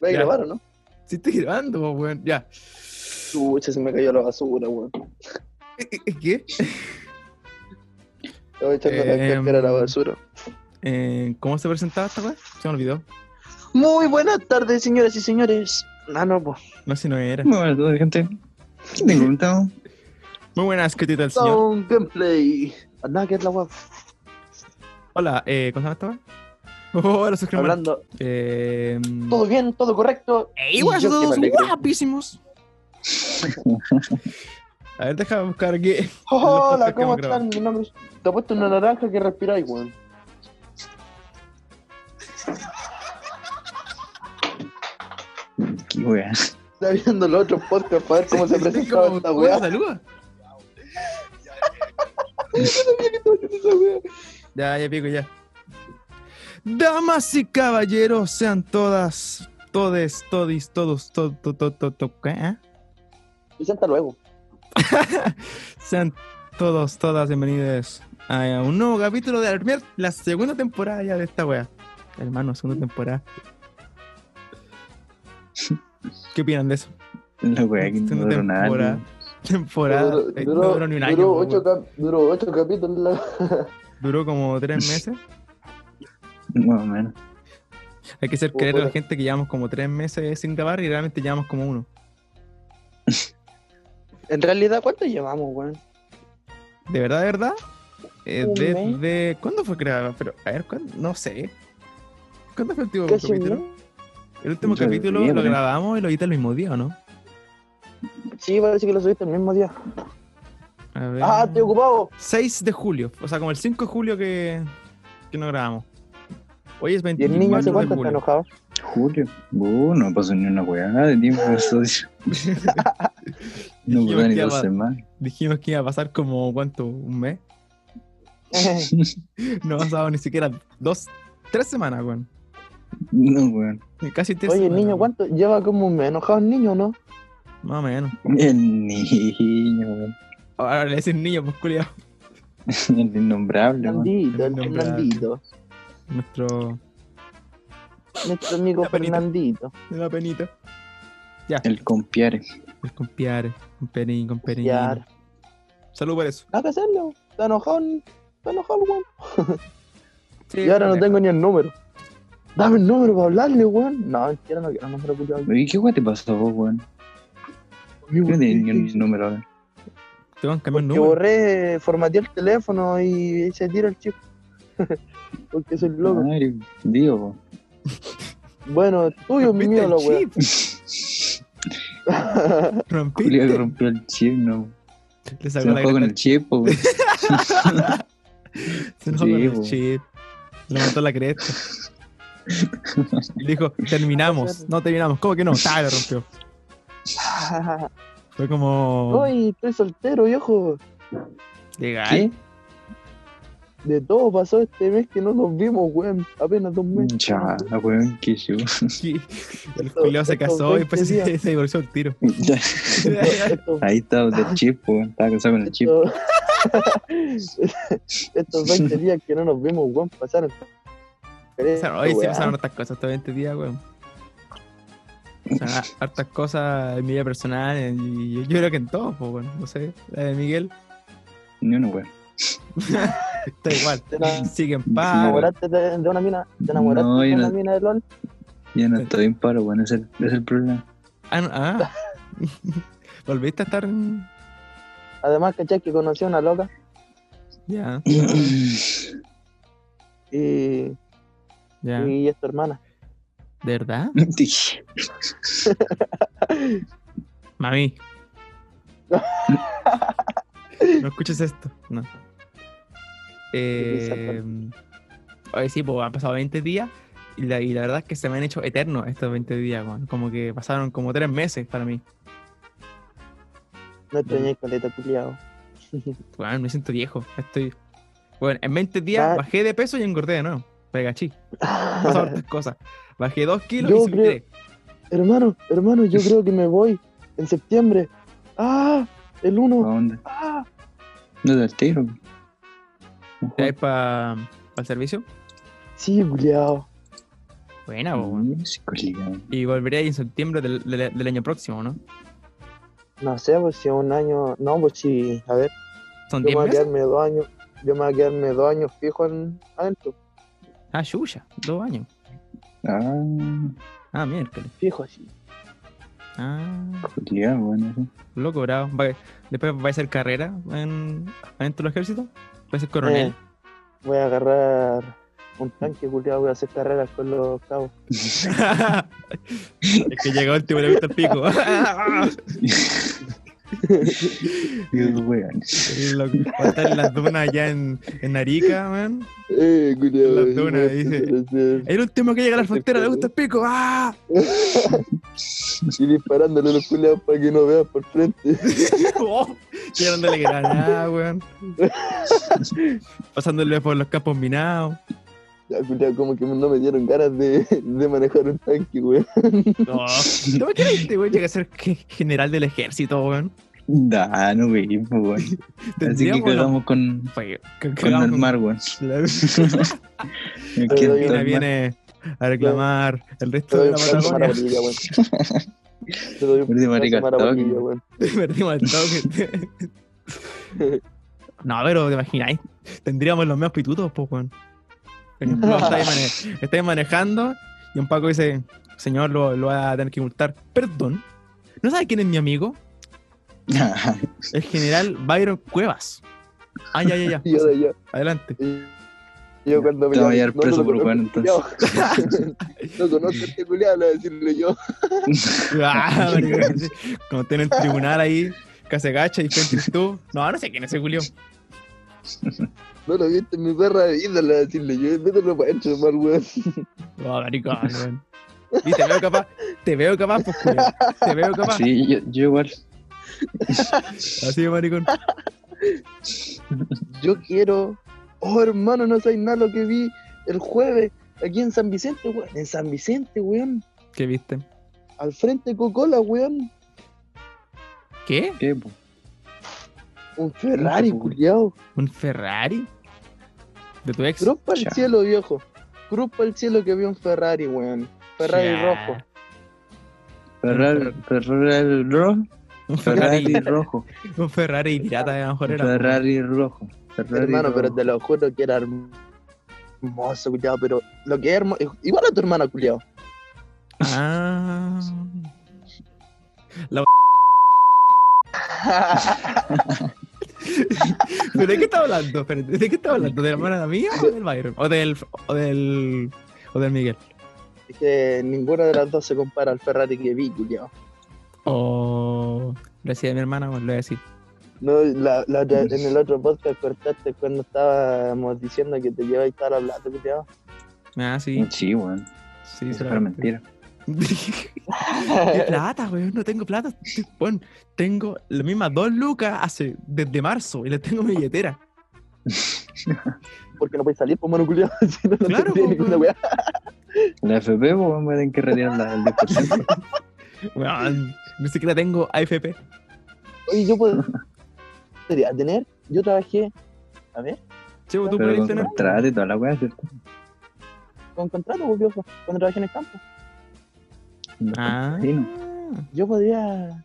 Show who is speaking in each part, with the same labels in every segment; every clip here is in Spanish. Speaker 1: ¿Me
Speaker 2: Ya.
Speaker 1: grabaron, no?
Speaker 2: Sí, estoy grabando, po, weón. Ya.
Speaker 1: Chucha, se me cayó la basura, weón.
Speaker 2: Eh, eh, ¿Qué?
Speaker 1: Estaba echando la
Speaker 2: Em.
Speaker 1: cáscara a la basura.
Speaker 2: Eh, ¿Cómo se presentaba esta weón? Se me olvidó.
Speaker 1: Muy buenas tardes, señoras y señores. Ah, no, pues.
Speaker 2: No sé si no era.
Speaker 3: Muy buenas tardes, gente. ¿Qué te preguntado?
Speaker 2: Muy buenas, ¿qué tal, señor?
Speaker 1: Sound gameplay. Andá, que es la weón.
Speaker 2: Hola, eh, ¿cómo se llama esta weón? Hola, soy Germán.
Speaker 1: Hablando.
Speaker 2: Eh, mm,
Speaker 1: Todo bien, todo correcto.
Speaker 2: ¡Ey,
Speaker 1: Y
Speaker 2: weón!
Speaker 1: yo que
Speaker 2: todos
Speaker 1: me alegro.
Speaker 2: guapísimos! A ver, déjame buscar aquí. Los
Speaker 1: Hola, ¿cómo
Speaker 2: podcasts que hemos
Speaker 1: están? Mi nombre es... Te ha puesto una naranja que respiráis, weón.
Speaker 3: Qué wea.
Speaker 1: Está viendo los otros podcasts para ver cómo se
Speaker 2: Sí, sí,
Speaker 1: presentaba
Speaker 2: como-
Speaker 1: esta
Speaker 2: ¿cómo
Speaker 1: weá.
Speaker 2: saluda? Ya, ya pico, ya. Damas y caballeros, sean todas, todes, todis, todos, to, to, to, to, to- ¿qué? ¿Eh?
Speaker 1: Presenta luego.
Speaker 2: Sean todos, todas bienvenidos a un nuevo capítulo de Almer, la segunda temporada ya de esta wea. Hermano, segunda temporada. ¿Qué opinan de eso?
Speaker 3: La wea que no
Speaker 2: Segunda
Speaker 3: duró nada.
Speaker 2: temporada.
Speaker 3: ni-
Speaker 2: Temporada. eh, no duró ni un año.
Speaker 1: duró
Speaker 2: po,
Speaker 1: ocho,
Speaker 2: weón.
Speaker 1: cap- duró ocho capítulos. la-
Speaker 2: Duró como tres meses.
Speaker 3: Más o menos.
Speaker 2: Hay que ser
Speaker 1: Oh,
Speaker 2: creer a la
Speaker 1: puta.
Speaker 2: gente que llevamos como tres meses sin grabar y realmente llevamos como uno.
Speaker 1: En realidad, ¿cuánto llevamos, weón?
Speaker 2: De verdad, de verdad. eh,
Speaker 1: Un
Speaker 2: desde.
Speaker 1: mes.
Speaker 2: ¿Cuándo fue creada? Pero, a ver, ¿cuándo? no sé. ¿Cuándo fue el último
Speaker 1: Casi un
Speaker 2: capítulo? El último
Speaker 3: Yo
Speaker 2: capítulo
Speaker 3: diría,
Speaker 2: lo
Speaker 3: pero-
Speaker 2: grabamos y lo edité el mismo día, ¿o no?
Speaker 1: mes. Sí, parece que lo subiste el mismo día.
Speaker 2: A ver.
Speaker 1: Ah, estoy ocupado.
Speaker 2: 6 de julio. O sea, como el 5 de julio que, que no grabamos. Hoy es
Speaker 1: ¿Y el niño
Speaker 2: 24
Speaker 1: hace
Speaker 2: de
Speaker 1: cuánto está
Speaker 2: julio.
Speaker 1: enojado?
Speaker 3: Julio. Uh, no pasó ni una wea de tiempo. eso dice. no
Speaker 2: Dijimos
Speaker 3: pasó ni
Speaker 2: que
Speaker 3: dos
Speaker 2: iba-
Speaker 3: semanas.
Speaker 2: Dijimos que iba a pasar como, ¿cuánto? ¿Un mes? No ha pasado ni siquiera dos, tres semanas, weón.
Speaker 3: no, weón.
Speaker 2: Casi tres
Speaker 1: Oye, el
Speaker 2: semanas.
Speaker 1: niño,
Speaker 2: weón.
Speaker 1: ¿cuánto? Lleva como un mes enojado el niño, ¿no?
Speaker 2: Más o menos.
Speaker 3: El niño, weón.
Speaker 2: Ahora le decís niño, pues culiao.
Speaker 3: El innombrable, weón.
Speaker 1: Fernandito, el
Speaker 2: El nombre-
Speaker 1: Fernandito.
Speaker 2: Nuestro.
Speaker 1: Nuestro amigo
Speaker 2: La perita.
Speaker 1: Fernandito.
Speaker 2: Me da penita.
Speaker 3: El compiare.
Speaker 2: El compiare, comperín, comperín.
Speaker 1: Compiar.
Speaker 2: Salud por eso.
Speaker 1: Nada que hacerlo. Está enojado, está enojado, weón. Y ahora no tengo ni el número. Dame el número para hablarle, weón. No, quiero, no quiero número, culiao.
Speaker 3: Oye, ¿qué wea te pasó a vos, weón? Yo no tenía ni un número, weón.
Speaker 2: Te van a cambiar el
Speaker 1: Que
Speaker 2: número.
Speaker 1: borré, formateé el teléfono y se tira el chico. Porque soy loco.
Speaker 3: Madre, Dios, weón.
Speaker 1: Bueno, es tuyo, es
Speaker 2: Rompiste
Speaker 1: mío,
Speaker 2: el
Speaker 1: la weá.
Speaker 2: chip. Rompiste.
Speaker 3: Julio rompió el chip, no.
Speaker 2: Le
Speaker 3: Se
Speaker 2: sacó la
Speaker 3: enojó con
Speaker 2: grata.
Speaker 3: el chip, po, weón.
Speaker 2: Se enojó con
Speaker 3: Sí,
Speaker 2: el
Speaker 3: po.
Speaker 2: chip. Le mató la cresta. Y Le dijo, terminamos. No terminamos. ¿Cómo que no? Ta, lo rompió. Fue como.
Speaker 1: Hoy estoy soltero, viejo.
Speaker 2: Legal.
Speaker 1: De todo pasó este mes que no nos vimos, weón. Apenas dos meses.
Speaker 3: Ya, weón, que yo.
Speaker 2: Sí. El
Speaker 1: Esto-
Speaker 2: culiao se
Speaker 1: estos
Speaker 2: casó y después
Speaker 1: 20
Speaker 2: se, se divorció el tiro.
Speaker 3: Ya,
Speaker 1: Estos,
Speaker 3: Ahí estaba del chip, po, estaba casado con el chip.
Speaker 1: estos, estos 20 días que no nos vimos, weón, pasaron.
Speaker 2: Pasaron- Hoy sí
Speaker 1: Weá.
Speaker 2: pasaron hartas cosas estos 20 días, weón. Pasaron hartas cosas en mi vida personal en- y yo, yo creo que en todo, pues, bueno, no sé. La de Miguel
Speaker 3: Ni uno, weón.
Speaker 2: está igual.
Speaker 1: Te ena-
Speaker 2: Sigue en
Speaker 1: te
Speaker 2: paz.
Speaker 1: enamoraste de, de una mina, te enamoraste
Speaker 3: No,
Speaker 1: de
Speaker 3: yo
Speaker 1: una
Speaker 3: no-
Speaker 1: mina de LOL.
Speaker 3: Ya no estoy en paro, weón, ese ese es el problema.
Speaker 2: Ah, no, ah. Volviste a estar en...
Speaker 1: Además, ¿cachai? Que conocí a una loca
Speaker 2: Ya,
Speaker 1: y,
Speaker 2: ya.
Speaker 1: y es tu hermana.
Speaker 2: ¿De verdad?
Speaker 3: Dije,
Speaker 2: Mami. No escuches esto. No. Eh, oye, sí, pues han pasado 20 días y la, y la verdad es que se me han hecho eternos estos 20 días, weón. Como que pasaron como 3 meses para mí.
Speaker 1: No extrañé con este culiado.
Speaker 2: Weón, me siento viejo. Estoy. Bueno, en 20 días
Speaker 1: Va-
Speaker 2: bajé de peso y engordé de nuevo. Me cachí. Pasaron hartas cosas. Bajé 2 kilos
Speaker 1: Yo
Speaker 2: y subí
Speaker 1: creo-
Speaker 2: 3.
Speaker 1: hermano, hermano, yo creo que me voy en septiembre. ¡Ah! El
Speaker 3: ¿A
Speaker 1: 1.
Speaker 3: dónde?
Speaker 1: ¡Ah!
Speaker 3: No del tiro.
Speaker 2: Eh, ¿Te para el servicio?
Speaker 1: Sí, culiado.
Speaker 2: Buena, po, weón.
Speaker 3: Sí, culiao.
Speaker 2: Y volvería en septiembre del, del- del año próximo, ¿no?
Speaker 1: No sé, pues si un año. No, pues si. A ver,
Speaker 2: Son
Speaker 1: yo
Speaker 2: 10
Speaker 1: me voy a
Speaker 2: meses.
Speaker 1: quedarme dos años. Yo me voy a quedarme dos años fijo en, adentro.
Speaker 2: Ah, chucha, dos años.
Speaker 3: Ah,
Speaker 2: Ah, miércoles.
Speaker 1: Fijo así.
Speaker 2: Ah,
Speaker 3: culiao, bueno. sí.
Speaker 2: loco, bravo. Va- después va a ser carrera en, adentro del ejército. Va a ser coronel.
Speaker 3: Oh.
Speaker 1: Eh, voy a agarrar un tanque culiado, voy a hacer carreras con los cabos.
Speaker 2: es que llegó el tiburón al pico.
Speaker 3: Dios, weón.
Speaker 2: Lo que va a estar en las dunas allá en, en Arica, man.
Speaker 1: Eh, culiao.
Speaker 2: La tuna, dice. El último que llega a la
Speaker 3: Este
Speaker 2: frontera le gusta el pico. ¡Ah!
Speaker 1: Y disparándole a los culiados para que no veas por frente.
Speaker 2: Oh, tirándole granada, weón. Pasándole por los campos minados.
Speaker 1: Ya, culiao, como que no me dieron ganas de, de manejar un tanque, weón.
Speaker 2: No. ¿Te imaginas este weón llega a ser ge- general del ejército, weón?
Speaker 3: Da, no veí, po, weón. Así que
Speaker 2: Tendríamos la-
Speaker 3: quedamos con,
Speaker 2: Fue- que-
Speaker 3: con
Speaker 2: cagamos con-
Speaker 3: armar, weón.
Speaker 2: Claro.
Speaker 3: Me
Speaker 1: Pero
Speaker 3: quiero
Speaker 1: yo-
Speaker 2: Viene,
Speaker 3: armar.
Speaker 2: viene a reclamar el
Speaker 1: Te
Speaker 2: resto
Speaker 1: doy
Speaker 2: de la
Speaker 1: un plazo
Speaker 2: Patagonia.
Speaker 1: maravilla, weón. Te doy un
Speaker 3: Verde marica,
Speaker 1: plazo maravilla,
Speaker 3: todo.
Speaker 1: weón.
Speaker 2: Perdimos el toque. no, pero te imagináis. Tendríamos los mismos pitutos, pues, weón. Por ejemplo, estáis, mane- estáis manejando y un Paco dice: Señor, lo, lo va a tener que multar. Perdón. ¿No sabe quién es mi amigo? El general Byron Cuevas. Ah, ya, ya, ya.
Speaker 1: Y ahora ya.
Speaker 2: Adelante.
Speaker 1: y Yo cuando me
Speaker 3: Te voy a
Speaker 1: llamen,
Speaker 3: hallar preso
Speaker 1: lo
Speaker 3: por
Speaker 1: conozco,
Speaker 3: weón,
Speaker 1: culiao. No conozco a este culiao, le voy a decirle yo.
Speaker 2: Ah, marica, sí. Cuando tiene el tribunal ahí, que se gacha y frente tú. No, no sé quién es ese Julio.
Speaker 1: No lo viste en mi perra de vida, le voy a decirle yo. Mételo para adentro, mal, weón.
Speaker 2: Oh, maricón, weón. Y te veo capaz, te veo capaz, pues, culiao. Te veo capaz.
Speaker 3: Ah, Sí, yo, yo igual.
Speaker 2: Así de maricón.
Speaker 1: Yo quiero. Oh, hermano, no sabes nada lo que vi el jueves aquí en San Vicente, weón. En San Vicente, weón.
Speaker 2: ¿Qué viste?
Speaker 1: Al frente de Coca-Cola, weón.
Speaker 2: ¿Qué?
Speaker 3: ¿Qué, po?
Speaker 1: Un Ferrari,
Speaker 3: Ujú.
Speaker 1: culiao.
Speaker 2: ¿Un Ferrari? ¿De tu ex?
Speaker 1: Cruz para el
Speaker 3: Chao.
Speaker 1: cielo, viejo. Cruz para el cielo que vio un Ferrari, weón. Ferrari
Speaker 2: Ya.
Speaker 1: rojo.
Speaker 3: Ferrari, Ferrari rojo.
Speaker 2: Un
Speaker 3: Ferrari
Speaker 2: Ferrari.
Speaker 3: rojo.
Speaker 2: Un Ferrari pirata, a lo mejor era.
Speaker 3: Ferrari rojo. Ferrari
Speaker 1: hermano, pero
Speaker 3: rojo.
Speaker 1: te lo juro que era herm- hermoso, culiao. Pero lo que es hermoso. Igual a tu hermana, culiao.
Speaker 2: Ah. ¿Pero de qué está hablando? Espérate, ¿De qué está hablando? ¿De la hermana mía o del Byron? ¿O del. o del. o del Miguel?
Speaker 1: Es que ninguna de las dos se compara al Ferrari que vi, culiao.
Speaker 2: O. Lo decía mi hermana, bueno, lo voy a decir.
Speaker 1: No, la, la otra- en el otro podcast cortaste cuando estábamos diciendo que te lleváis toda la plata, culiao.
Speaker 2: Ah, sí.
Speaker 3: Sí, weón.
Speaker 2: Sí,
Speaker 3: Eso
Speaker 2: se lo
Speaker 3: era
Speaker 2: conté.
Speaker 3: mentira.
Speaker 2: ¿Qué plata, güey? No tengo plata. Estoy- weón, tengo las mismas dos lucas hace, desde marzo y les tengo mi billetera.
Speaker 1: Porque no podéis salir, pues, mano, culiao. Si no, no
Speaker 2: Claro,
Speaker 1: tendría
Speaker 2: pues,
Speaker 1: ninguna
Speaker 2: weón.
Speaker 1: weá.
Speaker 3: La FP, po, weón, me tienen que retirar la, el 10%.
Speaker 2: Weón, ni siquiera tengo AFP.
Speaker 1: Oye, yo podría tener. Yo trabajé, a ver,
Speaker 2: Chevo, tú
Speaker 3: pero
Speaker 2: podrías
Speaker 3: con
Speaker 2: tener.
Speaker 3: contrato y toda la weá, ¿cierto?
Speaker 1: con contrato, pues, viejo, cuando trabajé en el campo.
Speaker 3: Los
Speaker 2: Ah.
Speaker 3: campesinos.
Speaker 1: Yo podría.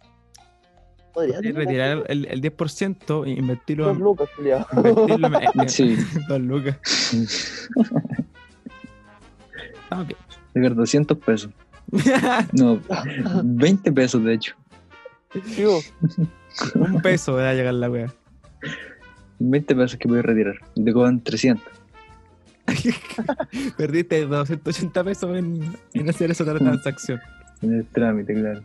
Speaker 1: Podría
Speaker 2: Podrías
Speaker 1: tener
Speaker 2: Retirar el, el 10% e invertirlo
Speaker 1: dos
Speaker 2: en.
Speaker 1: lucas, culiao.
Speaker 2: Invertirlo en. en-
Speaker 3: Sí,
Speaker 2: Dos lucas. Estamos bien.
Speaker 3: de 200 pesos. No, 20 pesos de hecho.
Speaker 1: Digo,
Speaker 2: Un peso va a llegar la wea.
Speaker 3: 20 pesos que voy a retirar. Y te cobran 300.
Speaker 2: Perdiste 280 pesos en, en hacer esa otra transacción.
Speaker 3: En el trámite, claro.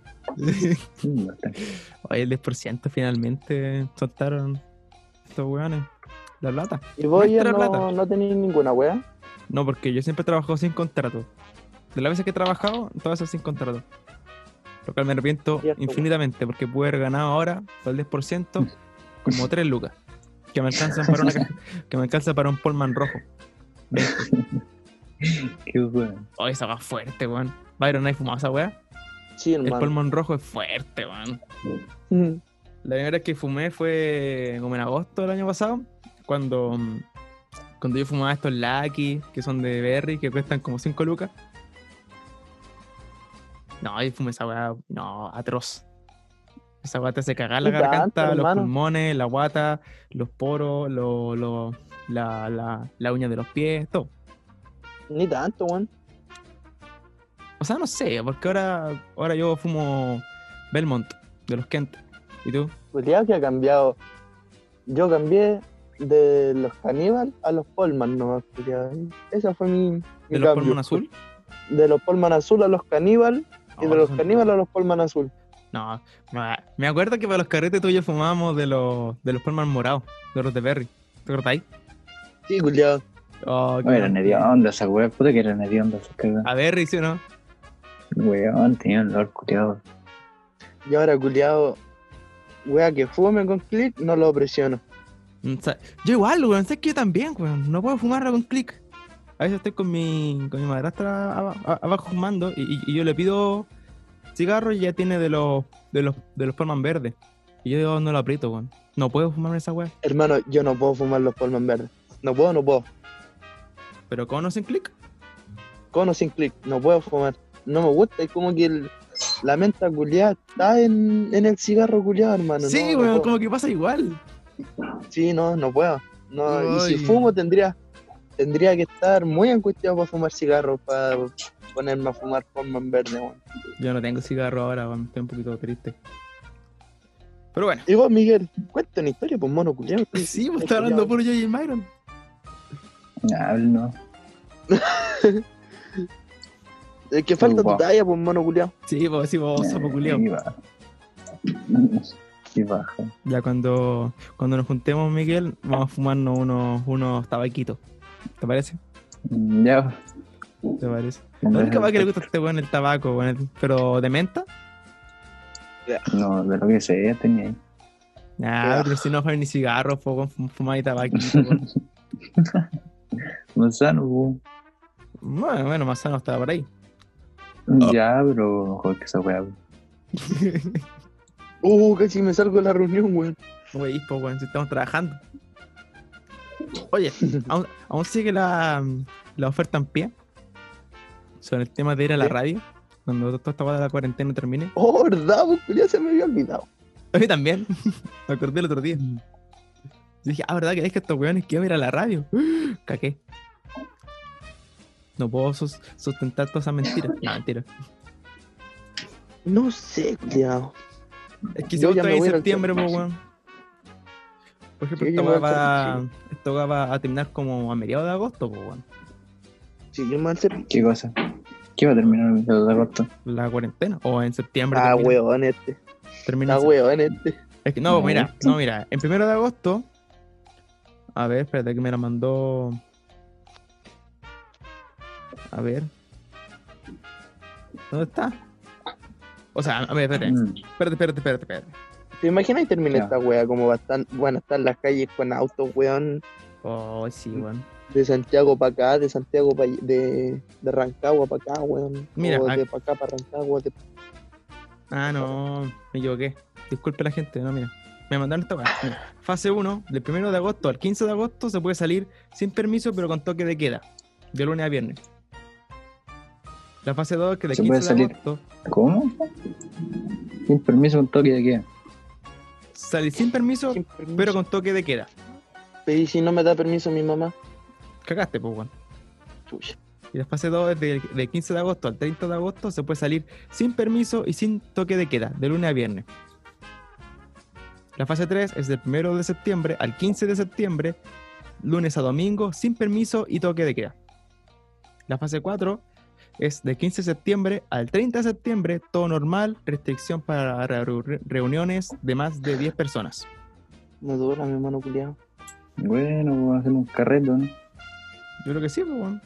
Speaker 3: Mm, bastante.
Speaker 2: Oye, el 10% finalmente soltaron estos weones. La plata.
Speaker 1: Y vos ya
Speaker 2: Nuestra plata.
Speaker 1: no, no tenéis ninguna weá.
Speaker 2: No, porque yo siempre he trabajado sin contrato. De las veces que he trabajado, todas esas sin contrato. Lo cual me arrepiento
Speaker 1: Cierto, weón.
Speaker 2: infinitamente, porque pude haber ganado ahora, por el 10%, como 3 lucas. Que me alcanzan para una ca- que me alcanza para un Pullman rojo.
Speaker 3: Qué bueno.
Speaker 2: Oye, Oh, esa va fuerte, weón. Byron, ¿no hay fumado esa weá?
Speaker 1: Sí,
Speaker 2: El
Speaker 1: hermano.
Speaker 2: Pullman rojo es fuerte, weón.
Speaker 1: Mm.
Speaker 2: La primera vez que fumé fue como en agosto del año pasado, cuando, mm, cuando yo fumaba estos Lucky, que son de Berry, que cuestan como 5 lucas. No, y fumé esa weá, no, atroz. Esa weá te hace cagar la
Speaker 1: ¿Qué tanto,
Speaker 2: garganta, los
Speaker 1: hermano?
Speaker 2: pulmones, la guata, los poros, lo, lo- la, la, la uña de los pies, todo.
Speaker 1: Ni tanto, weón.
Speaker 2: O sea, no sé, porque ahora, ahora yo fumo Belmont, de los Kent. ¿Y tú?
Speaker 1: Cuidado Pues que ha cambiado. Yo cambié de los caníbal a los Polman nomás. culiao. Esa fue mi. mi
Speaker 2: ¿De los
Speaker 1: cambio.
Speaker 2: Polman Azul?
Speaker 1: De los Polman azul a los caníbal y
Speaker 2: No,
Speaker 1: de los
Speaker 2: son-
Speaker 1: caníbal a los Polman azul.
Speaker 2: No, ma- me acuerdo que para los carretes tuyos fumábamos de los, de los Polman morados, de los de Berry. ¿Te acordáis?
Speaker 1: Sí, culiado.
Speaker 2: Oh, qué
Speaker 3: Oh, eran
Speaker 2: bueno.
Speaker 3: hediondas esa weá, puta que eran hediondas esas cagas.
Speaker 2: A Berry, ¿sí o no?
Speaker 3: Weón, tenía un olor culiado.
Speaker 1: Y ahora, culiado. Wea que fume con click, no lo presiono.
Speaker 2: Mm, sa- Yo igual, weón, sé que yo también, weón. No puedo fumarla con clic. A veces estoy con mi, con mi madrastra aba- a- abajo fumando y, y- y yo le pido cigarro y ya tiene de los de los de los Polman verdes. Y yo no lo aprieto, weón. No puedo fumarme esa weá.
Speaker 1: Hermano, yo no puedo fumar los Polman verdes. No puedo, no puedo.
Speaker 2: Pero conocen clic.
Speaker 1: Con o sin click, no puedo fumar. No me gusta, es como que el- la menta culiada está en, en el cigarro culiado, hermano.
Speaker 2: sí,
Speaker 1: Ah, no, no
Speaker 2: weón,
Speaker 1: puedo.
Speaker 2: como que pasa igual.
Speaker 1: Sí, no, no puedo. No, y si
Speaker 2: Ay.
Speaker 1: fumo tendría tendría que estar muy en cuestión para fumar cigarros, para ponerme a fumar Forman verde, weón.
Speaker 2: Yo no tengo cigarro ahora, weón. Estoy un poquito triste. Pero bueno.
Speaker 1: Y vos, Miguel, cuenta una historia, pues mono culiado.
Speaker 2: Sí, pues está hablando puro J.J. Myron.
Speaker 3: Hablo, no.
Speaker 1: El que falta tu
Speaker 3: Guau.
Speaker 1: talla, pues mono culiado.
Speaker 2: Sí, pues sí, vos, sapo culiao.
Speaker 3: Y baja. Y baja.
Speaker 2: Ya cuando, cuando nos juntemos, Miguel, vamos a fumarnos unos, unos tabaquitos. ¿Te parece?
Speaker 3: Mm, Ya.
Speaker 2: ¿Te parece? La única
Speaker 3: eh,
Speaker 2: weá que le Uh, gusta a este weón es el tabaco, weón, el- pero de menta.
Speaker 3: No, de lo que sea tenía ahí.
Speaker 2: Nah,
Speaker 1: Ya.
Speaker 2: pero si no fue ni cigarro, fue con fum- fumar y tabaquito. weón.
Speaker 3: Manzano, weón.
Speaker 2: bueno, bueno, más sano estaba por ahí.
Speaker 3: Ya, pero mejor que esa weá.
Speaker 1: Uh, casi me salgo de la reunión, weón.
Speaker 2: No veis, po, weón, si estamos trabajando. Oye, aún, aún sigue la, la oferta en pie sobre el tema de ir a la
Speaker 1: ¿Sí?
Speaker 2: radio cuando toda esta weá de la cuarentena termine.
Speaker 1: Oh, verdad, pues culiao, se me había olvidado.
Speaker 2: A mí también. Me acordé el otro día.
Speaker 1: Mm.
Speaker 2: Yo dije, ah, ¿verdad? ¿Crees que estos weones que iban a ir a la radio? Caqué. No puedo sus- sustentar todas esas mentiras. No, mentira.
Speaker 1: No sé, culiado.
Speaker 2: Es que
Speaker 1: Yo
Speaker 2: si
Speaker 1: ya
Speaker 2: esto
Speaker 1: me
Speaker 2: es
Speaker 1: voy
Speaker 2: en
Speaker 1: a ir al
Speaker 2: septiembre, pues, weón. Por ejemplo,
Speaker 1: Yo ya
Speaker 2: esta
Speaker 1: me voy
Speaker 2: weá
Speaker 1: al
Speaker 2: va, esta weá va a terminar como a mediados de agosto, pues, weón.
Speaker 1: Sí, yo me hace-
Speaker 3: ¿Qué cosa? ¿Qué va a terminar el 2 de agosto?
Speaker 2: La cuarentena. O en septiembre.
Speaker 1: Ah,
Speaker 2: termina-
Speaker 1: weón este.
Speaker 2: termina en
Speaker 1: Ah,
Speaker 2: septiembre.
Speaker 1: weón este.
Speaker 2: Es que no,
Speaker 3: No.
Speaker 2: mira, no, mira. En primero de agosto. A ver, espérate que me la mandó. A ver. ¿Dónde está? O sea, a ver, espérate.
Speaker 3: Mm.
Speaker 2: Espérate, espérate, espérate, espérate.
Speaker 1: ¿Te imaginas y termina
Speaker 3: Ya.
Speaker 1: esta wea? Como va a estar- van a estar las calles con autos, weón.
Speaker 2: Oh, sí, weón.
Speaker 1: De Santiago para acá, de Santiago para de, de Rancagua para acá, weón.
Speaker 2: Mira,
Speaker 1: o
Speaker 2: ac-
Speaker 1: de para acá para Rancagua. de-
Speaker 2: Ah, no, me equivoqué. Disculpe la gente, no, mira. Me mandaron esta weá. Mira, Fase 1, del 1 de agosto al 15 de agosto se puede salir sin permiso, pero con toque de queda. De lunes a viernes. La fase 2, que de
Speaker 3: Se
Speaker 2: 15
Speaker 3: puede
Speaker 2: de
Speaker 3: salir.
Speaker 2: agosto
Speaker 3: ¿Cómo? Sin permiso, un toque de queda.
Speaker 2: salir sin permiso,
Speaker 1: Sin permiso.
Speaker 2: pero con toque de queda.
Speaker 1: Pero ¿y si no me da permiso mi mamá?
Speaker 2: Cagaste, pues, weón.
Speaker 1: Chucha.
Speaker 2: Y la fase 2 es del, del 15 de agosto al 30 de agosto. Se puede salir sin permiso y sin toque de queda, de lunes a viernes. La fase 3 es del 1 de septiembre al 15 de septiembre, lunes a domingo, sin permiso y toque de queda. La fase 4 es del 15 de septiembre al 30 de septiembre, todo normal, restricción para reu- reuniones de más de 10 personas.
Speaker 1: Me dura mi hermano culiado.
Speaker 3: Bueno, vamos a hacer un carreto, ¿no?
Speaker 2: Yo creo que sí, pues, weón.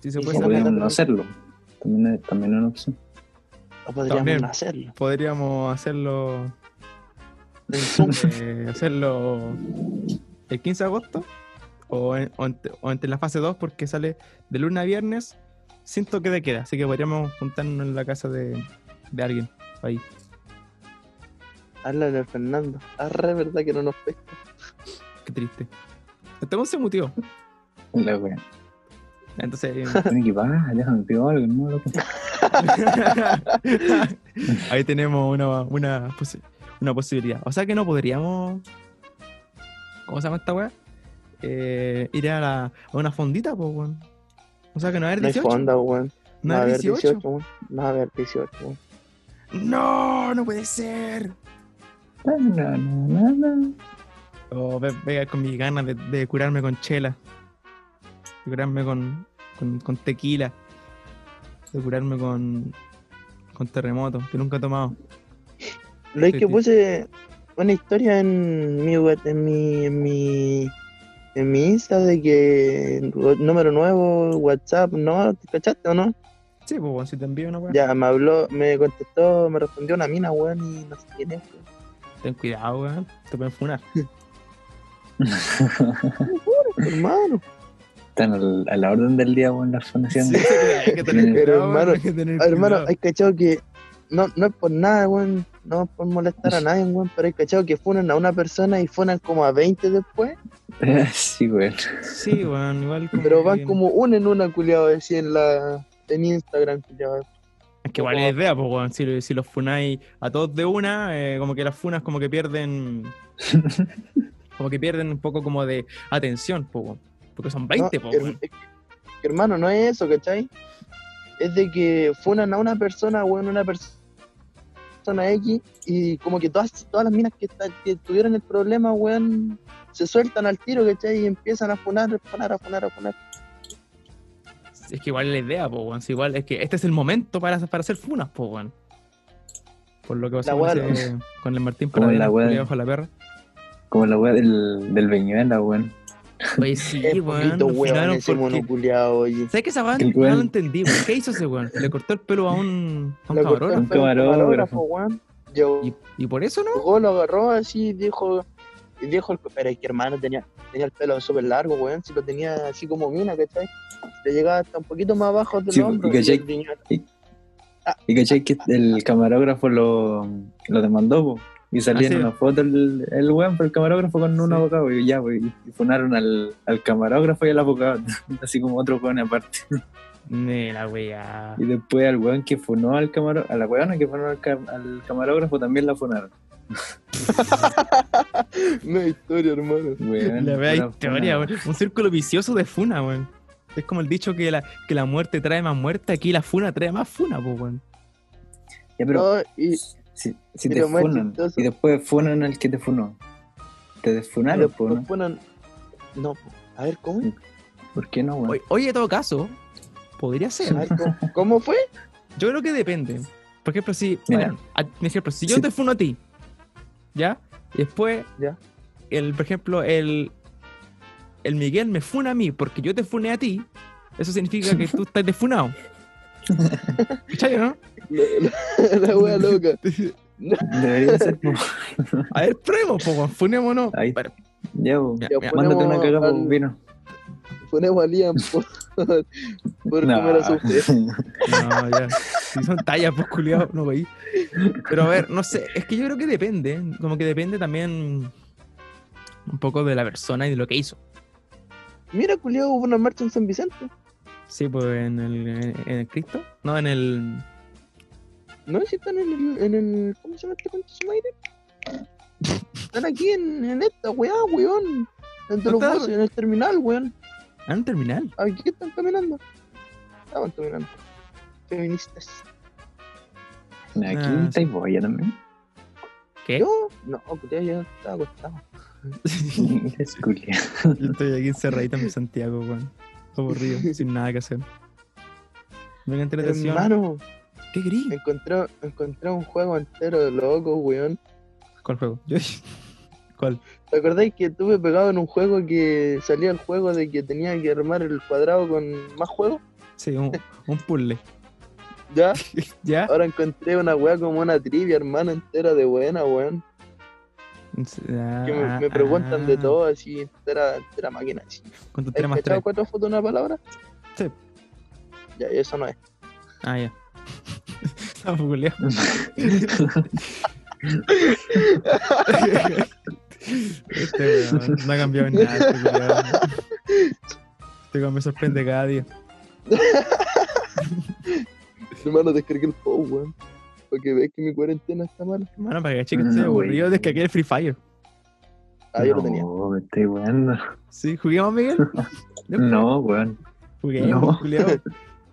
Speaker 2: Sí se
Speaker 1: Y
Speaker 2: puede
Speaker 3: O
Speaker 2: salir.
Speaker 1: Pues,
Speaker 3: podríamos
Speaker 1: también-
Speaker 3: no hacerlo. También es, también es una opción.
Speaker 1: No podríamos
Speaker 2: También.
Speaker 1: no hacerlo.
Speaker 2: Podríamos hacerlo. eh, hacerlo el 15 de agosto o, en- o ent- o entre la fase 2 porque sale de lunes a viernes sin toque de queda. Así que podríamos juntarnos en la casa de, de alguien ahí.
Speaker 1: Háblale al Fernando. Ah, re verdad que no nos pesca.
Speaker 2: Qué triste. Este weón se mutió.
Speaker 3: La wea.
Speaker 2: Entonces, eh,
Speaker 3: Tiene que pagar, déjame pido algo, ¿no? loco?
Speaker 2: ahí tenemos una, una, posi- una posibilidad. O sea que no podríamos. ¿Cómo se llama esta weá? Eh, ir a, la- a una fondita, pues, weón. O sea que no va a haber
Speaker 1: No hay
Speaker 2: 18.
Speaker 1: fonda, weón.
Speaker 2: no va
Speaker 1: No va
Speaker 2: a
Speaker 1: a haber
Speaker 2: 18.
Speaker 1: 18, weón. No va a haber 18, weón.
Speaker 2: No, no puede ser.
Speaker 3: Na, na, na, na.
Speaker 2: Oh, ve- vea con mis ganas de, de curarme con chela. De curarme con, con, con tequila. De curarme con, con terremoto, que nunca he tomado.
Speaker 1: Lo es
Speaker 2: Sí, sí.
Speaker 1: que puse una historia en mi web, en mi, en mi, en mi Insta de que wa- número nuevo, WhatsApp, ¿no? ¿Te cachaste o no?
Speaker 2: Sí, pues, weón, si te envío una weá.
Speaker 1: Ya, me habló, me contestó, me respondió una mina, weón, y no sé quién es. weón.
Speaker 2: Ten cuidado, weón. Te pueden funar.
Speaker 1: Hermano,
Speaker 3: Están al- a la orden del día, weón, las fundaciones.
Speaker 2: Sí, hay que tener cuidado,
Speaker 1: Pero, hermano,
Speaker 2: hay que tener
Speaker 1: ah, hermano,
Speaker 2: cuidado.
Speaker 1: hay cachado que no, no es por nada, weón, no es por molestar a nadie, weón, pero hay cachado que funan a una persona y funan como a 20 después,
Speaker 3: sí, weón.
Speaker 2: Sí, weón, igual. como
Speaker 1: pero
Speaker 2: que-
Speaker 1: van como una en una, culiado, así en la, en Instagram, culiado.
Speaker 2: Es que igual es idea, pues, weón. Si, si los funáis a todos de una, eh, como que las funas como que pierden. como que pierden un poco como de atención, pues, weón. Porque son 20,
Speaker 1: No,
Speaker 2: pues,
Speaker 1: her-
Speaker 2: weón.
Speaker 1: es que, Hermano, no es eso, ¿cachai? Es de que funan a una persona, weón, una pers- persona X, y como que todas, todas las minas que, está- que tuvieron el problema, weón, se sueltan al tiro, ¿cachai? Y empiezan a funar, a funar, a funar, a funar.
Speaker 2: Es que igual es la idea, pues, weón. Si igual es que este es el momento para, para hacer funas, pues, weón. Por lo que pasó
Speaker 1: La
Speaker 2: con,
Speaker 1: weá,
Speaker 2: ese- con el Martín
Speaker 3: Como
Speaker 2: para
Speaker 3: la weá.
Speaker 2: bajo la perra.
Speaker 3: Como la weá del, del Beñuela, weón.
Speaker 2: Oye, sí,
Speaker 1: Es
Speaker 2: weón.
Speaker 1: poquito
Speaker 2: nos
Speaker 1: weón
Speaker 2: funaron
Speaker 1: ese
Speaker 2: porque-
Speaker 1: monoculeado, oye.
Speaker 2: ¿Sabes qué esa weá?
Speaker 3: El
Speaker 2: No
Speaker 3: weón.
Speaker 2: lo entendí, weón. ¿Qué hizo ese weón? Le cortó el pelo a un, a un
Speaker 1: Le cortó
Speaker 2: camarógrafo.
Speaker 1: el pelo a un
Speaker 3: Camarógrafo.
Speaker 1: camarógrafo, weón. Llegó,
Speaker 2: Y, y por eso, ¿no?
Speaker 1: lo agarró así y dijo... Y dijo, el- pero es que hermano tenía, tenía el pelo súper largo, weón, si lo tenía así como mina, ¿cachai? Le llegaba hasta un poquito más abajo del
Speaker 3: Sí,
Speaker 1: hombro.
Speaker 3: porque
Speaker 1: y el
Speaker 3: Jake-
Speaker 1: viñón-
Speaker 3: Y caché que el camarógrafo lo, lo demandó, po. Y salía
Speaker 2: Ah, sí.
Speaker 3: en una foto el, el weón, pero el camarógrafo con un
Speaker 2: Sí.
Speaker 3: abogado. Y ya, wey. Y funaron al, al camarógrafo y al abogado. Así como otro weón aparte.
Speaker 2: Ne, la weá.
Speaker 3: Y después al weón que funó al camarógrafo, a la weona que funó al, cam- al camarógrafo también la funaron.
Speaker 1: Una historia, hermano.
Speaker 3: Weón,
Speaker 2: La wea
Speaker 3: pura
Speaker 2: historia,
Speaker 3: funa.
Speaker 2: weón. Un círculo vicioso de funa, weón. Es como el dicho que la, que la muerte trae más muerte, aquí la funa trae más funa, pues, weón.
Speaker 3: Ya, pero
Speaker 1: No, y
Speaker 3: si, si
Speaker 1: y
Speaker 3: te
Speaker 1: lo más
Speaker 3: funan,
Speaker 1: chistoso-
Speaker 3: y después funan al que te funó. Te desfunaron,
Speaker 1: los
Speaker 3: po, ¿no?
Speaker 1: ponen. No, po. a ver, ¿cómo? es?
Speaker 3: ¿Por qué no, weón?
Speaker 2: Oye, oye, en todo caso, podría
Speaker 1: A
Speaker 2: ser.
Speaker 1: ver, ¿cómo, cómo fue?
Speaker 2: Yo creo que depende. Por ejemplo, si.
Speaker 3: Mira.
Speaker 2: bueno, a- por ejemplo, si yo
Speaker 3: Sí.
Speaker 2: te funo a ti, ¿ya? Y después,
Speaker 1: Ya.
Speaker 2: El, por ejemplo, el. El Miguel me funa a mí porque yo te funé a ti. Eso significa que tú estás desfunado. ¿Cachai, no?
Speaker 1: La, la- la wea loca.
Speaker 3: Debería ser, po.
Speaker 2: A ver, probemos, po, weón. funémonos.
Speaker 3: Ahí.
Speaker 2: Pero-
Speaker 3: Ya, po.
Speaker 2: Ya,
Speaker 1: Ya
Speaker 2: mira,
Speaker 1: ponemos
Speaker 3: Mándate una cagada, po,
Speaker 1: al-
Speaker 3: vino.
Speaker 1: Ponemos a Liam por, por comer a su
Speaker 2: No, ya. Si son tallas, pues culiado, no veí. Pero a ver, no sé, es que yo creo que depende, ¿eh? como que depende también un poco de la persona y de lo que hizo.
Speaker 1: Mira, culiao, hubo una marcha en San Vicente.
Speaker 2: Sí, pues en el, en el Cristo. No, en el.
Speaker 1: No sé si están en el. En el ¿Cómo se llama este concha de su madre? Están aquí en, en esta weá, weón. Entre
Speaker 2: ¿No
Speaker 1: los
Speaker 2: está-
Speaker 1: buses, en el terminal, weón.
Speaker 2: Ah, en el terminal.
Speaker 1: Aquí están caminando. Estaban caminando. Feministas.
Speaker 3: Aquí
Speaker 2: Ah,
Speaker 3: está y voy, ya también.
Speaker 2: ¿Qué?
Speaker 1: Yo, no, culiao, ya estaba acostado.
Speaker 2: Yo
Speaker 3: Es culia.
Speaker 2: estoy aquí encerradito en Santiago, weón. Aburrido, sin nada que hacer. Venga, entretención.
Speaker 1: Hermano.
Speaker 2: ¿Qué gris?
Speaker 1: Encontré, encontré un juego entero de locos, weón.
Speaker 2: ¿Cuál juego? Yo- ¿Cuál?
Speaker 1: ¿Te acordáis que estuve pegado en un juego que salía el juego de que tenía que armar el cuadrado con más juegos?
Speaker 2: Sí, un, un puzzle.
Speaker 1: Ya,
Speaker 2: ¿Ya?
Speaker 1: ahora encontré una weá como una trivia, hermano, entera de buena, weón. Que me, me preguntan de
Speaker 2: Ah,
Speaker 1: todo, así, entera, entera máquina. Así.
Speaker 2: Con tu
Speaker 1: ¿Has
Speaker 2: tres más
Speaker 1: cachado
Speaker 2: tres.
Speaker 1: cuatro fotos en una palabra?
Speaker 2: Sí.
Speaker 1: Ya, y eso no es.
Speaker 2: Ah, ya. Estaba buguleado. este weón no ha cambiado en nada. Este, weón. Este weón me sorprende cada día.
Speaker 1: Hermano, descargué el juego, weón. Para que veas que mi cuarentena está mala.
Speaker 2: Hermano, para que chicos se
Speaker 3: No,
Speaker 2: aburrido,
Speaker 3: güey.
Speaker 2: descargué el Free Fire.
Speaker 1: Ah, yo lo tenía.
Speaker 3: No, me estoy weando.
Speaker 2: ¿Sí? ¿Juguemos, Miguel?
Speaker 3: No, weón.
Speaker 2: Juguemos,
Speaker 3: No.
Speaker 2: culiao.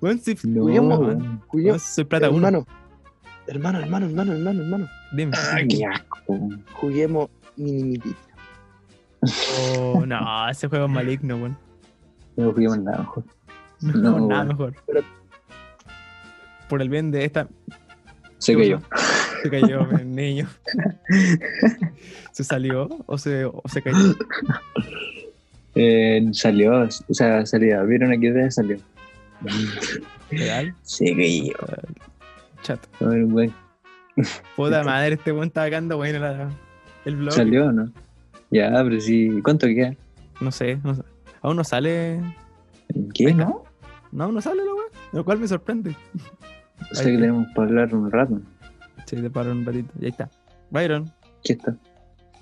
Speaker 2: Bueno, sí,
Speaker 3: No,
Speaker 1: Juguemos,
Speaker 3: weón.
Speaker 1: Cuyo-
Speaker 2: no, soy plata uno.
Speaker 1: hermano. hermano, hermano, hermano, hermano, hermano.
Speaker 2: Dime.
Speaker 3: Ah, qué asco.
Speaker 1: Juguemos minimilita.
Speaker 2: Oh, no, ese juego es maligno, weón.
Speaker 3: No juguemos nada mejor.
Speaker 2: No,
Speaker 3: No,
Speaker 2: nada
Speaker 3: weón.
Speaker 2: mejor.
Speaker 1: Pero-
Speaker 2: Por el bien de esta.
Speaker 3: Se
Speaker 2: ¿Qué
Speaker 3: cayó.
Speaker 2: Se cayó, mi niño. ¿Se salió o se, o se cayó?
Speaker 3: Eh, salió, o sea, salió. ¿Vieron aquí atrás? Salió.
Speaker 2: ¿Real?
Speaker 3: Se cayó.
Speaker 2: Chat.
Speaker 3: A ver, weón.
Speaker 2: Puta madre, este weón está sacando, bueno, la, el blog.
Speaker 3: ¿Salió o no? Ya, pero sí. ¿Cuánto queda?
Speaker 2: No sé, no sé. Aún no sale.
Speaker 3: ¿Qué, no?
Speaker 2: No, aún no sale la weón. Lo cual me sorprende.
Speaker 3: O sea que tenemos para hablar un rato.
Speaker 2: Sí, te paro un ratito. Y ahí está. Byron.
Speaker 3: ¿Qué está?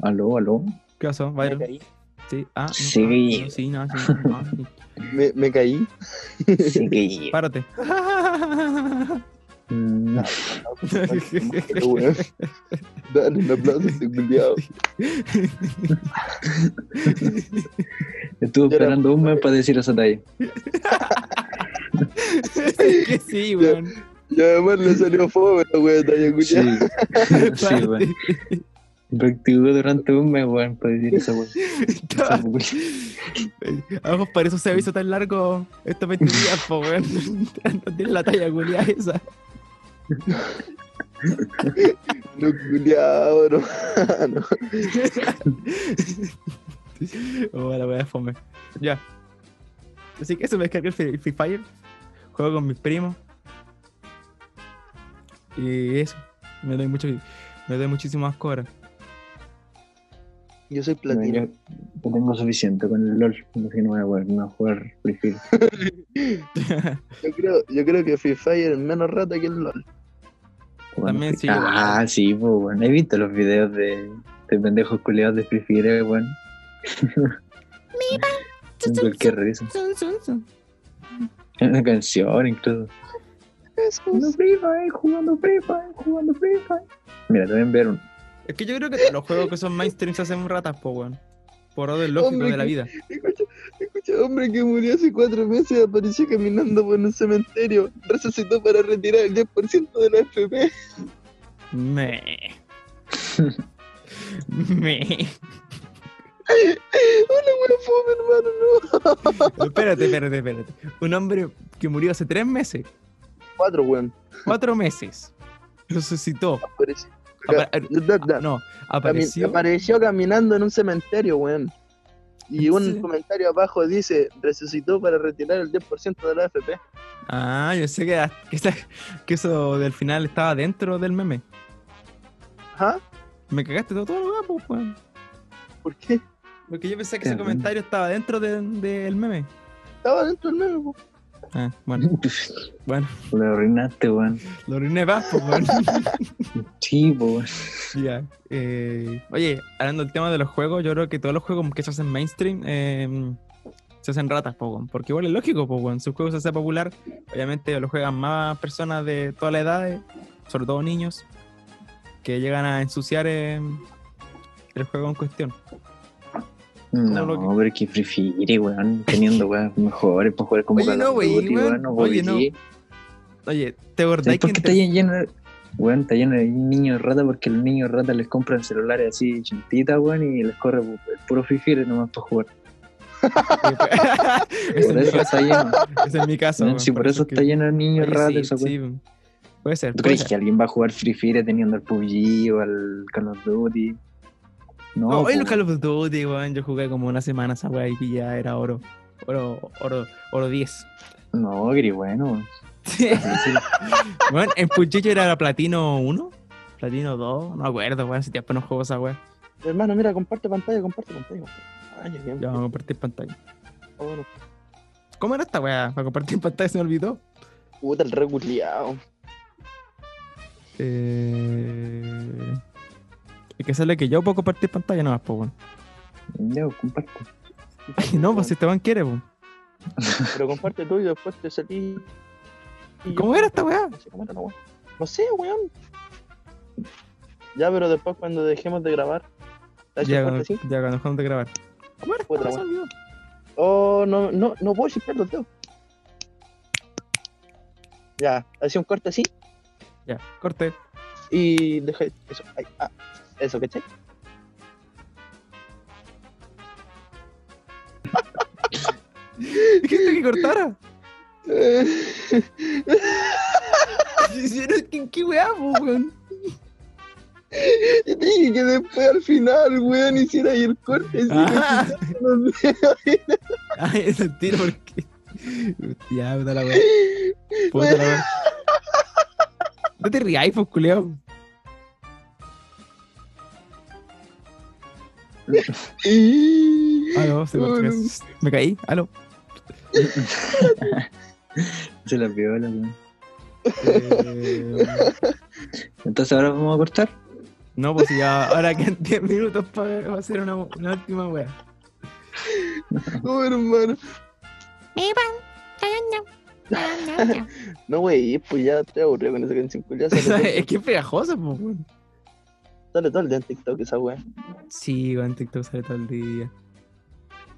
Speaker 3: ¿Aló, aló?
Speaker 2: ¿Qué pasó,
Speaker 1: Me
Speaker 2: Byron?
Speaker 1: caí.
Speaker 2: Sí, ah, no,
Speaker 3: Sí.
Speaker 2: ah, no, sí, no, sí, no, sí.
Speaker 1: Me, me caí.
Speaker 3: Se cayó.
Speaker 2: Párate.
Speaker 3: No.
Speaker 1: Pero, weón, Dale un aplauso a este culiao.
Speaker 3: Estuve
Speaker 1: Yo era-
Speaker 3: esperando un mes para decir esa talla.
Speaker 2: Es que sí, weón.
Speaker 1: Y además le salió fome la wea de
Speaker 3: Sí,
Speaker 1: Ayacucho.
Speaker 3: sí, weón. Practicó durante un mes, weón, para decir esa weón.
Speaker 2: Estaba- A ojos por eso se avisó tan largo estos 20 días, po, weón. No tiene la talla culiada esa.
Speaker 1: No culiao, hermano.
Speaker 2: Oh, la weá fome. Ya. Así que eso me descargué el Free- el Free Fire. Juego con mis primos. Y eso. Me doy mucho. Me doy muchísimas cobras.
Speaker 1: Yo soy
Speaker 3: No, yo,
Speaker 1: platino.
Speaker 3: yo tengo suficiente con el LOL. No sé que no voy a jugar, no voy a jugar Free Fire.
Speaker 1: Yo creo, yo creo que Free Fire es menos rata que el LOL.
Speaker 3: Bueno,
Speaker 2: También sí,
Speaker 3: Ah, sí, pues, bueno. He visto los videos de, de pendejos culiados de Free Fire, weón. En cualquier risa.
Speaker 2: Sun, sun, sun.
Speaker 3: En una canción, incluso. Jugando Free Fire, jugando Free Fire, jugando Free Fire. Mira, te voy a enviar uno.
Speaker 2: Es que yo creo que todos los juegos que son mainstream se hacen ratas, po, weón. Por orden lógico
Speaker 1: Hombre,
Speaker 2: de la
Speaker 1: que-
Speaker 2: vida.
Speaker 1: Escucha, escucha, hombre que murió hace cuatro meses apareció caminando por un cementerio. Resucitó para retirar el 10% de la FP.
Speaker 2: Me. Me.
Speaker 1: Una wea fome, hermano, no.
Speaker 2: Espérate, espérate, espérate. Un hombre que murió hace tres meses,
Speaker 1: Cuatro, weón.
Speaker 2: cuatro meses, resucitó.
Speaker 1: Apareció.
Speaker 2: Apa- er,
Speaker 1: Da- da-
Speaker 2: no,
Speaker 1: Cami-
Speaker 2: apareció.
Speaker 1: apareció. caminando en un cementerio, weón. Y un
Speaker 2: Sí.
Speaker 1: comentario abajo dice, resucitó para retirar el 10% de la AFP.
Speaker 2: Ah, yo sé que, que, esa- que eso del final estaba dentro del meme.
Speaker 1: Ajá,
Speaker 2: Me cagaste todo, todo lo pues, weón.
Speaker 1: ¿Ah? ¿por qué?
Speaker 2: Porque yo pensé que ese
Speaker 3: Terrible.
Speaker 2: comentario estaba dentro de- del meme.
Speaker 1: Estaba dentro del meme, po.
Speaker 2: Ah, bueno, bueno.
Speaker 3: Lo arruinaste, weón.
Speaker 2: Lo oriné más, pues, weón.
Speaker 3: Sí, po, weón.
Speaker 2: Ya, eh, oye, hablando del tema de los juegos, yo creo que todos los juegos que se hacen mainstream eh, se hacen ratas, po, weón, porque igual es lógico, po, weón, si un juego se hace popular, obviamente lo juegan más personas de todas las edades, sobre todo niños, que llegan a ensuciar eh, el juego en cuestión.
Speaker 3: No,
Speaker 2: lo que-
Speaker 3: pero es que Free Fire, weón. Teniendo weón mejores para jugar como
Speaker 2: Oye,
Speaker 3: Call of
Speaker 2: no, wey,
Speaker 3: Duty,
Speaker 2: weón. Oye,
Speaker 3: podí.
Speaker 2: no. Oye, ¿te
Speaker 3: ¿Sabes
Speaker 2: acordáis que
Speaker 3: por qué
Speaker 2: en
Speaker 3: está
Speaker 2: ter-
Speaker 3: lleno de... Weón, está lleno de niños rata porque los niños rata les compran celulares así chintitas, weón, y les corre pu- el puro Free Fire nomás para jugar.
Speaker 2: Ese
Speaker 3: Por
Speaker 2: es mi
Speaker 3: eso
Speaker 2: caso,
Speaker 3: está lleno.
Speaker 2: ese es mi caso,
Speaker 3: weón,
Speaker 2: weón,
Speaker 3: sí, por eso
Speaker 2: es que-
Speaker 3: está lleno de niños
Speaker 2: Oye,
Speaker 3: rata
Speaker 2: sí,
Speaker 3: esa weón.
Speaker 2: sí, weón. Puede ser,
Speaker 3: ¿Tú
Speaker 2: puede
Speaker 3: crees
Speaker 2: ser.
Speaker 3: que alguien va a jugar Free Fire teniendo al PUBG o al Call of Duty? No, pues,
Speaker 2: No, hoy
Speaker 3: po,
Speaker 2: los Call of Duty, weón. Yo jugué como una semana esa weá y pues ya era oro. Oro, oro, oro 10.
Speaker 3: No, gris, bueno, pues, weón.
Speaker 2: weón, en Puchillo era platino 1, platino 2, no me acuerdo, weón. Si tiempo no juego esa weá.
Speaker 1: Hermano, mira, comparte pantalla, comparte pantalla. Ay, ya,
Speaker 2: Ya
Speaker 1: ya,
Speaker 2: vamos a compartir pantalla.
Speaker 1: oh, no.
Speaker 2: ¿Cómo era esta weá? Para compartir pantalla se me olvidó.
Speaker 1: Puta, el reguleado.
Speaker 2: Eh... Es que sale que yo puedo compartir pantalla nomás, po, weón.
Speaker 3: Ya, comparto.
Speaker 2: pues, No, pues si Esteban este quiere, po.
Speaker 1: Pero comparte tú y después te salí. y
Speaker 2: ¿Cómo
Speaker 1: yo-
Speaker 2: era esta weá?
Speaker 1: No sé cómo era la weá. No sé, weón. Ya, pero después cuando dejemos de grabar. ¿te has hecho
Speaker 2: Ya,
Speaker 1: cuenta
Speaker 2: cuando,
Speaker 1: así?
Speaker 2: ya cuando dejamos de grabar. ¿Cómo era esta
Speaker 1: Otra
Speaker 2: weá? Se me olvidó.
Speaker 1: Oh, no, no, no puedo chispear los dedos. Ya, hacía un corte así
Speaker 2: Ya, corte.
Speaker 1: y deja eso. Ahí, ah, eso, ¿cachai?
Speaker 2: Dijiste que cortara. ¿Qué, qué weá, po, weón?
Speaker 1: Y dije que después al final, weón, hiciera ahí el corte.
Speaker 2: Ah.
Speaker 1: no sé.
Speaker 2: Ay, ese tiro, ¿por qué? Ya, puta la weá. Puta la weá. No te riáis, pues, culiao. Ah, no, se cortó.
Speaker 1: Bueno.
Speaker 2: Me caí, aló.
Speaker 3: Se las viola, weón.
Speaker 2: Eh,
Speaker 3: Entonces ahora vamos a cortar.
Speaker 2: no, pues ya, ahora quedan 10 minutos para hacer una, una última weá.
Speaker 1: No, hermano. No, wey, pues ya estoy aburrido con esa canción. culiá, sale,
Speaker 2: es que es pegajosa, pues, weón.
Speaker 1: sale todo el día en TikTok esa weá.
Speaker 2: Sí, weón, TikTok sale todo el día.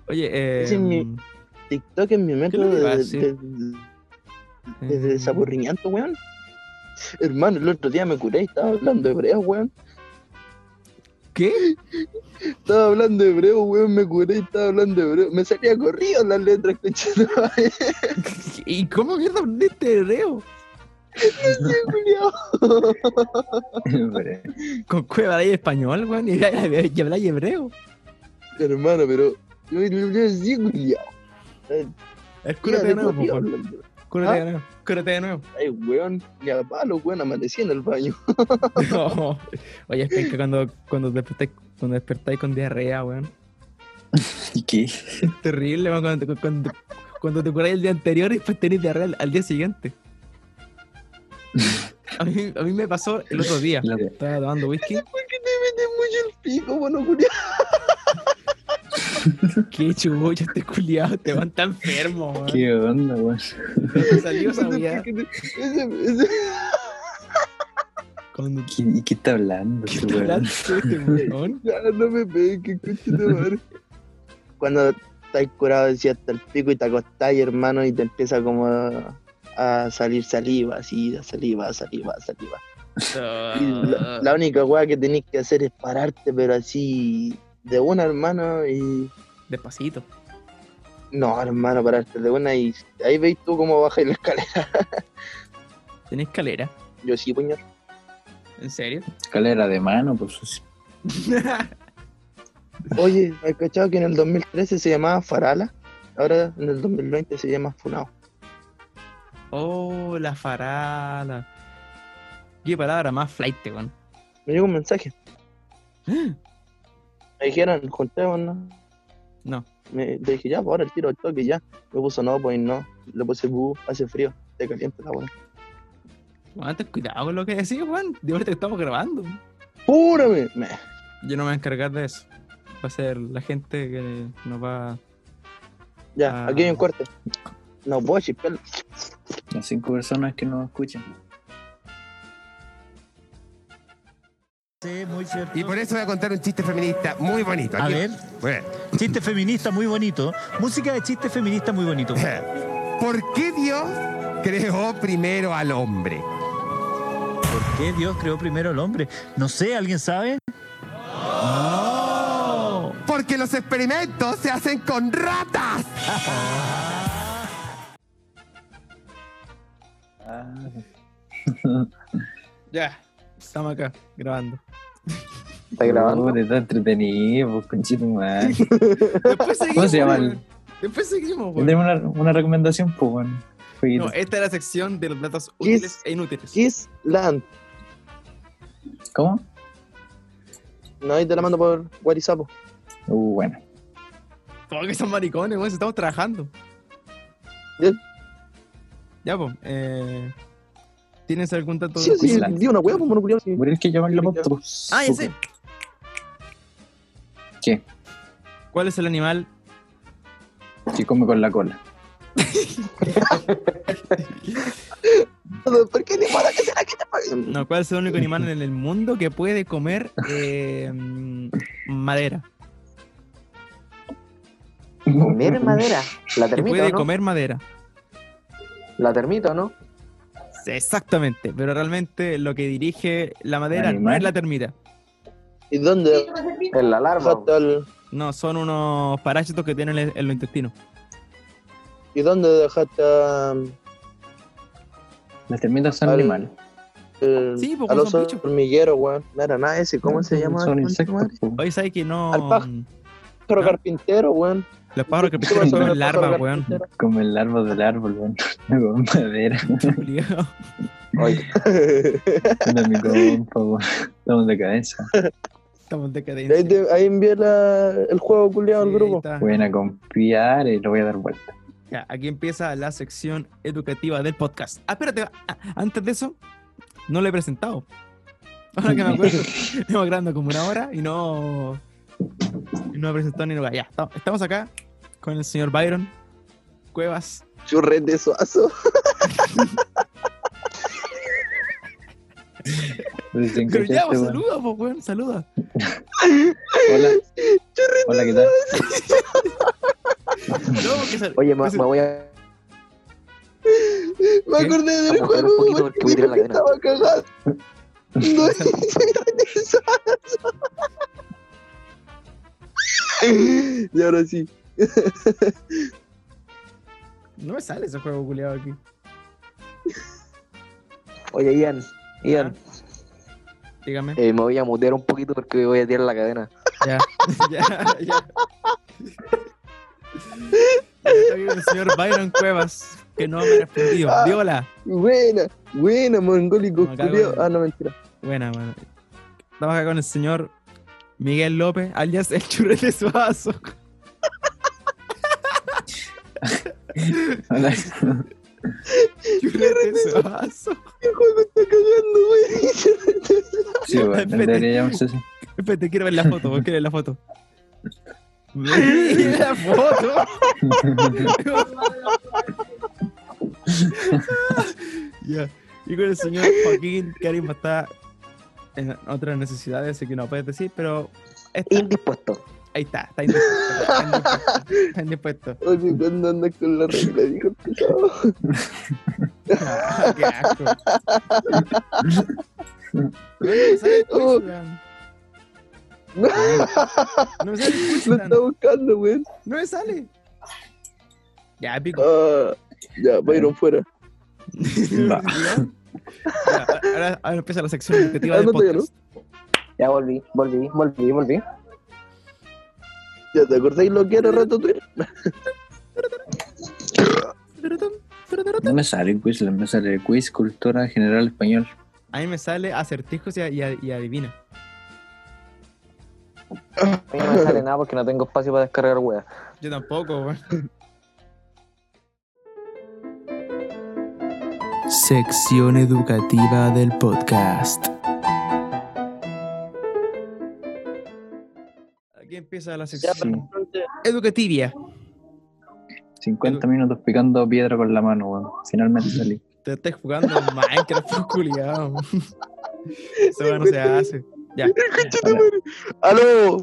Speaker 2: Oye, eh.
Speaker 1: Ese es mi- TikTok es mi método
Speaker 2: que iba a
Speaker 1: de,
Speaker 2: decir? eh,
Speaker 1: de, de- de desaburrimiento, weón. Hermano, el otro día me curé y estaba hablando hebreo, weón.
Speaker 2: ¿Qué?
Speaker 1: Estaba hablando hebreo, weón, me curé y estaba hablando hebreo. Me salía corrido las letras, conchito.
Speaker 2: ¿Y cómo mierda aprendiste hebreo?
Speaker 3: Pero-
Speaker 2: Con cueva de español, weón, y, y, y habláis hebreo.
Speaker 1: Hermano, pero yo yo- yo sí, culiao.
Speaker 2: Es
Speaker 1: Iba
Speaker 2: cúrate de nuevo, po,
Speaker 1: corrido
Speaker 2: weón.
Speaker 1: hablando.
Speaker 2: Cúrate
Speaker 1: ¿Ah?
Speaker 2: de nuevo. Cúrate de nuevo.
Speaker 1: Ay, weón, ni a palo, weón, amanecí en el baño.
Speaker 2: No. Oye, es que cuando, cuando, despertáis, cuando despertáis con diarrea, weón.
Speaker 3: ¿Y qué?
Speaker 2: Es terrible, weón, cuando, te- cuando, cuando te curáis el día anterior y después tenés diarrea al, al día siguiente. A mí, a mí me pasó el otro día.
Speaker 3: La-
Speaker 2: Estaba tomando whisky.
Speaker 1: Porque te metes mucho el pico, bueno, culiao.
Speaker 2: Qué chubucho este culiado, te van tan enfermo, weón.
Speaker 3: ¿Qué onda, weón?
Speaker 2: Te salió esa weá.
Speaker 1: Porque te- ese- ese-
Speaker 2: Cuando
Speaker 3: ¿Qué- ¿Y qué está hablando?
Speaker 2: ¿Qué
Speaker 3: este
Speaker 2: te
Speaker 3: weón?
Speaker 2: hablaste, este weón?
Speaker 1: Ya, no me pegues, coche de madre. Cuando estás curado decía hasta el pico y te acostás, hermano, y te empieza como a, a salir saliva, así, saliva, saliva, saliva. Y
Speaker 2: Ah.
Speaker 1: la, la única weá que tenés que hacer es pararte, pero así, de una, hermano, y...
Speaker 2: Despacito.
Speaker 1: No, hermano, pararte de una y ahí veis tú cómo bajas la escalera.
Speaker 2: ¿Tenés escalera?
Speaker 1: Yo sí, puñal.
Speaker 2: ¿En serio?
Speaker 3: Escalera de mano, pues.
Speaker 1: Oye, ¿has cachado que en el 2013 se llamaba Farala? Ahora en el 2020 se llama Funao.
Speaker 2: oh, la farala. Qué palabra más flight, weón.
Speaker 1: Me llegó un mensaje. Me dijeron, juntémonos.
Speaker 2: No.
Speaker 1: Me, le dije, ya, por ahora el tiro al toque, ya. Me puso, no, pues no. Le puse, bu, hace frío, te calienta la weá.
Speaker 2: Weón, ten cuidado con lo que decís, weón. De ahorita que estamos grabando.
Speaker 1: ¡Púrame! Me,
Speaker 2: Yo no me voy a encargar de eso. Va a ser la gente que nos va.
Speaker 1: ya,
Speaker 2: Ah.
Speaker 1: aquí hay un corte. No puedo chispear.
Speaker 3: Las cinco personas que nos escuchan.
Speaker 4: Sí, muy cierto.
Speaker 5: Y por eso voy a contar un chiste feminista muy bonito.
Speaker 4: A
Speaker 5: Aquí-
Speaker 4: ver.
Speaker 5: Bueno.
Speaker 4: Chiste feminista muy bonito. Música de chiste feminista muy bonito.
Speaker 5: ¿Por qué Dios creó primero al hombre?
Speaker 4: ¿Por qué Dios creó primero al hombre? No sé, ¿alguien sabe?
Speaker 5: Porque los experimentos se hacen con ratas.
Speaker 2: Ya. Estamos acá, grabando.
Speaker 1: ¿Está
Speaker 3: Puta, está entretenido, pues, conchito madre.
Speaker 2: Después seguimos.
Speaker 3: se llama el-
Speaker 2: weón. Después seguimos, weón.
Speaker 3: Tenemos una, una recomendación, pues, bueno.
Speaker 2: No, eh. esta es la sección de los datos
Speaker 1: ¿Qué
Speaker 2: útiles
Speaker 1: es?
Speaker 2: e inútiles.
Speaker 1: Kiss Land.
Speaker 3: ¿Cómo?
Speaker 1: No, ahí te la mando por WhatsApp.
Speaker 3: Uh, bueno.
Speaker 2: Como que son maricones, weón, si estamos trabajando.
Speaker 1: Ya.
Speaker 2: Ya, pues. Eh, ¿Tienes algún dato?
Speaker 1: Sí, sí,
Speaker 3: Queensland.
Speaker 1: di una weá, pues, monoculiado. Sí.
Speaker 3: Morir que llaman la moto.
Speaker 2: Ah, ya sé.
Speaker 3: ¿Qué?
Speaker 2: ¿Cuál es el animal
Speaker 3: Que come con la cola.
Speaker 1: ¿Por qué animal? ¿A qué será que te pagan?
Speaker 2: No, ¿cuál es el único animal en el mundo que puede comer eh, mm, madera?
Speaker 6: Comer madera. La
Speaker 2: Que
Speaker 6: termita,
Speaker 2: puede
Speaker 6: ¿o ¿no?
Speaker 2: comer madera.
Speaker 6: La termita, ¿o ¿no?
Speaker 2: Sí, Exactamente, pero realmente lo que dirige la madera no
Speaker 3: ¿Animal?
Speaker 2: es la termita.
Speaker 1: ¿Y dónde?
Speaker 6: En la larva.
Speaker 1: dejaste al-
Speaker 2: No, son unos parásitos que tienen en en los intestinos.
Speaker 1: ¿Y dónde dejaste a-
Speaker 3: Las termitas son
Speaker 1: Al-
Speaker 3: animales.
Speaker 1: el-
Speaker 2: Sí, pues,
Speaker 1: al
Speaker 2: son
Speaker 1: oso
Speaker 2: bichos.
Speaker 1: hormiguero, weón? No era nada ese,
Speaker 6: Mm,
Speaker 1: ¿cómo se llama?
Speaker 3: Son
Speaker 1: Concha
Speaker 3: insectos. pues,
Speaker 1: madre.
Speaker 3: po.
Speaker 2: Hoy sabes que no.
Speaker 1: Al pájaro. Pájaro
Speaker 2: ¿No?
Speaker 1: carpintero, weón.
Speaker 2: Los pájaros que
Speaker 1: ¿Cómo
Speaker 2: pescan
Speaker 1: se llama
Speaker 2: son
Speaker 1: el pájaro
Speaker 2: larvas, weón.
Speaker 1: carpintero?
Speaker 3: Como el árbol del árbol, weón. Con madera.
Speaker 2: Obligado.
Speaker 6: Oye,
Speaker 3: Una micobomba, weón. Estamos de cabeza.
Speaker 2: Estamos en decadencia.
Speaker 1: Ahí, te- ahí envié la- el juego culiado al
Speaker 2: Sí, ahí
Speaker 1: grupo.
Speaker 2: está.
Speaker 3: Pueden a confiar y lo voy a dar vuelta.
Speaker 2: Ya, aquí empieza la sección educativa del podcast. Ah, espérate, ah, antes de eso, no lo he presentado. Ahora que me acuerdo, estamos grabando como una hora y no. y No he presentado ni nada. Ya, esta- estamos acá con el señor Byron Cuevas.
Speaker 1: Churrete de suazo.
Speaker 3: Entonces, ¿en qué
Speaker 2: Pero ya,
Speaker 3: chiste,
Speaker 2: pues,
Speaker 3: weón?
Speaker 2: saluda, pues, weón, saluda.
Speaker 3: Hola. Hola, ¿qué tal?
Speaker 2: No, porque sal-
Speaker 6: oye, me,
Speaker 2: ese-
Speaker 6: me voy a.
Speaker 1: Me
Speaker 2: ¿Qué?
Speaker 1: acordé del
Speaker 6: Vamos a hablar
Speaker 1: juego,
Speaker 6: un poquito
Speaker 1: weón.
Speaker 6: porque voy a tirar la
Speaker 1: que
Speaker 6: cadena.
Speaker 1: Estaba cagado. No,
Speaker 2: sal-
Speaker 1: y ahora sí.
Speaker 2: no me sale ese juego culiado aquí.
Speaker 6: Oye, Ian. Ian,
Speaker 2: Dígame.
Speaker 6: eh, me voy a mutear un poquito porque voy a tirar la cadena.
Speaker 2: Ya, ya, ya. Está bien, el señor Byron Cuevas, que no me respondió.
Speaker 1: Ah.
Speaker 2: Di hola.
Speaker 1: Buena, buena, mongólico
Speaker 2: Me cago
Speaker 1: culiao.
Speaker 2: en-
Speaker 1: Ah, no, mentira.
Speaker 2: Buena, bueno. Estamos acá con el señor Miguel López, alias el churrete suazo.
Speaker 3: Hola.
Speaker 2: Churrete suazo.
Speaker 1: El juego está cagando, weón.
Speaker 3: Sí, weón.
Speaker 2: Espérate.
Speaker 3: Deberíamos eso.
Speaker 2: Espérate, quiero ver la foto, vos quieres la foto. Mira la foto. Ya. Y con el señor Joaquín Karim está en otras necesidades, así que no puedes decir, pero está-
Speaker 6: Indispuesto.
Speaker 2: ahí está, está indispuesto. Está indispuesto. Está indispuesto.
Speaker 1: Oye, cuando andas con la regla, dijo el pesado.
Speaker 2: Ah, qué asco. Güey, no me sale el
Speaker 1: Oh.
Speaker 2: quiz, weón.
Speaker 1: No.
Speaker 2: No me sale el quiz,
Speaker 1: Lo
Speaker 2: weón.
Speaker 1: está buscando, weón.
Speaker 2: No me sale. Ya, pico.
Speaker 1: Ah, ya, Byron fuera. Ah,
Speaker 3: Va.
Speaker 2: Ya, ahora, ahora empieza la sección educativa
Speaker 1: Ah,
Speaker 2: del
Speaker 1: no te ganó.
Speaker 2: podcast.
Speaker 6: Ya volví, volví, volví, volví.
Speaker 1: ¿Ya te acordáis lo que era rato Twitter?
Speaker 3: No me sale quiz, me sale quiz, cultura general español.
Speaker 2: A mí me sale acertijos y, a- y a- y adivina.
Speaker 6: A mí no me sale nada porque no tengo espacio para descargar weas.
Speaker 2: Yo tampoco, weón.
Speaker 7: Sección educativa del podcast.
Speaker 2: Aquí empieza la
Speaker 1: Ya,
Speaker 2: sección
Speaker 1: pero entonces,
Speaker 2: educativa.
Speaker 3: 50 minutos picando piedra con la mano, weón. Finalmente salí.
Speaker 2: Te estás jugando Minecraft, pues, culiao. Eso weón, no se hace. Ya.
Speaker 3: Ahora,
Speaker 1: ¡Aló!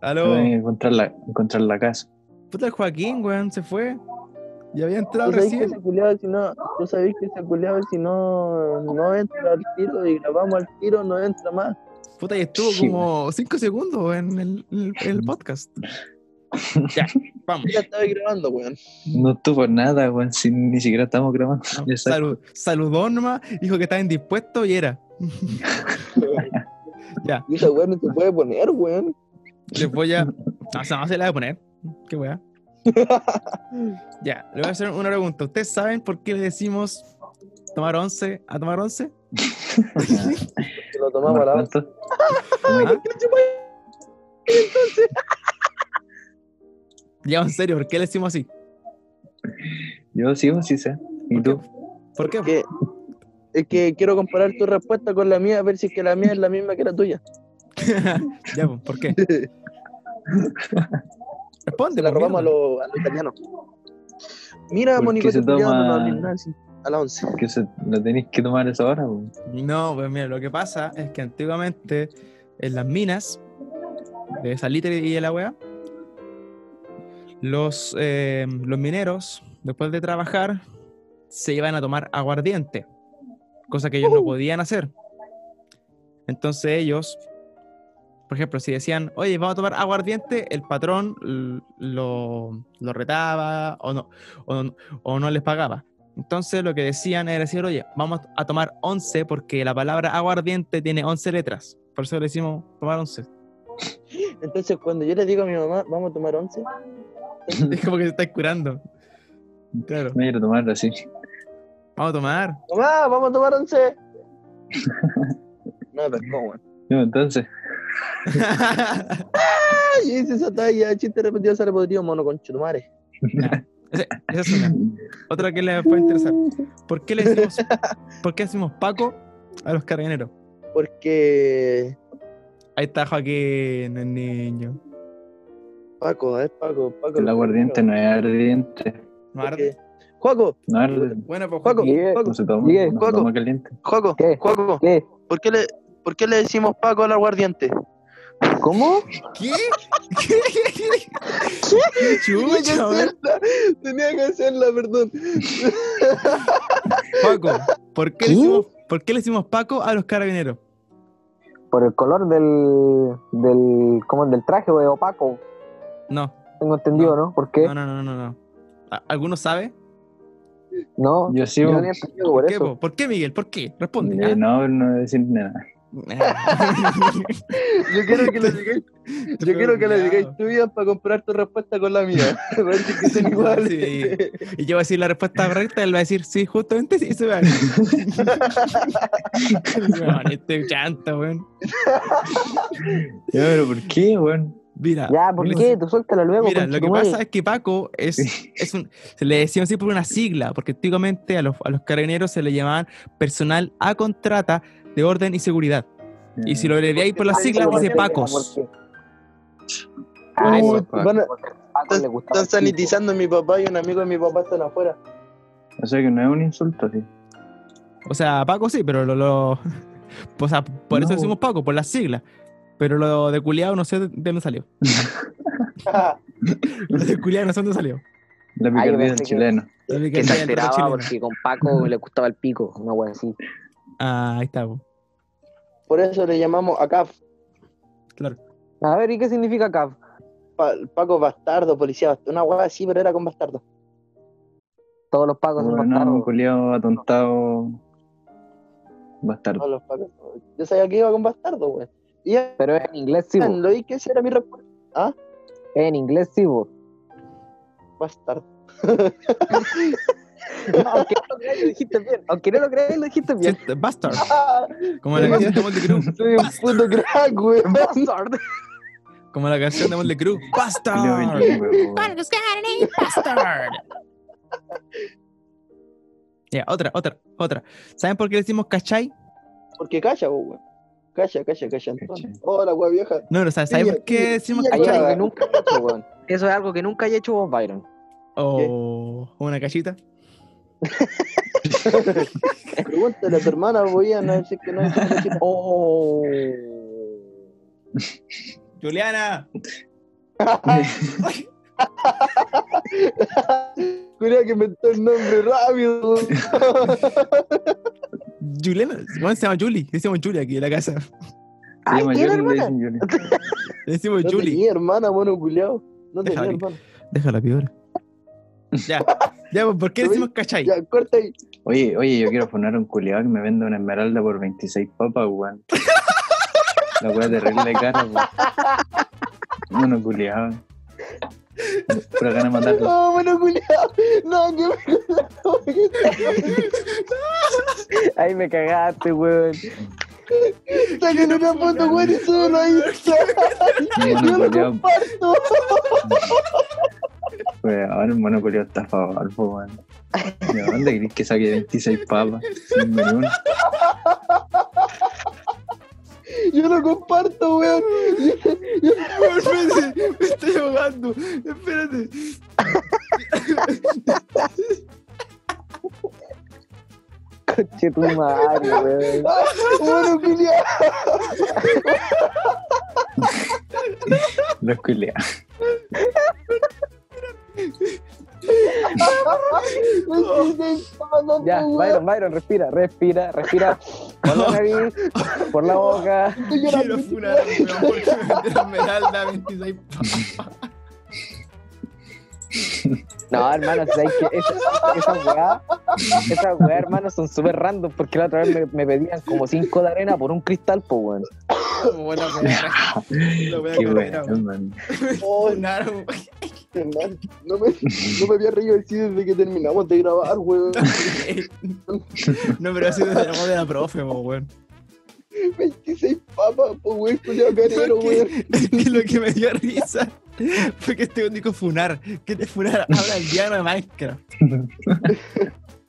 Speaker 2: Aló.
Speaker 3: tengo que
Speaker 1: eh,
Speaker 3: encontrar la, encontrar la casa.
Speaker 2: Puta, el Joaquín, weón, se fue. Ya había entrado
Speaker 1: ¿Tú sabés que
Speaker 2: recién.
Speaker 1: ese culiao, si no, tú sabés que ese culiao, si no, no entra al tiro y grabamos al tiro, no entra más.
Speaker 2: Puta, y estuvo
Speaker 3: Sí,
Speaker 2: como 5 segundos en el, en el- en el podcast. Ya, vamos.
Speaker 1: Ya estaba grabando, weón.
Speaker 3: No tuvo nada, weón. si ni siquiera estamos grabando. Ya está.
Speaker 2: Salud, saludó nomás, dijo que estaba indispuesto y era. ya,
Speaker 1: Y esa weón no se puede poner, weón.
Speaker 2: les voy a. No, se no se la voy a poner. Qué weá. Ya, le voy a hacer una pregunta. ¿Ustedes saben por qué le decimos tomar once a tomar once?
Speaker 1: Se lo tomamos a la once.
Speaker 3: ¿Cuánto?
Speaker 2: ¿Ah? Ya, en serio, ¿por qué le decimos así?
Speaker 3: Yo sigo, sí sé. ¿Y tú?
Speaker 2: ¿Por qué?
Speaker 1: Que- Es que quiero comparar tu respuesta con la mía, a ver si es que la mía es la misma que la tuya.
Speaker 2: ya, pues, ¿por qué? Responde.
Speaker 1: Se la
Speaker 2: pues,
Speaker 1: robamos a
Speaker 2: mierda.
Speaker 1: los a los italianos. Mira,
Speaker 3: ¿Por
Speaker 1: Mónico,
Speaker 3: qué se
Speaker 1: te estoy
Speaker 3: toma-
Speaker 1: no hables nada así. A las 11.
Speaker 3: Que se, lo tenéis que tomar a esa hora, weón.
Speaker 2: No, pues mira, lo que pasa es que antiguamente en las minas de salitre y de la weá, los, eh, los mineros, después de trabajar, se iban a tomar aguardiente, cosa que ellos no podían hacer. Entonces ellos, por ejemplo, si decían, oye, vamos a tomar aguardiente, el patrón l- lo, lo retaba o no, o no- o no les pagaba. Entonces lo que decían era decir, oye, vamos a tomar 11 porque la palabra aguardiente tiene 11 letras. Por eso le decimos tomar 11.
Speaker 1: Entonces, cuando yo le digo a mi mamá, vamos a tomar 11,
Speaker 2: Es como que se está curando. Claro.
Speaker 3: Me iba a tomar así.
Speaker 2: Vamos a tomar.
Speaker 1: mamá, vamos a tomar 11. no, pero ¿cómo, weón?
Speaker 3: No, entonces,
Speaker 1: Ay, hice esa talla, chiste repetido, se repetido, mono con chutumare.
Speaker 2: Esa es una. Otra que les puede interesar. ¿Por qué le decimos, ¿por qué decimos Paco a los carabineros?
Speaker 1: Porque,
Speaker 2: Ahí está Joaquín, el niño.
Speaker 1: Paco, a ver, Paco, Paco.
Speaker 3: el aguardiente no es ardiente.
Speaker 2: ¿No arde?
Speaker 1: Porque- Juaco,
Speaker 3: No arde.
Speaker 2: Bueno, pues
Speaker 1: Juaco,
Speaker 2: Joaquín.
Speaker 6: Miguel.
Speaker 1: Juaco,
Speaker 3: No se toma,
Speaker 6: Miguel,
Speaker 3: no se
Speaker 1: Coco.
Speaker 3: toma caliente.
Speaker 1: Juaco,
Speaker 6: ¿Qué?
Speaker 1: Juaco,
Speaker 6: ¿Qué?
Speaker 1: ¿por qué le, por qué le decimos Paco al aguardiente?
Speaker 6: ¿Cómo?
Speaker 2: ¿Qué? ¿Qué?
Speaker 1: Tenía que
Speaker 2: Chucha, weón.
Speaker 1: hacerla, tenía que hacerla, perdón.
Speaker 2: Paco, ¿por qué,
Speaker 6: ¿Qué?
Speaker 2: Le decimos, ¿por qué le decimos Paco a los carabineros?
Speaker 6: Por el color del. del ¿Cómo? Del traje, wey, opaco.
Speaker 2: No,
Speaker 6: Tengo entendido, ¿no? ¿Por qué?
Speaker 2: no, no, no, no. no. ¿A- ¿Alguno sabe?
Speaker 6: No.
Speaker 3: Yo sí,
Speaker 6: Yo
Speaker 3: weón.
Speaker 6: tenía entendido por
Speaker 2: ¿Qué,
Speaker 6: eso.
Speaker 2: po? ¿Por qué, Miguel? ¿Por qué? Responde.
Speaker 3: Eh, no, no voy a decir nada.
Speaker 2: Ah.
Speaker 1: Yo quiero que le digáis, yo quiero que le digáis tu vida para comparar tu respuesta con la mía. A ver si que son iguales.
Speaker 2: Sí. Y yo voy a decir la respuesta correcta, él va a decir, sí, justamente sí, se va. Weón, este chanta, weón.
Speaker 3: Ya, pero ¿por qué, weón?
Speaker 2: Mira,
Speaker 6: Ya, ¿por
Speaker 2: mira,
Speaker 6: qué? Tú suéltala luego.
Speaker 2: Mira, lo que
Speaker 6: conchetumare.
Speaker 2: pasa es que Paco es, es un, se le decían así por una sigla, porque antiguamente a los, a los carabineros se le llamaban personal a contrata de orden y seguridad. Y si lo abreviáis por la sigla, dice Pacos.
Speaker 1: Por
Speaker 6: Ah,
Speaker 1: eso,
Speaker 6: bueno,
Speaker 1: van a-
Speaker 6: porque al Paco le gustaba
Speaker 1: Están
Speaker 6: el tipo.
Speaker 1: sanitizando a mi papá y un amigo de mi papá están afuera.
Speaker 3: Eh, O sea que no es un insulto, sí.
Speaker 2: O sea, Paco sí, pero lo. lo o sea, por eso
Speaker 3: No.
Speaker 2: decimos Paco, por la sigla. Pero lo de culiado no sé de dónde salió. Lo de culiado no sé dónde salió.
Speaker 3: La
Speaker 6: Ay, yo
Speaker 3: picardía
Speaker 6: pensé
Speaker 3: del
Speaker 6: que-
Speaker 3: chileno.
Speaker 6: Que se alteraba porque con Paco le gustaba el pico, una wea así.
Speaker 2: Ah, ahí está. po.
Speaker 1: Por eso le llamamos acá
Speaker 2: Claro.
Speaker 6: A ver, ¿y qué significa CAF?
Speaker 1: pa- Paco Bastardo, policía bastardo. Una hueá así, pero era con bastardo.
Speaker 6: Todos los pacos son
Speaker 3: Bueno, un
Speaker 6: bastardos.
Speaker 3: culiao atontado. Bastardo.
Speaker 1: Todos los Pacos. Yo sabía que iba con bastardo, güey. Y ya,
Speaker 6: Pero es en inglés sí, bo.
Speaker 1: lo vi que esa era mi respuesta.
Speaker 6: Es en inglés sí, bo.
Speaker 1: Bastardo.
Speaker 6: Aunque no lo creáis, lo dijiste bien. Aunque no lo creáis, lo dijiste bien.
Speaker 2: Siento- Bastard.
Speaker 1: Ah,
Speaker 2: Como la canción de Motley Crue.
Speaker 1: soy un puto crack, güey. Bastardo.
Speaker 2: Como la canción de Motley Crue.
Speaker 3: Culiao
Speaker 2: Bastard.
Speaker 3: bilingüe, po, weón.
Speaker 2: Ya, otra, otra, otra. ¿Saben por qué le decimos cachai?
Speaker 1: Porque calla, vos, güey. Calla, calla, calla, Antonio.
Speaker 3: Cacha.
Speaker 1: Hola, güey, vieja.
Speaker 2: No, no, ¿saben
Speaker 1: Pilla,
Speaker 2: por qué
Speaker 1: pilla,
Speaker 2: decimos
Speaker 1: pilla,
Speaker 6: Ahí es
Speaker 2: cachai?
Speaker 6: algo
Speaker 1: Ahora-
Speaker 6: que nunca he hecho, weón. Eso es algo que nunca he hecho vos, Byron.
Speaker 2: O Oh, una cachita.
Speaker 1: Pregúntale a tu hermana, voy a no decir que no es cachita.
Speaker 6: Oh.
Speaker 2: Juliana.
Speaker 1: Cuidado que inventó el nombre rápido.
Speaker 2: Juliana. Bueno, se llama Julie. Le decimos Julie aquí en la casa.
Speaker 3: Se
Speaker 6: Ay,
Speaker 3: llama
Speaker 6: ¿tiene
Speaker 3: Yoli, le
Speaker 6: hermana?
Speaker 3: dicen Yoli.
Speaker 2: Le decimos
Speaker 1: No
Speaker 2: Julie.
Speaker 1: tenía hermana, bueno, culiao. No tenía
Speaker 2: Déjala,
Speaker 1: hermana.
Speaker 2: Deja la piedra. Ya. Ya, pues, ¿por qué le decimos cachai?
Speaker 1: Ya, corta ahí.
Speaker 3: Oye, oye, yo quiero poner un culiao que me venda una esmeralda por 26 papas, weón. La weá terrible cara, weón. Bueno, culiao. Pero gana matarlo.
Speaker 1: No, bueno, culiao. No, que me
Speaker 6: Ahí me cagaste, weón.
Speaker 1: Saquen una foto, güey, y súbelo ahí.
Speaker 3: Mono
Speaker 1: Yo lo
Speaker 3: culiao,
Speaker 1: comparto.
Speaker 3: weón. El mono culiao está a favor, po, weón. ¿De dónde crees que saque 26 papas? Sin menú.
Speaker 1: Yo lo comparto, weón.
Speaker 2: Espérate, me estoy ahogando. Espérate.
Speaker 6: Conche tu madre, weón.
Speaker 1: Bueno, culiao.
Speaker 3: Los culiados.
Speaker 6: Ya, Byron, Byron, respira, respira, respira. Por la nariz, por la boca.
Speaker 2: Quiero funar, weón, porque me vendieron Esmeralda 26 papas.
Speaker 6: No, hermano, ¿sabes qué? Esa- Esas weas, esas weas, hermano, son súper random porque la otra vez me, me pedían como 5 de arena por un cristal, pues, weón.
Speaker 2: Buena wea. La wea
Speaker 3: Qué
Speaker 2: culera,
Speaker 3: bueno, man.
Speaker 1: Oh,
Speaker 2: Funar, weón.
Speaker 1: Hernán, no, me, no me había reído así desde que terminamos de grabar, weón.
Speaker 2: No, pero así desde la voz de la profe, po, weón.
Speaker 1: 26 papas, pues, weón, culiao carero, weón.
Speaker 2: Porque- Es que lo que me dio risa fue que este único funar, que te funar habla el diano de Minecraft.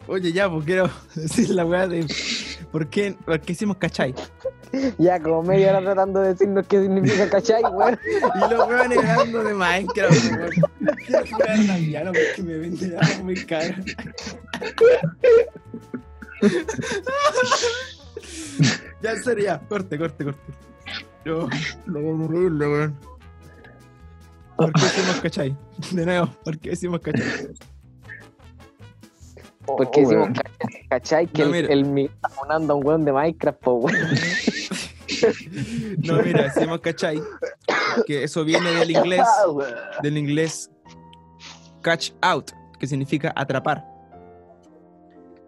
Speaker 2: Oye, ya, pues quiero decir la weá de. ¿Por qué, por qué hicimos cachai?
Speaker 6: Ya como media hora tratando de decirnos qué significa, ¿cachai, weón?
Speaker 2: Y los weones negando de Minecraft, weón. Quiero funar al aldeano porque me venden algo muy caro. ya, en serio, ya. Corte, corte, corte. Yo, lo voy a horrible, weón. ¿Por qué hicimos cachai? De nuevo, ¿por qué hicimos cachai?
Speaker 6: Porque
Speaker 3: Oh,
Speaker 6: decimos,
Speaker 3: weón.
Speaker 6: ¿cachai? ¿cachai? Que
Speaker 2: No,
Speaker 6: el,
Speaker 2: mira.
Speaker 6: el Miguel está funando a un weón de Minecraft, po, weón.
Speaker 2: No, mira, hicimos cachai. Que eso viene del inglés,
Speaker 1: Ah, weón.
Speaker 2: del inglés catch out, que significa atrapar.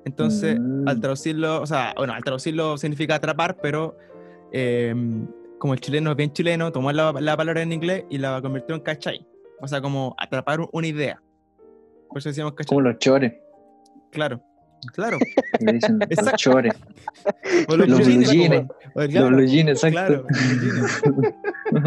Speaker 2: Entonces,
Speaker 3: Mm.
Speaker 2: al traducirlo, o sea, bueno, al traducirlo significa atrapar, pero eh, como el chileno es bien chileno, tomó la, la palabra en inglés y la convirtió en cachai. O sea, como atrapar un- una idea. Por eso decíamos cachai.
Speaker 3: Como los chores.
Speaker 2: Claro, claro.
Speaker 3: Le dicen los
Speaker 2: Exacto.
Speaker 3: chores.
Speaker 2: O
Speaker 3: Los blue
Speaker 2: como-
Speaker 3: jeans.
Speaker 2: o-
Speaker 3: Los blue jeans,
Speaker 2: claro,
Speaker 3: exacto.
Speaker 2: los blue jeans.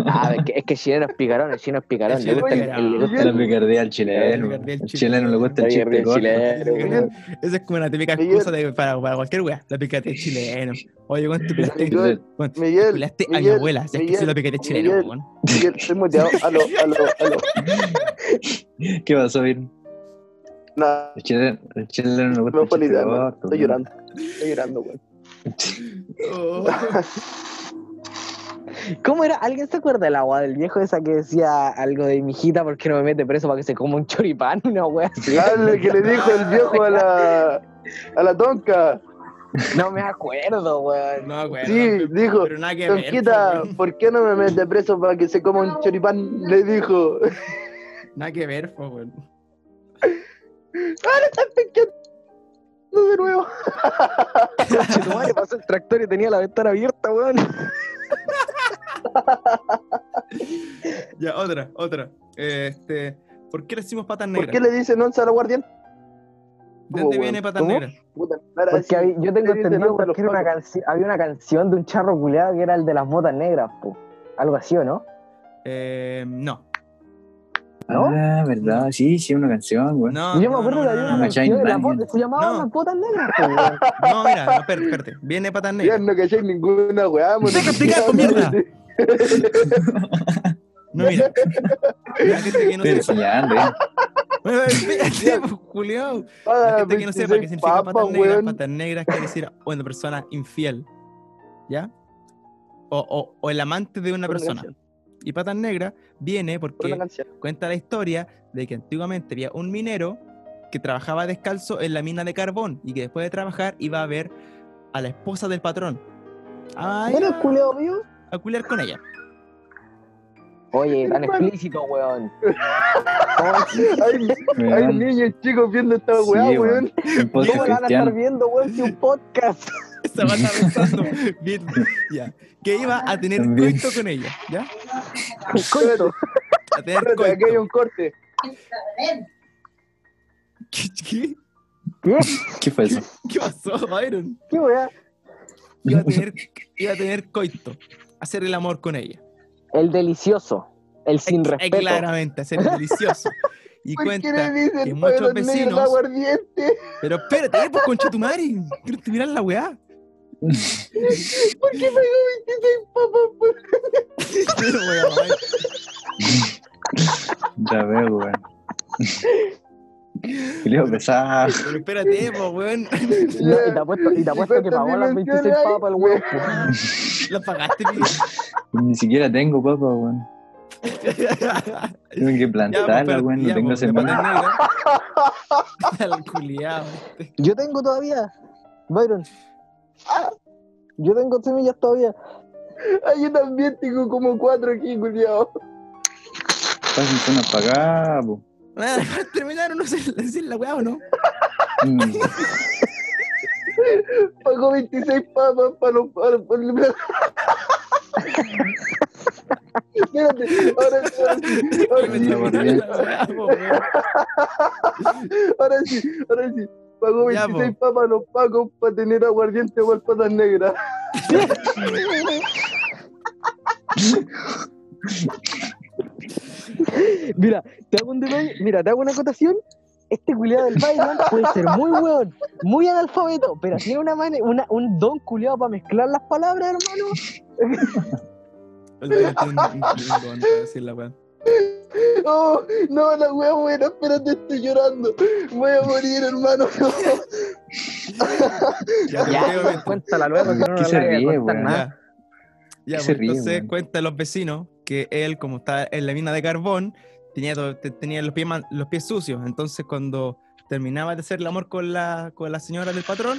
Speaker 6: Ah, es que, es que chileno es picarón, el chino es picarón.
Speaker 2: El
Speaker 6: Le gusta el,
Speaker 2: chileno es
Speaker 6: el- le gusta
Speaker 3: La picardía al
Speaker 2: La
Speaker 3: chileno.
Speaker 2: picardía al
Speaker 3: El
Speaker 2: chileno.
Speaker 3: chileno le gusta el
Speaker 6: el-
Speaker 3: chiste
Speaker 6: el
Speaker 3: corto.
Speaker 6: chileno.
Speaker 2: Esa es como una típica
Speaker 1: Miguel.
Speaker 2: excusa de, para, para cualquier wea, la picardía chileno. Oye, ¿cuánto te pelaste?
Speaker 1: Miguel,
Speaker 2: ¿Cuánto te
Speaker 1: Miguel,
Speaker 2: pelaste a mi
Speaker 1: Miguel,
Speaker 2: abuela? Si es que
Speaker 1: Miguel,
Speaker 2: soy la picardía chileno,
Speaker 1: Miguel.
Speaker 2: weón.
Speaker 1: Miguel, estoy muteado. Aló, aló, aló.
Speaker 3: ¿Qué vas a ver?
Speaker 1: Nada,
Speaker 3: El chileno, el chileno le gusta
Speaker 1: no
Speaker 3: el
Speaker 1: fue la
Speaker 3: chiste
Speaker 1: idea, weón.
Speaker 3: corto.
Speaker 1: Estoy llorando. Estoy llorando, weón.
Speaker 2: Oh,
Speaker 6: ¿Cómo era? ¿Alguien se acuerda del agua del viejo esa que decía algo de mi hijita porque no me mete preso para que se coma un choripán, una wea así?
Speaker 1: Ah, lo que le dijo el viejo a la, a la tonca.
Speaker 6: No me acuerdo, weón.
Speaker 2: No, weón.
Speaker 1: Sí, dijo,
Speaker 2: Pero nada que ver.
Speaker 1: Tonquita,
Speaker 2: po, weón.
Speaker 1: ¿por qué no me metes preso para que se coma un choripán? Le dijo.
Speaker 2: Nada que ver, po, weón.
Speaker 1: No, de nuevo.
Speaker 6: Che, tu madre pasó el tractor y tenía la ventana abierta, weón.
Speaker 2: Ya, otra, otra. Eh, Este, ¿Por qué le decimos patas
Speaker 1: ¿Por
Speaker 2: negras?
Speaker 1: qué le dicen once a la guardián?
Speaker 2: ¿De
Speaker 1: Oh,
Speaker 2: dónde
Speaker 1: weón.
Speaker 2: viene patas
Speaker 6: ¿Cómo?
Speaker 2: negras?
Speaker 1: Puta, para
Speaker 6: Porque
Speaker 1: decir-
Speaker 6: habí- yo tengo
Speaker 1: le dicen
Speaker 6: entendido
Speaker 1: once a los
Speaker 6: porque era una
Speaker 1: pacos.
Speaker 6: canci- había una canción de un charro culeado que era el de las botas negras, po. Algo así, ¿o no?
Speaker 2: Eh, no.
Speaker 6: ¿No?
Speaker 3: Ah, verdad. Sí, sí, una canción, güey.
Speaker 2: No,
Speaker 6: Y yo me
Speaker 2: no,
Speaker 6: acuerdo
Speaker 2: no,
Speaker 6: que había
Speaker 2: no,
Speaker 6: una
Speaker 2: no,
Speaker 6: canción de las
Speaker 3: Machine
Speaker 6: botas, se llamaba
Speaker 2: No.
Speaker 6: Las botas negras, po, weón.
Speaker 2: no. No, mira, no, espérate, espérate. Viene patas
Speaker 1: Ya
Speaker 2: negras.
Speaker 1: no cacháis ninguna weá, mono.
Speaker 2: Deja explicar, pues, mierda. No, mira. La gente que no
Speaker 3: Estoy
Speaker 2: sepa.
Speaker 3: enseñando, eh.
Speaker 2: Bueno, espérate, po, culiao.
Speaker 1: Para
Speaker 2: La gente que no sepa
Speaker 1: 26
Speaker 2: qué significa patas
Speaker 1: papas,
Speaker 2: negras,
Speaker 1: weón.
Speaker 2: patas negras quiere decir una persona infiel. ¿Ya? O, o, o el amante de una
Speaker 1: Por una
Speaker 2: persona.
Speaker 1: canción.
Speaker 2: Y patas negras viene
Speaker 1: Por
Speaker 2: porque
Speaker 1: una canción.
Speaker 2: cuenta la historia de que antiguamente había un minero que trabajaba descalzo en la mina de carbón y que después de trabajar iba a ver a la esposa del patrón. Ay,
Speaker 6: ¿Era el culeado mío?
Speaker 2: a culiar con ella.
Speaker 6: Oye, tan explícito, weón.
Speaker 1: Hay, hay
Speaker 3: eh, Weón.
Speaker 1: niños chicos viendo esta
Speaker 3: Sí,
Speaker 1: weá,
Speaker 3: weón.
Speaker 1: weón.
Speaker 3: Un podcast
Speaker 6: ¿Cómo la van a estar
Speaker 3: cristiano.
Speaker 6: viendo, weón, si un podcast?
Speaker 2: Estaba pensando bien, ya, que iba a tener
Speaker 3: También.
Speaker 2: coito con ella, ¿ya?
Speaker 6: Coito.
Speaker 2: A tener
Speaker 1: Espérate, aquí hay
Speaker 2: coito.
Speaker 1: un corte.
Speaker 2: ¿Qué, qué,
Speaker 6: ¿Qué?
Speaker 3: ¿Qué fue eso?
Speaker 2: qué pasó, Byron?
Speaker 6: ¿Qué, weón?
Speaker 2: Iba a tener, iba a tener coito, hacer el amor con ella.
Speaker 6: El delicioso. El sin
Speaker 2: Eh,
Speaker 6: respeto.
Speaker 2: Claramente, hacer el delicioso. Y
Speaker 1: ¿Por qué
Speaker 2: cuenta
Speaker 1: le dicen
Speaker 2: que
Speaker 1: para
Speaker 2: muchos
Speaker 1: los negros
Speaker 2: vecinos-
Speaker 1: aguardiente?
Speaker 2: Pero espérate, eh, pues concha tu madre. Quiero te mirar la weá.
Speaker 1: ¿Por qué pegó 26 papas, weón? pues.
Speaker 2: Pero, weá, weá.
Speaker 3: Ya veo, güey. Culeado pesado.
Speaker 2: Pero espérate, po, weón.
Speaker 6: No, y te apuesto, y te apuesto que pagó las 26 papas el huevo.
Speaker 2: La pagaste,
Speaker 3: Ni siquiera tengo papa, weón. Tengo que
Speaker 2: pues,
Speaker 3: plantarla, weón. No tengo semana.
Speaker 2: Al culiao.
Speaker 6: Yo tengo todavía, Byron. Yo tengo semillas todavía.
Speaker 1: Ay, Ah. yo también tengo como cuatro aquí, culiao.
Speaker 2: pues.
Speaker 3: Pasen zona para acá, po.
Speaker 2: Van a dejar terminar, no sé decir la weá o no.
Speaker 3: Mm.
Speaker 1: Pagó 26 papas para los. Para los- para los- Espérate, ahora, ahora sí, ahora sí,
Speaker 3: Terminar la
Speaker 2: weá, po, weón.
Speaker 1: ahora sí, ahora sí. Pagó
Speaker 2: Ya,
Speaker 1: 26 papas a los pacos para tener aguardiente igual patas negras.
Speaker 6: Mira, te hago un detalle, mira, te hago una acotación. Este culiado del Byron puede ser muy weón, muy analfabeto, pero tiene una mane- una, un don culiado para mezclar las palabras, hermano.
Speaker 2: El Byron tiene un- un- un don para decir la weá.
Speaker 1: Oh, no, la wea buena, espérate, estoy llorando. Voy a morir, hermano.
Speaker 2: Ya, creo que-
Speaker 6: cuéntala luego, que no
Speaker 3: ¿Qué
Speaker 6: la
Speaker 3: se
Speaker 6: voy a
Speaker 3: ríe,
Speaker 6: contar
Speaker 3: weón?
Speaker 6: nada.
Speaker 2: Ya. Ya,
Speaker 3: Se
Speaker 2: pues,
Speaker 3: ríe,
Speaker 2: entonces
Speaker 3: weón.
Speaker 2: cuenta a los vecinos que él, como está en la mina de carbón, tenía, to- te- tenía los, pies, man- los pies sucios. Entonces, cuando terminaba de hacer el amor con la, con la señora del patrón,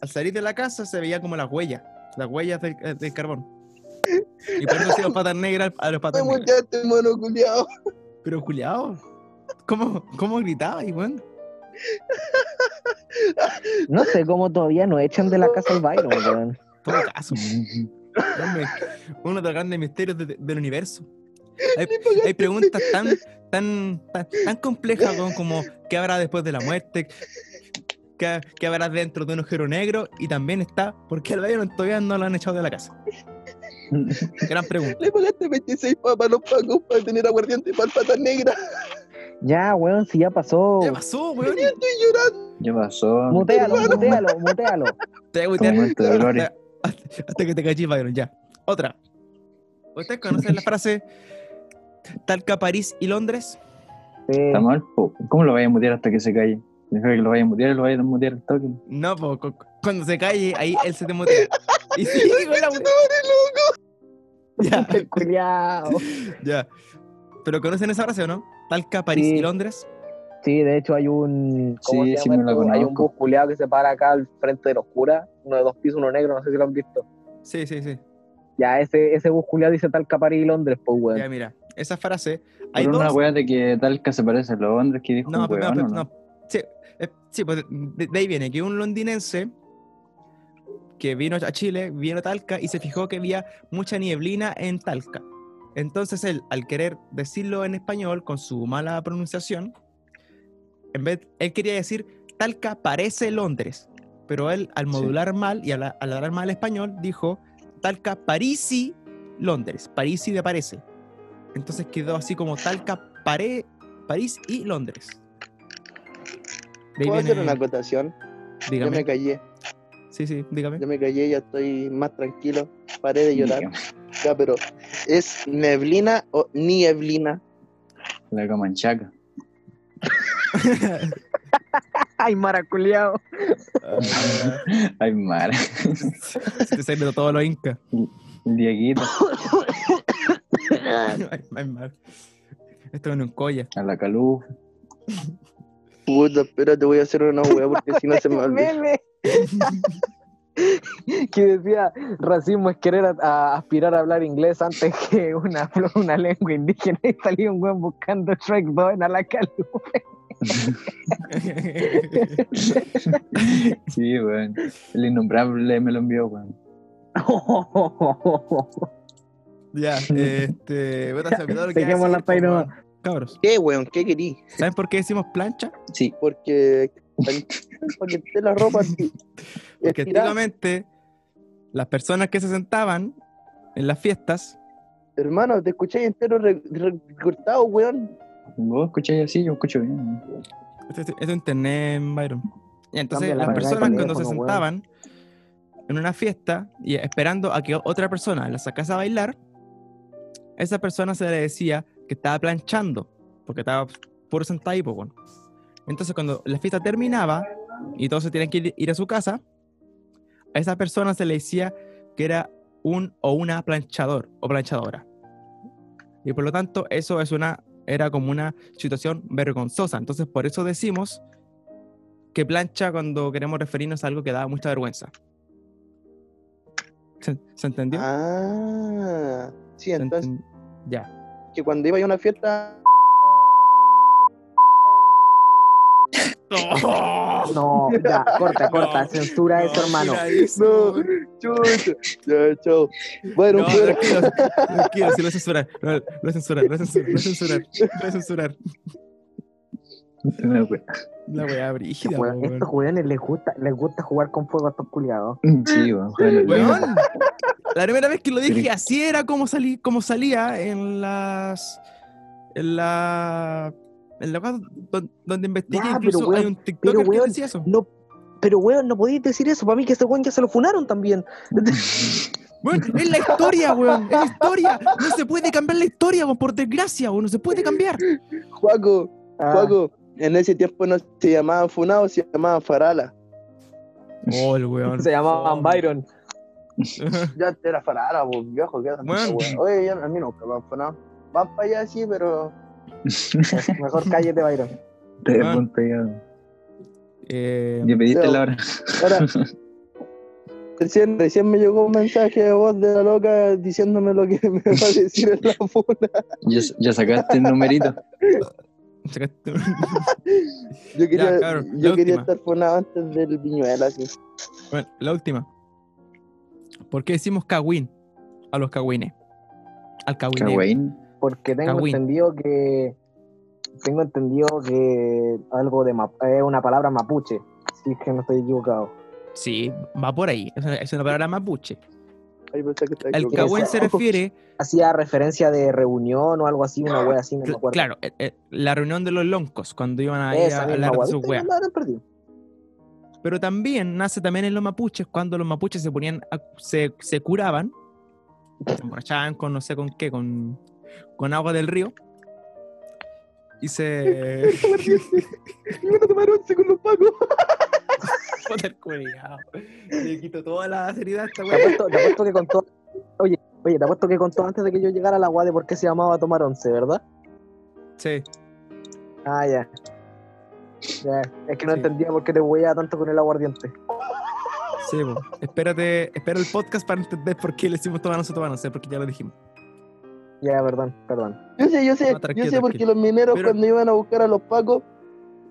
Speaker 2: al salir de la casa se veía como las huellas, las huellas del, eh, del carbón. Y por eso hacía los patas negras a los
Speaker 1: Me
Speaker 2: patas negras.
Speaker 1: muteaste, hermano, culiao.
Speaker 2: Pero, culiao, ¿cómo, cómo gritaba, weón?
Speaker 6: No sé cómo todavía no echan de la casa al Byron, weón.
Speaker 2: Todo caso, Hombre, uno de los grandes misterios de- del universo. Hay, hay preguntas tan, tan, tan, tan complejas como, como qué habrá después de la muerte, ¿Qué, qué habrá dentro de un agujero negro y también está por qué al Bayern todavía no lo han echado de la casa. Gran pregunta.
Speaker 1: Le pagaste 26 papas a los pacos para tener aguardiente para patas negras.
Speaker 6: Ya, weón, si ya pasó.
Speaker 2: ¿Qué pasó, weón?
Speaker 1: Estoy llorando.
Speaker 3: Ya pasó.
Speaker 6: Mutealo,
Speaker 3: Como-
Speaker 6: mutealo, mutealo.
Speaker 2: Te voy a
Speaker 3: como
Speaker 2: mutear
Speaker 3: Momento de gloria.
Speaker 2: hasta, hasta que te cachis, Byron, ya. Otra. ¿Ustedes conocen la frase Talca, París y Londres?
Speaker 6: Sí.
Speaker 3: Está mal, po. ¿Cómo lo vaya a mutear hasta que se calle? Mejor que lo vaya a mutear, lo vaya a mutear al toque.
Speaker 2: No, po, cu- cuando se calle, ahí él se te mutea. Y sí, con la Ya,
Speaker 6: El culiao.
Speaker 2: ya. Pero conocen esa frase, ¿o no? Talca, París
Speaker 6: Sí.
Speaker 2: y Londres.
Speaker 6: Sí, de hecho hay un. ¿cómo
Speaker 3: Sí,
Speaker 6: se
Speaker 3: sí
Speaker 6: llama
Speaker 3: me lo
Speaker 6: esto? Hay un
Speaker 3: conozco.
Speaker 6: bus culiao que se para acá al frente de los curas, uno de dos pisos, uno negro, no sé si lo han visto.
Speaker 2: Sí, sí, sí.
Speaker 6: Ya, ese, ese bus culiao dice tal París y Londres, pues, weón.
Speaker 2: Ya, mira. Esa frase. Hay
Speaker 3: Por una
Speaker 2: dos.
Speaker 3: weá de que Talca se parece a los hombres que dijo.
Speaker 2: No,
Speaker 3: un
Speaker 2: pero no,
Speaker 3: weón,
Speaker 2: pero
Speaker 3: ¿o no?
Speaker 2: no. Sí, eh, sí, pues de, de ahí viene que un londinense que vino a Chile, vino a Talca y se fijó que había mucha nieblina en Talca. Entonces él, al querer decirlo en español con su mala pronunciación, en vez, él quería decir Talca parece Londres, pero él al modular mal y al, al hablar mal español dijo Talca parisi Londres, parisi de parece. Entonces quedó así como Talca pare, París y Londres. De ahí
Speaker 1: ¿Puedo hacer
Speaker 2: viene-
Speaker 1: una acotación? Yo me
Speaker 2: dígame.
Speaker 1: callé,
Speaker 2: Sí, sí, dígame.
Speaker 1: yo me callé, ya estoy más tranquilo. Paré de llorar. Ya, pero ¿es neblina o nieblina?
Speaker 3: La Comanchaca.
Speaker 6: Ay, maraculiao.
Speaker 3: Ay, mar.
Speaker 2: Este se inventó todo lo inca.
Speaker 3: Dieguito.
Speaker 1: Ah.
Speaker 2: Ay, ay, mal. Esto es un colla.
Speaker 3: A la Calú.
Speaker 1: Puta, espérate, voy a hacer una wea porque si no se me olvida.
Speaker 6: Este Meme. que decía, racismo es querer a- a aspirar a hablar inglés antes que una, una lengua indígena y salía un weón buscando Shrek 2 en Alacalí.
Speaker 3: Sí, weón. El innombrable me lo envió, weón.
Speaker 2: ya, este. Bueno, se me olvidó lo que iba a
Speaker 6: Seguimos la
Speaker 2: decir, pues,
Speaker 6: paina.
Speaker 2: weón. Cabros,
Speaker 1: ¿Qué, weón? ¿Qué querí?
Speaker 2: ¿saben por qué decimos plancha?
Speaker 3: Sí.
Speaker 1: Porque. Porque esté la ropa así.
Speaker 2: Porque
Speaker 1: estirada.
Speaker 2: antiguamente las personas que se sentaban en las fiestas
Speaker 1: Hermano, te escuché entero re- recortado, weón.
Speaker 3: Vos escucháis así, yo escucho bien. weón.
Speaker 2: Esto es es de internet, Byron. Y entonces
Speaker 6: Cambia la
Speaker 2: las
Speaker 6: verdad de
Speaker 2: personas cuando se
Speaker 6: teléfono, weón.
Speaker 2: sentaban en una fiesta y esperando a que otra persona la sacase a bailar, esa persona se le decía que estaba planchando, porque estaba puro sentado ahí, po, weón. Entonces, cuando la fiesta terminaba y todos se tenían que ir- ir a su casa, a esa persona se le decía que era un o una planchador o planchadora. Y por lo tanto, eso es una, era como una situación vergonzosa. Entonces, por eso decimos que plancha cuando queremos referirnos a algo que da mucha vergüenza. ¿Se, se entendió?
Speaker 1: Ah, sí,
Speaker 2: Se
Speaker 1: entonces
Speaker 2: enten- ya.
Speaker 1: que cuando iba a una fiesta.
Speaker 6: No, ya, corta, corta,
Speaker 2: No,
Speaker 6: censura eso, hermano.
Speaker 1: No, chucha. Ya, chao. Bueno,
Speaker 2: No,
Speaker 1: fuera.
Speaker 2: tranquilo, tranquilo, sí lo voy a censurar, lo lo voy a censurar, lo voy a censurar, lo voy a censurar, lo voy a censurar.
Speaker 3: Una wea.
Speaker 2: La weá brígida, po,
Speaker 6: Este Weón,
Speaker 2: weón.
Speaker 6: estos weones les gusta, les gusta jugar con fuego a estos culiados.
Speaker 3: Sí, weón. juegan al
Speaker 2: Weón,
Speaker 3: Lego.
Speaker 2: la primera vez que lo dije
Speaker 3: Pero-
Speaker 2: así era como, salí, como salía en las... En la... En la cosa don- donde investigué,
Speaker 6: Ya, pero
Speaker 2: incluso hay
Speaker 6: weón,
Speaker 2: un TikToker que
Speaker 6: weón,
Speaker 2: decía eso.
Speaker 6: No, pero weón, no podéis decir eso. Para mí que ese weón ya se lo funaron también.
Speaker 2: Weón, es la historia, weón, es la historia. No se puede cambiar la historia, weón, por desgracia, weón, no se puede cambiar.
Speaker 1: Juaco,
Speaker 6: Ah,
Speaker 1: Juaco, en ese tiempo no se llamaba Funao, se llamaba Farala.
Speaker 2: Oh, el weón.
Speaker 6: se llamaban Byron.
Speaker 1: Ya era Farala, vos viejo, que era tanta
Speaker 2: Bueno.
Speaker 1: wea. Oye, ya, a mí nunca me han Funao. Van para allá, sí, pero.
Speaker 6: Mejor cállate, Byron.
Speaker 3: Te
Speaker 2: Weón.
Speaker 3: pon pegado.
Speaker 2: Eh,
Speaker 3: Ya pediste
Speaker 1: Ya,
Speaker 3: la hora.
Speaker 1: Ahora, recién, recién me llegó un mensaje de voz de la loca diciéndome lo que me va a decir en la funa.
Speaker 3: Ya, ya sacaste el numerito.
Speaker 2: sacaste-
Speaker 1: Yo quería,
Speaker 2: cabrón, la
Speaker 1: yo quería
Speaker 2: última.
Speaker 1: estar funado antes del viñuela, sí.
Speaker 2: Bueno, la última. ¿Por qué decimos cagüín a los cagüines? Al cagüineo.
Speaker 3: Cagüín.
Speaker 6: Porque tengo
Speaker 2: Cagüín.
Speaker 6: entendido que. Tengo entendido que algo de map- es una palabra mapuche. Si es que no estoy equivocado.
Speaker 2: Sí, va por ahí. Es una, es una palabra mapuche.
Speaker 1: Ahí pensé que estaba
Speaker 2: El
Speaker 1: equivocado.
Speaker 2: cagüín se refiere,
Speaker 6: Hacía referencia de reunión o algo así, una wea así, no me
Speaker 2: cl-
Speaker 6: acuerdo.
Speaker 2: claro, eh, eh, la reunión de los loncos cuando iban ahí
Speaker 6: Esa
Speaker 2: a
Speaker 6: misma
Speaker 2: hablar
Speaker 6: wea.
Speaker 2: de sus
Speaker 6: Ustedes
Speaker 2: weas.
Speaker 6: la habrán perdido.
Speaker 2: Pero también nace también en los mapuches cuando los mapuches se ponían, a- se, se curaban, se emborrachaban con no sé con qué, con, con agua del río. Y se.
Speaker 1: Me van a tomar once con los pacos.
Speaker 2: Puta el culiao. Le quito toda la seriedad a esta
Speaker 6: Te
Speaker 2: wea.
Speaker 6: apuesto, te apuesto que contó. Oye, oye, te apuesto que contó antes de que yo llegara a la guada de por qué se llamaba Tomar Once, ¿verdad?
Speaker 2: Sí.
Speaker 6: Ah, ya. Ya, Es que no
Speaker 2: Sí.
Speaker 6: entendía por qué te hueía tanto con el aguardiente.
Speaker 2: Sí, po. espérate, espera el podcast para entender por qué le hicimos tobanos a tobanos, ¿eh? porque ya lo dijimos.
Speaker 6: Ya, perdón, perdón.
Speaker 1: Yo sé, yo sé,
Speaker 2: No, tranquilo,
Speaker 1: yo sé porque
Speaker 2: tranquilo.
Speaker 1: los mineros
Speaker 2: Pero-
Speaker 1: cuando iban a buscar a los pacos,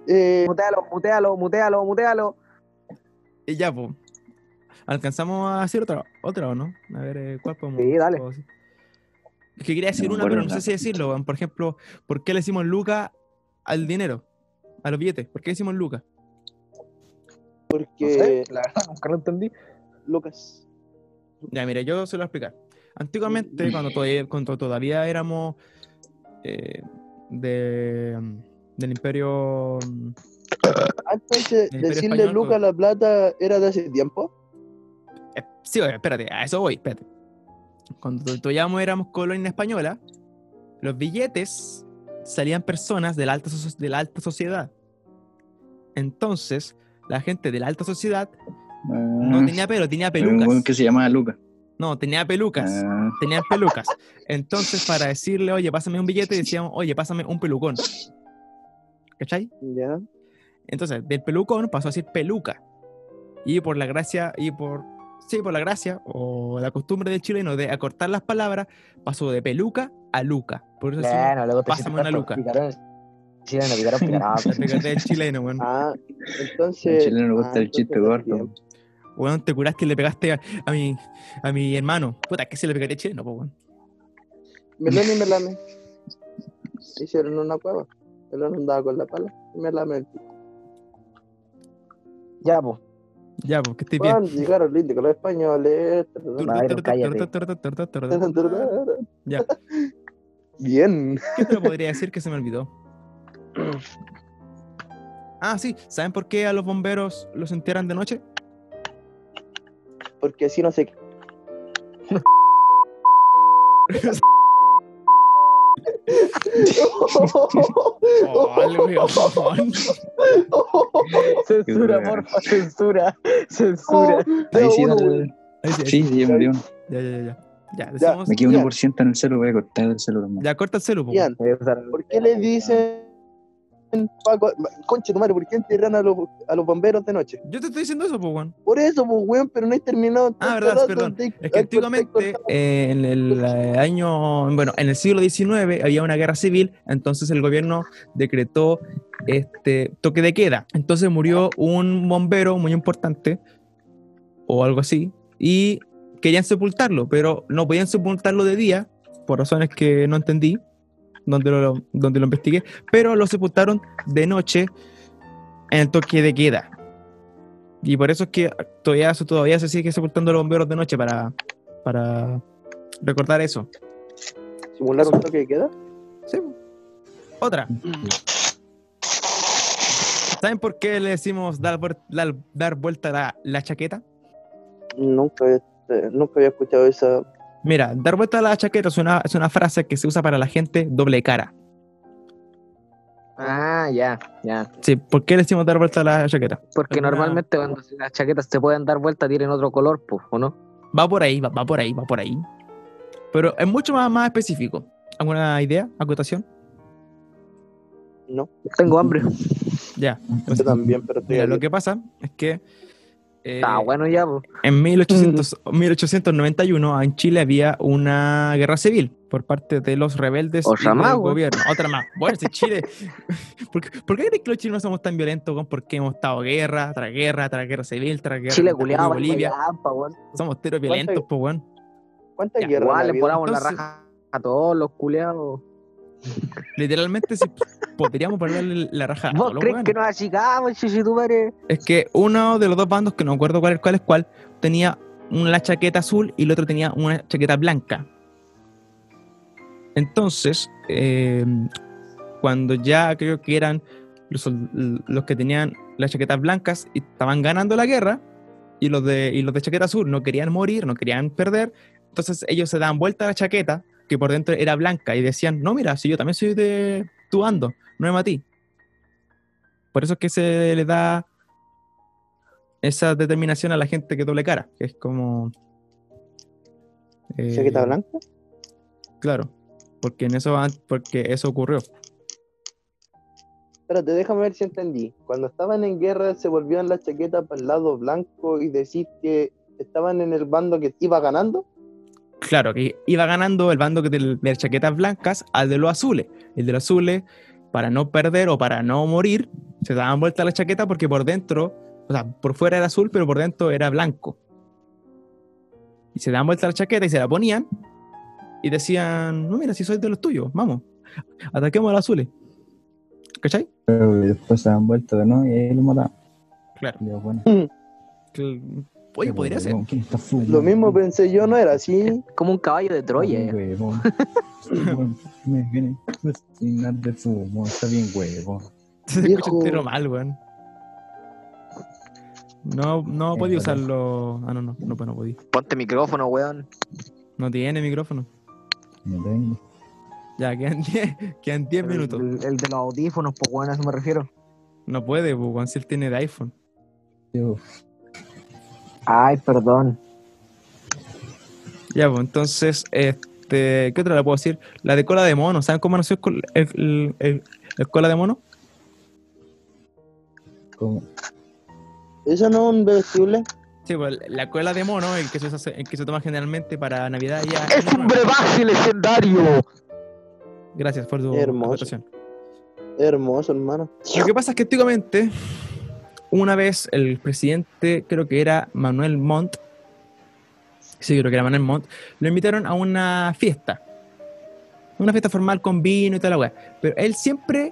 Speaker 1: eh,
Speaker 6: Mutealo, mutealo, mutealo, mutealo.
Speaker 2: Y ya, pues. ¿Alcanzamos a hacer otra, otra o no? A ver, eh, ¿cuál podemos?
Speaker 6: Sí, dale.
Speaker 2: puedo decir? Es que quería decir
Speaker 3: No,
Speaker 2: una,
Speaker 3: bueno,
Speaker 2: pero no
Speaker 3: la-
Speaker 2: sé si decirlo. weón. Por ejemplo, ¿por qué le decimos Luca al dinero? A los billetes. ¿Por qué decimos Luca?
Speaker 6: No
Speaker 1: porque
Speaker 6: sé, la verdad, nunca lo entendí.
Speaker 1: Lucas.
Speaker 2: Ya, mira, yo se lo voy a explicar. Antiguamente, cuando todavía, cuando todavía éramos eh, de- del imperio...
Speaker 1: Antes de
Speaker 2: Imperio
Speaker 1: decirle
Speaker 2: Español,
Speaker 1: Lucas
Speaker 2: o-
Speaker 1: la plata era de hace tiempo.
Speaker 2: Eh, Sí, oye, espérate, a eso voy, espérate. Cuando to- todavía éramos colonia española, los billetes salían personas de la alta, soci- de la alta sociedad. Entonces, la gente de la alta sociedad no tenía pelo, tenía
Speaker 3: Ah, Un weón
Speaker 2: pelucas.
Speaker 3: Mm. que se llama Luca.
Speaker 2: No, tenía pelucas.
Speaker 3: Ah,
Speaker 2: Tenían pelucas. Entonces, para decirle, oye, pásame un billete, decíamos, oye, pásame un pelucón. ¿Cachai?
Speaker 1: Ya.
Speaker 2: Entonces, del pelucón pasó a ser peluca. Y por la gracia, y por. Sí, por la gracia o la costumbre del chileno de acortar las palabras, pasó de peluca a luca. Por eso decimos,
Speaker 6: Bueno, luego te
Speaker 2: pásame una luca.
Speaker 6: Sí, no, pues, picaron,
Speaker 2: la
Speaker 6: picaron.
Speaker 2: picardía del chileno, weón.
Speaker 1: Ah,
Speaker 3: al
Speaker 1: entonces.
Speaker 3: chileno le
Speaker 1: ah,
Speaker 3: gusta el
Speaker 1: entonces
Speaker 3: chiste
Speaker 1: hace
Speaker 3: corto.
Speaker 1: tiempo.
Speaker 2: Weón, te curaste y le pegaste a, a mi, a mi hermano. Puta, ¿qué se le pegaría chileno, po, weón?
Speaker 1: Melón y melame. Se hicieron una cueva. Melón andaba con la pala y melame el pico.
Speaker 6: Ya, po.
Speaker 2: Ya, pues, que estés bien.
Speaker 1: Bueno, llegaron lindos con los españoles.
Speaker 6: Byron, cállate.
Speaker 2: Ya.
Speaker 1: Bien.
Speaker 2: ¿Qué te podría decir que se me olvidó? Ah, sí. ¿Saben por qué a los bomberos los entierran de noche?
Speaker 1: Porque así no sé.
Speaker 2: Oh, el weón.
Speaker 6: Censura,
Speaker 3: Qué
Speaker 6: porfa, censura, censura.
Speaker 1: Oh,
Speaker 3: Ahí sí,
Speaker 1: uno,
Speaker 3: dale.
Speaker 1: weón.
Speaker 2: Ahí sí, ahí
Speaker 3: Sí,
Speaker 2: sí.
Speaker 3: sí, ya me dio.
Speaker 2: Ya, ya, ya, ya. Ya, decimos-
Speaker 3: Me
Speaker 2: ya.
Speaker 3: queda 1% en el celo, voy a cortar el celo. hermano.
Speaker 2: corta el celu, po.
Speaker 1: Ian, ¿por qué le dicen Paco, conche tu madre, ¿por qué enterran a los, a los bomberos de noche?
Speaker 2: Yo te estoy diciendo eso, po, weón.
Speaker 1: Por eso, pues, weón, pero no he terminado.
Speaker 2: Ah,
Speaker 1: tanto
Speaker 2: verdad,
Speaker 1: rato,
Speaker 2: perdón.
Speaker 1: te-
Speaker 2: Es que
Speaker 1: te-
Speaker 2: antiguamente, eh, en el eh, año, bueno, en el siglo XIX había una guerra civil, entonces el gobierno decretó este toque de queda. Entonces murió un bombero muy importante, o algo así, y querían sepultarlo, pero no podían sepultarlo de día, por razones que no entendí, donde lo, donde lo investigué, pero lo sepultaron de noche en el toque de queda. Y por eso es que todavía, eso todavía se sigue sepultando a los bomberos de noche para, para recordar eso.
Speaker 1: ¿Simular un toque de queda?
Speaker 2: Sí. Otra. ¿Saben por qué le decimos dar, vuel- dar, dar vuelta la, la chaqueta?
Speaker 1: Nunca, eh, nunca había escuchado esa.
Speaker 2: Mira, dar vuelta la chaqueta es una, es una frase que se usa para la gente doble cara.
Speaker 6: Ah, ya, ya.
Speaker 2: Sí, ¿por qué le decimos dar vuelta la chaqueta?
Speaker 6: Porque
Speaker 2: Alguna-
Speaker 6: normalmente cuando las chaquetas se pueden dar vuelta tienen otro color, pues, ¿o no?
Speaker 2: Va por ahí, va, va por ahí, va por ahí. Pero es mucho más, más específico. ¿Alguna idea? ¿Acotación?
Speaker 1: No,
Speaker 6: Tengo hambre.
Speaker 2: Ya.
Speaker 1: yo también, pero estoy
Speaker 2: Pues, Mira, lo
Speaker 1: abierto.
Speaker 2: que pasa es que... eh,
Speaker 6: Está Ah, bueno ya, po.
Speaker 2: En 1800 1891 en Chile había una guerra civil por parte de los rebeldes
Speaker 6: Otra
Speaker 2: y
Speaker 6: más,
Speaker 2: del
Speaker 6: güey.
Speaker 2: gobierno. Otra más. Bueno, si Chile. ¿Por, qué- por qué crees que los chilenos somos tan violentos? güey? Porque hemos estado guerra, tras guerra, tras guerra civil, tras guerra.
Speaker 6: Chile
Speaker 2: tras
Speaker 6: culiado,
Speaker 2: Bolivia.
Speaker 6: weón.
Speaker 2: Somos teros violentos, pues, weón.
Speaker 1: ¿Cuántas
Speaker 2: Ya,
Speaker 1: guerras? ha
Speaker 6: Igual le
Speaker 1: habido?
Speaker 6: volamos la
Speaker 2: Entonces-
Speaker 6: raja a todos los culiados.
Speaker 2: Literalmente si podríamos ponerle la raja a
Speaker 6: ¿Vos
Speaker 2: todos los
Speaker 6: crees que
Speaker 2: weones.
Speaker 6: nos achicamos, chichi, tu madre?
Speaker 2: Es que uno de los dos bandos, que no acuerdo cuál es cuál, es cuál tenía una chaqueta azul y el otro tenía una chaqueta blanca. Entonces, eh, cuando ya creo que eran los, sol- los que tenían las chaquetas blancas y estaban ganando la guerra, y los, de, y los de chaqueta azul no querían morir, no querían perder, entonces ellos se daban vuelta a la chaqueta, que por dentro era blanca, y decían, no, mira, si yo también soy de tu bando, no me a ti. Por eso es que se le da esa determinación a la gente que doble cara, que es como... eh,
Speaker 1: ¿Chaqueta blanca?
Speaker 2: Claro, porque en eso an- porque eso ocurrió.
Speaker 1: Espérate, déjame ver si entendí. Cuando estaban en guerra, se volvían las chaquetas para el lado blanco y decís que estaban en el bando que iba ganando.
Speaker 2: Claro, que iba ganando el bando que del- de las chaquetas blancas al de los azules. El de los azules, para no perder o para no morir, se daban vuelta la chaqueta porque por dentro, o sea, por fuera era azul, pero por dentro era blanco. Y se daban vuelta la chaqueta y se la ponían y decían, no, mira, si soy de los tuyos, vamos, ataquemos a los azules. ¿Cachai?
Speaker 3: Pero después pues se han vuelto de nuevo y ahí lo mataron.
Speaker 2: Claro.
Speaker 3: Digo, bueno.
Speaker 2: Que- Oye, podría ser.
Speaker 3: Huevón, ¿quién está fumando?
Speaker 1: Lo mismo pensé yo, no era así.
Speaker 6: Como un caballo de Troya. eh.
Speaker 3: Huevón. Huevón, Me viene fascinar de fumo, está bien huevo.
Speaker 2: Se escucha
Speaker 1: Viejo.
Speaker 2: entero mal, weón. No, no
Speaker 3: Es
Speaker 2: podía
Speaker 3: verdad.
Speaker 2: usarlo. Ah, no, no, no, pues no podía.
Speaker 6: eh. Ponte micrófono, weón.
Speaker 2: No tiene micrófono.
Speaker 3: No tengo.
Speaker 2: Ya, quedan 10 quedan 10 minutos.
Speaker 6: El, el de los audífonos, pues, weón, a eso me refiero.
Speaker 2: No puede, pues, weón, si él tiene de iPhone.
Speaker 3: Digo,
Speaker 6: Ay, perdón.
Speaker 2: Ya, pues, entonces, este, ¿qué otra le puedo decir? La de cola de mono. ¿Saben cómo nació el, col- el- el- el- el cola de mono?
Speaker 3: como-
Speaker 1: Eso no es un vestible.
Speaker 2: Sí, pues, la cola de mono, el que se, hace- el que se toma generalmente para Navidad ya.
Speaker 6: brebaje legendario!
Speaker 2: Gracias por tu
Speaker 1: Hermoso.
Speaker 2: aportación.
Speaker 1: Hermoso, hermano.
Speaker 2: Lo que pasa es que antiguamente, una vez el presidente, creo que era Manuel Montt, sí, creo que era Manuel Montt, lo invitaron a una fiesta. Una fiesta formal con vino y toda la weá. Pero él siempre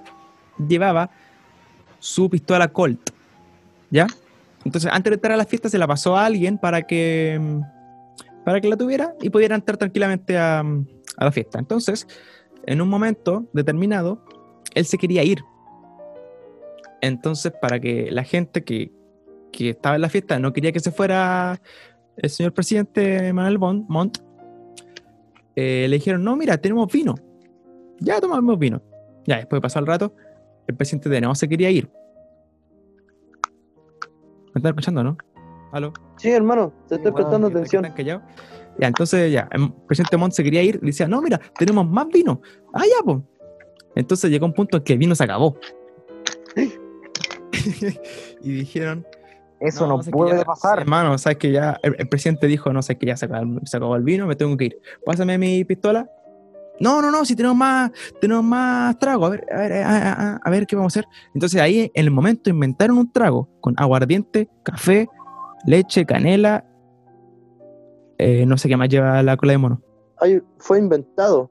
Speaker 2: llevaba su pistola Colt, ¿ya? Entonces, antes de entrar a la fiesta, se la pasó a alguien para que, para que la tuviera y pudiera entrar tranquilamente a, a la fiesta. Entonces, en un momento determinado, él se quería ir. Entonces, para que la gente que, que estaba en la fiesta no quería que se fuera el señor presidente Manuel Bon- Montt, eh, le dijeron, no, mira, tenemos vino. Ya tomamos vino. Ya, después pasó el rato, el presidente de no se quería ir. ¿Me están escuchando, no? ¿Aló?
Speaker 1: Sí, hermano, te estoy
Speaker 2: Weón,
Speaker 1: prestando
Speaker 2: que está- que
Speaker 1: atención.
Speaker 2: están callados. Ya, entonces ya, el presidente Montt se quería ir, le decía, no, mira, tenemos más vino. Ah, ya, pues. Entonces llegó un punto en que el vino se acabó. y dijeron,
Speaker 6: Eso no,
Speaker 2: sé que
Speaker 6: puede
Speaker 2: ya-
Speaker 6: pasar.
Speaker 2: Hermano, sabes que ya el, el presidente dijo, no sé que ya se acabó, se acabó el vino, me tengo que ir. Pásame mi pistola. No, no, no, si tenemos más, tenemos más trago, a ver, a ver, a, a- a- a ver qué vamos a hacer. Entonces ahí en el momento inventaron un trago con aguardiente, café, leche, canela, eh, no sé qué más lleva la cola de mono.
Speaker 1: Ay, fue inventado.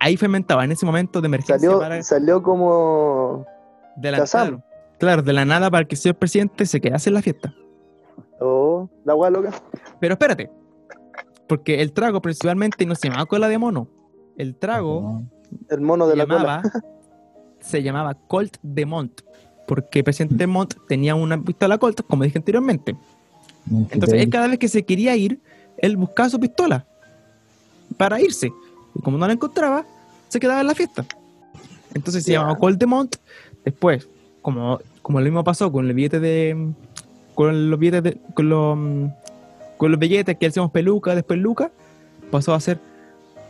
Speaker 2: Ahí fermentaba en ese momento de emergencia
Speaker 1: Salió,
Speaker 2: para
Speaker 1: salió como.
Speaker 2: de la,
Speaker 1: Kazam.
Speaker 2: claro, claro, de la nada para que el señor presidente se quedase en la fiesta.
Speaker 1: Oh, la hueá loca.
Speaker 2: Pero espérate, porque el trago principalmente no se llamaba cola de mono. El trago
Speaker 1: El mono de
Speaker 2: se,
Speaker 1: la
Speaker 2: llamaba, se llamaba Colt de Mont, porque el presidente Mont tenía una pistola Colt, como dije anteriormente. Entonces, él cada vez que se quería ir, él buscaba su pistola para irse. Y como no la encontraba, se quedaba en la fiesta. Entonces se
Speaker 1: Ya.
Speaker 2: llamaba Colt de Mont. Después, como, como lo mismo pasó con el billete de. con los billetes de- con los. mm, con los billetes que hacíamos peluca, después Luca, pasó a ser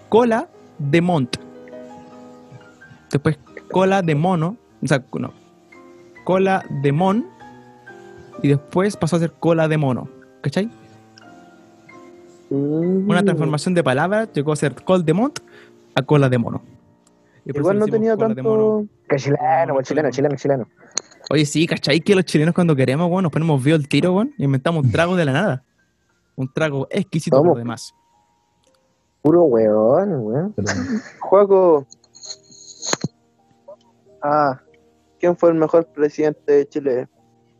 Speaker 2: cola de Mont. Después cola de mono. O sea, no. Cola de mon. Y después pasó a ser cola de mono. ¿Cachai?
Speaker 1: Mm.
Speaker 2: Una
Speaker 6: Mm.
Speaker 2: transformación de palabras llegó a ser col de mont a cola de mono. Y por
Speaker 1: Igual
Speaker 2: eso
Speaker 1: no
Speaker 2: le decimos
Speaker 1: tenía
Speaker 2: cola de mono.
Speaker 1: tanto.
Speaker 6: Que chileno, pues,
Speaker 2: No,
Speaker 6: chileno,
Speaker 2: chileno.
Speaker 6: chileno, chileno.
Speaker 2: Oye, sí, ¿cachai? Que los chilenos cuando queremos, weón, nos ponemos vio el tiro, weón, y inventamos un trago de la nada. Un trago exquisito por
Speaker 6: Vamos.
Speaker 2: lo demás.
Speaker 6: Puro weón, weón.
Speaker 1: Juaco. Ah, ¿quién fue el mejor presidente de Chile?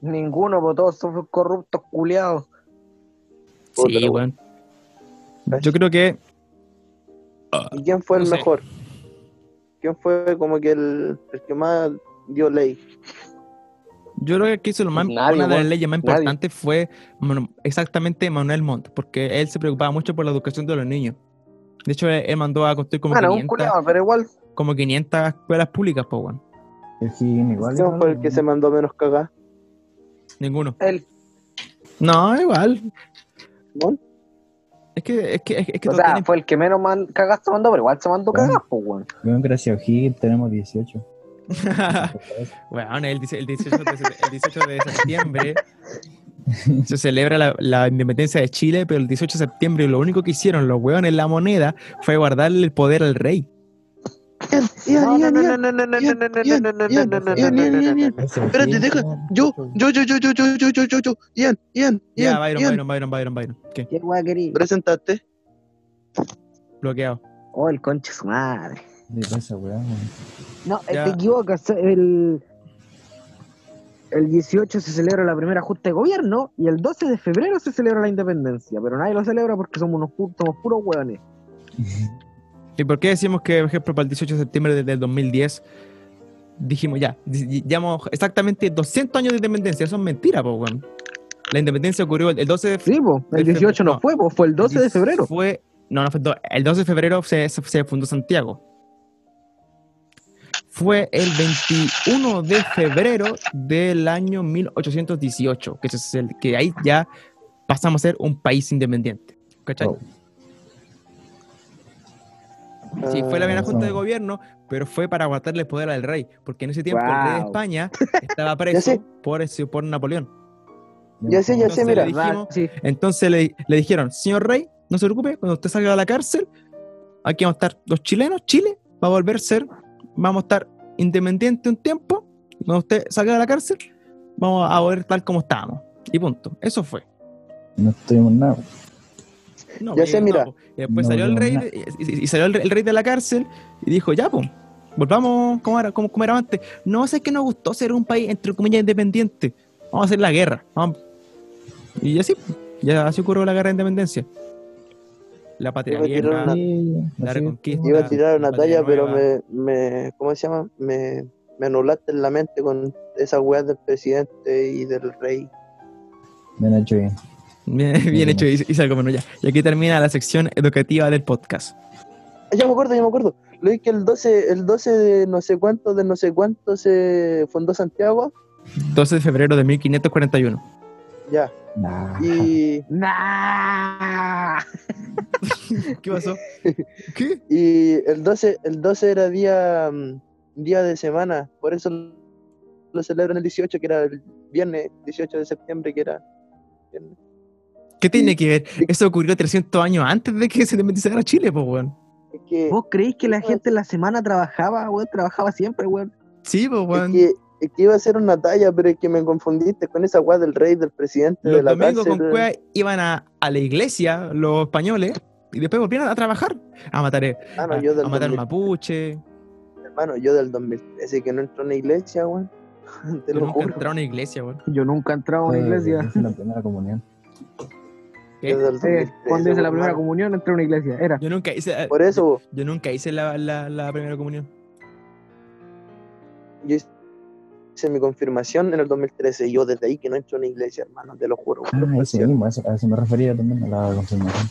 Speaker 6: Ninguno, porque todos son corruptos culiados.
Speaker 1: Puta
Speaker 2: Sí,
Speaker 1: la
Speaker 2: weón. Yo creo que
Speaker 1: ¿Y quién fue el
Speaker 2: Ah, No sé.
Speaker 1: mejor? ¿Quién fue como que el, el que más dio ley?
Speaker 2: Yo creo que el que hizo lo más,
Speaker 6: Nadie,
Speaker 2: una de las
Speaker 6: weón.
Speaker 2: leyes más
Speaker 6: Nadie.
Speaker 2: importantes fue bueno, exactamente Manuel Montt, porque él se preocupaba mucho por la educación de los niños. De hecho, él, él mandó a construir
Speaker 1: Ah,
Speaker 2: como,
Speaker 6: Bueno, un
Speaker 2: 500,
Speaker 6: culiado, pero igual.
Speaker 2: como 500 escuelas públicas, po, weón.
Speaker 3: igual.
Speaker 1: ¿Quién fue el que se mandó menos cagá?
Speaker 2: Ninguno.
Speaker 6: Él.
Speaker 2: No, igual.
Speaker 1: ¿Montt?
Speaker 2: Es que, es que, es que, es que
Speaker 6: O
Speaker 2: todos
Speaker 6: sea,
Speaker 2: tienen-
Speaker 6: fue el que menos man... cagas se mandó, pero igual se mandó
Speaker 3: Bueno.
Speaker 6: cagas, pues, weón.
Speaker 3: Bueno, gracias a O'Higgins tenemos 18.
Speaker 2: Weón, el, dieci- el 18 de, se- el 18 de septiembre se celebra la, la independencia de Chile, pero el 18 de septiembre lo único que hicieron los weones en la moneda fue guardarle el poder al rey.
Speaker 1: Espérate, deja. Yo, yo, yo, yo, yo, yo, yo, yo, yo, yo. Ian, Ian,
Speaker 2: Ya,
Speaker 1: Ian,
Speaker 2: Byron,
Speaker 1: Ian.
Speaker 2: Byron, Byron, Byron, Byron. ¿Qué?
Speaker 6: ¿Qué weón querí?
Speaker 1: ¿Presentaste?
Speaker 2: Bloqueado.
Speaker 6: Oh, el conche su madre.
Speaker 3: ¿Qué pasa, weón?
Speaker 6: No, eh,
Speaker 2: Ya.
Speaker 6: te equivocas. El, el 18 se celebra la primera junta de gobierno y el 12 de febrero se celebra la independencia, pero nadie lo celebra porque somos unos pu- somos puros hueones.
Speaker 2: ¿Y por qué decimos que, por ejemplo, para el 18 de septiembre de- del 2010 dijimos ya, di- llevamos exactamente 200 años de independencia? Eso es mentira, po, weón. La independencia ocurrió el el 12 de
Speaker 6: Sí, po, el
Speaker 2: De
Speaker 6: 18
Speaker 2: febrero,
Speaker 6: no fue, po, fue el 12 de febrero.
Speaker 2: Fue, no, no fue do- el 12 de febrero se, se- se fundó Santiago. Fue el 21 de febrero del año 1818, que, es el, que ahí ya pasamos a ser un país independiente. ¿Cachai?
Speaker 3: Oh.
Speaker 2: Sí, fue la primera
Speaker 3: Ah.
Speaker 2: junta de gobierno, pero fue para aguantarle el poder al rey, porque en ese tiempo el rey de
Speaker 6: Wow.
Speaker 2: España estaba
Speaker 1: Ya sé.
Speaker 2: preso por, ese- por Napoleón.
Speaker 1: Ya sé, ya sé,
Speaker 2: Entonces
Speaker 1: mira.
Speaker 2: le dijimos,
Speaker 6: Sí.
Speaker 2: entonces le, le dijeron, señor Rey, no se preocupe, cuando usted salga de la cárcel, aquí vamos a estar los chilenos, Chile va a volver a ser, vamos a estar independiente un tiempo, cuando usted salga de la cárcel, vamos a volver tal como estábamos. Y punto, eso fue.
Speaker 3: No estuvimos nada.
Speaker 2: No,
Speaker 1: Ya
Speaker 2: eh,
Speaker 1: sé,
Speaker 2: no,
Speaker 1: mira.
Speaker 2: po. Y después
Speaker 3: No
Speaker 2: salió, el
Speaker 3: veo
Speaker 2: rey,
Speaker 3: nada.
Speaker 2: y, y- y salió el, el rey de la cárcel y dijo, ya, pues, volvamos como era, como, como era antes. No sé que nos gustó ser un país, entre comillas, independiente. Vamos a hacer la guerra. vamos". Y así, ya así ocurrió la guerra de independencia. La patria
Speaker 1: Iba a tirar
Speaker 2: vieja,
Speaker 1: una-
Speaker 2: la reconquista.
Speaker 1: Iba a tirar una
Speaker 2: la patria
Speaker 1: talla, pero
Speaker 2: nueva.
Speaker 1: me, me, ¿cómo se llama? Me, me anulaste en la mente con esas weas del presidente y del rey.
Speaker 3: Me han hecho bien.
Speaker 2: Bien, bien hecho, y, y salgo, bueno, ya. Y aquí termina la sección educativa del podcast.
Speaker 1: Ah, Ya me acuerdo, ya me acuerdo. Luis, que el 12, el 12 de no sé cuánto, de no sé cuánto se fundó Santiago.
Speaker 2: 12 de febrero de 1541.
Speaker 1: Ya.
Speaker 3: Nah.
Speaker 1: Y,
Speaker 6: Nah.
Speaker 2: ¿Qué pasó? ¿Qué?
Speaker 1: y el 12, el 12 era día, mm, día de semana. Por eso lo celebran el 18, que era el viernes 18 de septiembre, que era. viernes.
Speaker 2: ¿Qué tiene que ver? Eso ocurrió 300 años antes de que se independizara Chile, pues, weón.
Speaker 1: Es que,
Speaker 2: Oh,
Speaker 6: ¿Vos creéis que la gente en la semana trabajaba, weón? Trabajaba siempre, weón.
Speaker 2: Sí, pues,
Speaker 1: es
Speaker 2: weón.
Speaker 1: que, es que iba a ser una talla, pero es que me confundiste con esa weá del rey, del presidente, de
Speaker 2: Los
Speaker 1: la
Speaker 2: domingos
Speaker 1: cárcel.
Speaker 2: con cueva iban a, a la iglesia, los españoles, y después volvían a trabajar. A matar, eh,
Speaker 1: Ah,
Speaker 2: a,
Speaker 1: no, yo del
Speaker 2: a matar
Speaker 1: 2000,
Speaker 2: mapuche.
Speaker 1: hermano, yo del 2013 que no entró en la iglesia, weón. Te
Speaker 2: Yo
Speaker 1: lo
Speaker 2: nunca
Speaker 1: juro.
Speaker 2: entraron a una iglesia, weón.
Speaker 6: Yo nunca he entrado a una
Speaker 3: Fue
Speaker 6: iglesia.
Speaker 3: desde La primera comunión.
Speaker 2: ¿Qué?
Speaker 1: Desde el
Speaker 6: Eh,
Speaker 1: 2013,
Speaker 6: cuando hice la
Speaker 1: weón,
Speaker 6: primera
Speaker 1: hermano.
Speaker 6: comunión entré a una iglesia. Era.
Speaker 2: Yo nunca hice, eh,
Speaker 1: Por eso, weón.
Speaker 2: yo nunca hice la, la- la primera comunión.
Speaker 1: yo hice mi confirmación en el 2013 y yo desde ahí que no entro en la iglesia, hermano, te lo juro.
Speaker 3: Ah, ese mismo, a eso, a eso me refería también a la confirmación.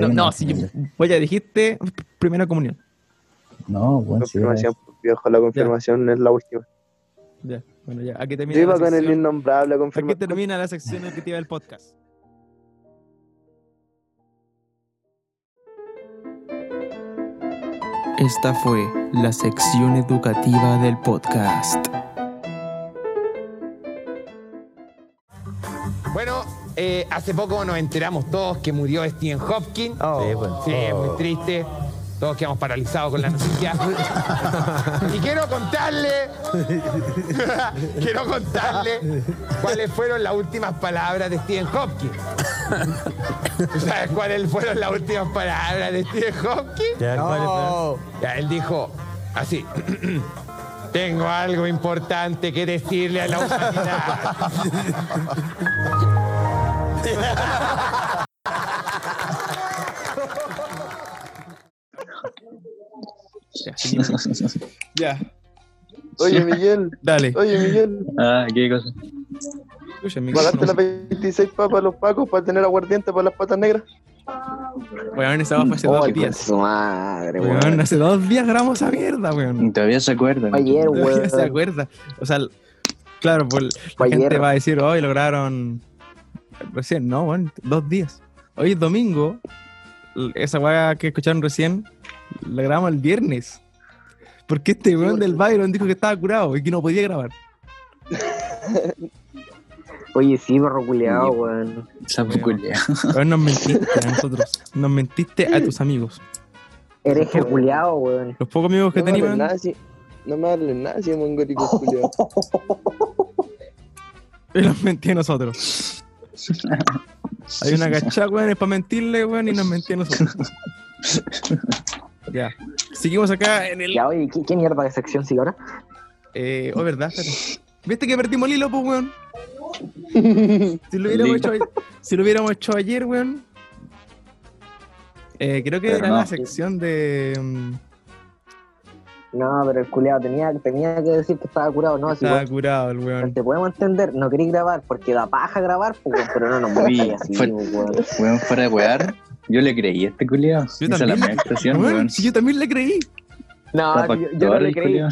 Speaker 2: No,
Speaker 3: Ahí
Speaker 2: no,
Speaker 3: no,
Speaker 2: si
Speaker 3: no.
Speaker 2: yo, vos ya dijiste primera comunión.
Speaker 3: No, bueno, sí. era
Speaker 1: confirmación, viejo, la confirmación es la última.
Speaker 2: Ya, bueno, ya. Aquí
Speaker 1: Yo
Speaker 2: termina,
Speaker 1: iba
Speaker 2: la
Speaker 1: con el
Speaker 2: sección,
Speaker 1: innombrable,
Speaker 2: aquí
Speaker 1: confirmación.
Speaker 2: termina la sección objetiva del podcast.
Speaker 7: Esta fue la sección educativa del podcast.
Speaker 5: Bueno, eh, hace poco nos enteramos todos que murió Stephen Hopkins. sí, es muy triste. Todos quedamos paralizados con la noticia. y quiero contarle, quiero contarle cuáles fueron las últimas palabras de Stephen Hopkins. ¿Tú ¿Sabes cuáles fueron las últimas palabras de Stephen Hopkins?
Speaker 4: Ya, ¿cuál es, pero?
Speaker 5: Ya, él dijo así. Tengo algo importante que decirle a la humanidad.
Speaker 2: Ya, seguimos. ya,
Speaker 1: Oye, Miguel,
Speaker 2: dale.
Speaker 1: oye, Miguel,
Speaker 3: Ah, qué cosa.
Speaker 2: Escucha, mi-
Speaker 1: ¿pagaste las 26 papas a los pacos para tener aguardiente para las patas negras?
Speaker 2: Weón, esa fue hace dos
Speaker 6: Ay, con
Speaker 2: días.
Speaker 6: Oh, su madre,
Speaker 2: Weón, hace dos días grabamos esa mierda,
Speaker 3: Y
Speaker 2: weón.
Speaker 3: todavía se acuerdan.
Speaker 6: Ayer,
Speaker 2: Todavía se
Speaker 6: weón.
Speaker 2: acuerda. O sea, claro, pues la
Speaker 6: Ayer.
Speaker 2: gente va a decir, hoy lograron recién, no, weón, dos días. Hoy es domingo. l- Esa weá que escucharon recién, la grabamos el viernes. Porque este weón del Byron dijo que estaba curado y que no podía grabar.
Speaker 6: Oye, sí, barro culiao, weón.
Speaker 3: Sapo
Speaker 2: Bueno.
Speaker 3: culiao.
Speaker 2: Weón, nos mentiste a nosotros. Nos mentiste a tus amigos.
Speaker 6: Hereje culiao, weón.
Speaker 2: Los pocos amigos que
Speaker 1: No me hables
Speaker 2: tenían.
Speaker 1: nada, si- no me hables nada, si es mongólico, culiao.
Speaker 2: Y nos mentí a nosotros. Hay una cachá, weón, es para mentirle, weón, y nos mentí a nosotros. ya. Seguimos acá en el.
Speaker 6: Ya, oye, ¿qué, qué mierda de sección sigue ahora?
Speaker 2: Eh, oh, verdad, espérate. ¿Viste que perdimos el hilo, pues, weón? Si lo hubiéramos, hecho, a- si lo hubiéramos hecho ayer, weón. Eh, creo que
Speaker 3: Pero
Speaker 2: era
Speaker 3: no.
Speaker 2: la sección de. mm,
Speaker 6: No, pero el culiao tenía, tenía que decir que estaba curado, no, si
Speaker 2: Estaba
Speaker 6: vos-
Speaker 2: curado el weón.
Speaker 6: te podemos entender, no querí grabar porque da paja grabar, pues, weón, pero no nos molestáis
Speaker 3: Uy,
Speaker 6: así,
Speaker 3: fue-
Speaker 6: pues, weón.
Speaker 3: Weón, fuera de wear. Yo le creí a este
Speaker 2: Yo
Speaker 3: culiao. Hizo la
Speaker 2: también.
Speaker 3: misma actuación,
Speaker 2: Weón,
Speaker 3: weón.
Speaker 2: si yo también le creí.
Speaker 6: No,
Speaker 3: Está
Speaker 6: Ah, yo, yo no
Speaker 3: pactual
Speaker 6: le
Speaker 3: el
Speaker 6: creí.
Speaker 3: culiao.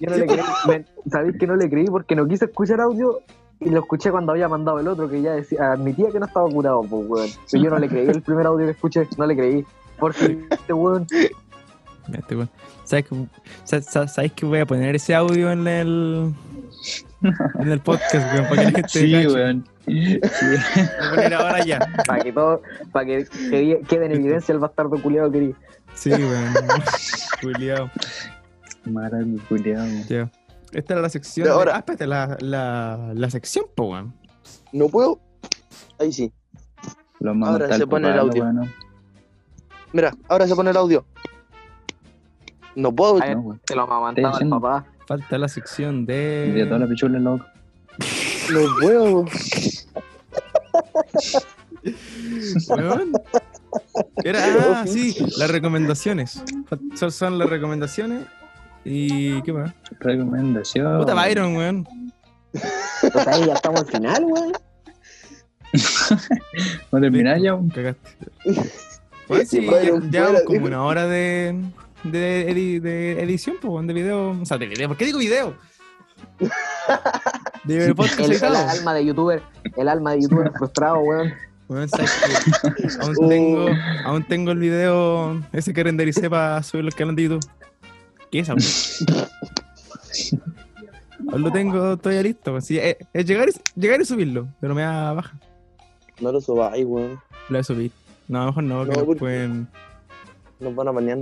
Speaker 6: Yo no le creí. men, ¿Sabéis que no le creí? Porque no quise escuchar audio y lo escuché cuando había mandado el otro que ya decía, admitía que no estaba curado, pues, weón. Y yo no le creí el primer audio que escuché, no le creí. Porque este weón.
Speaker 2: Mira, este weón. ¿Sabes que, sa- sa- sabes que voy a poner ese audio en el. En el podcast, weón, para que la gente
Speaker 3: Sí,
Speaker 2: cache?
Speaker 3: weón. Sí.
Speaker 2: Voy a poner ahora ya.
Speaker 6: Para que todo, para que quede, quede en evidencia el bastardo culiado que di.
Speaker 2: Sí, weón. Juliao.
Speaker 3: Maravilloso, culiao.
Speaker 2: ya. Esta era la sección.
Speaker 1: De ahora.
Speaker 2: de- ah, espérate, la, la, la sección, po, weón.
Speaker 1: No puedo. Ahí sí.
Speaker 3: Lo vamos a
Speaker 1: Ahora
Speaker 3: matar
Speaker 1: se pone el
Speaker 3: papá,
Speaker 1: audio.
Speaker 3: weón.
Speaker 1: Mira, ahora se pone el audio. No puedo.
Speaker 6: Ay,
Speaker 3: No, weón.
Speaker 6: Te lo amamantaba el
Speaker 3: diciendo.
Speaker 6: papá.
Speaker 2: Falta la sección de.
Speaker 3: De toda la pichula, loco.
Speaker 1: No puedo.
Speaker 2: Weón. Era, ah, sí, las recomendaciones. Fal- Son, son las recomendaciones. ¿Y qué más?
Speaker 3: Recomendación.
Speaker 2: Puta Byron, weón.
Speaker 6: Pues ahí ya estamos al final, weón.
Speaker 3: ¿No terminás ya?
Speaker 2: Cagaste. Weón, sí,
Speaker 1: Byron
Speaker 2: ya, ya
Speaker 1: fuera,
Speaker 2: como
Speaker 1: dijo.
Speaker 2: una hora de, de, edi- de edición, po, weón, de video. O sea, de video. ¿Por qué digo video? De podcast
Speaker 6: El, el
Speaker 2: editado.
Speaker 6: alma de youtuber, el alma de youtuber frustrado, weón.
Speaker 2: Weón, ¿sabes qué?
Speaker 6: Uh.
Speaker 2: aún, tengo, aún tengo el video ese que rendericé para subirlo al canal de YouTube. ¿Qué es, weón? Aún lo tengo todavía listo. weón. Sí, es, es llegar, y- llegar y subirlo, pero me da baja.
Speaker 1: No lo subáis, weón.
Speaker 2: Lo voy a subir. No, a lo mejor no, que
Speaker 1: No,
Speaker 2: nos
Speaker 1: porque-
Speaker 2: pueden-
Speaker 1: Nos van a banear.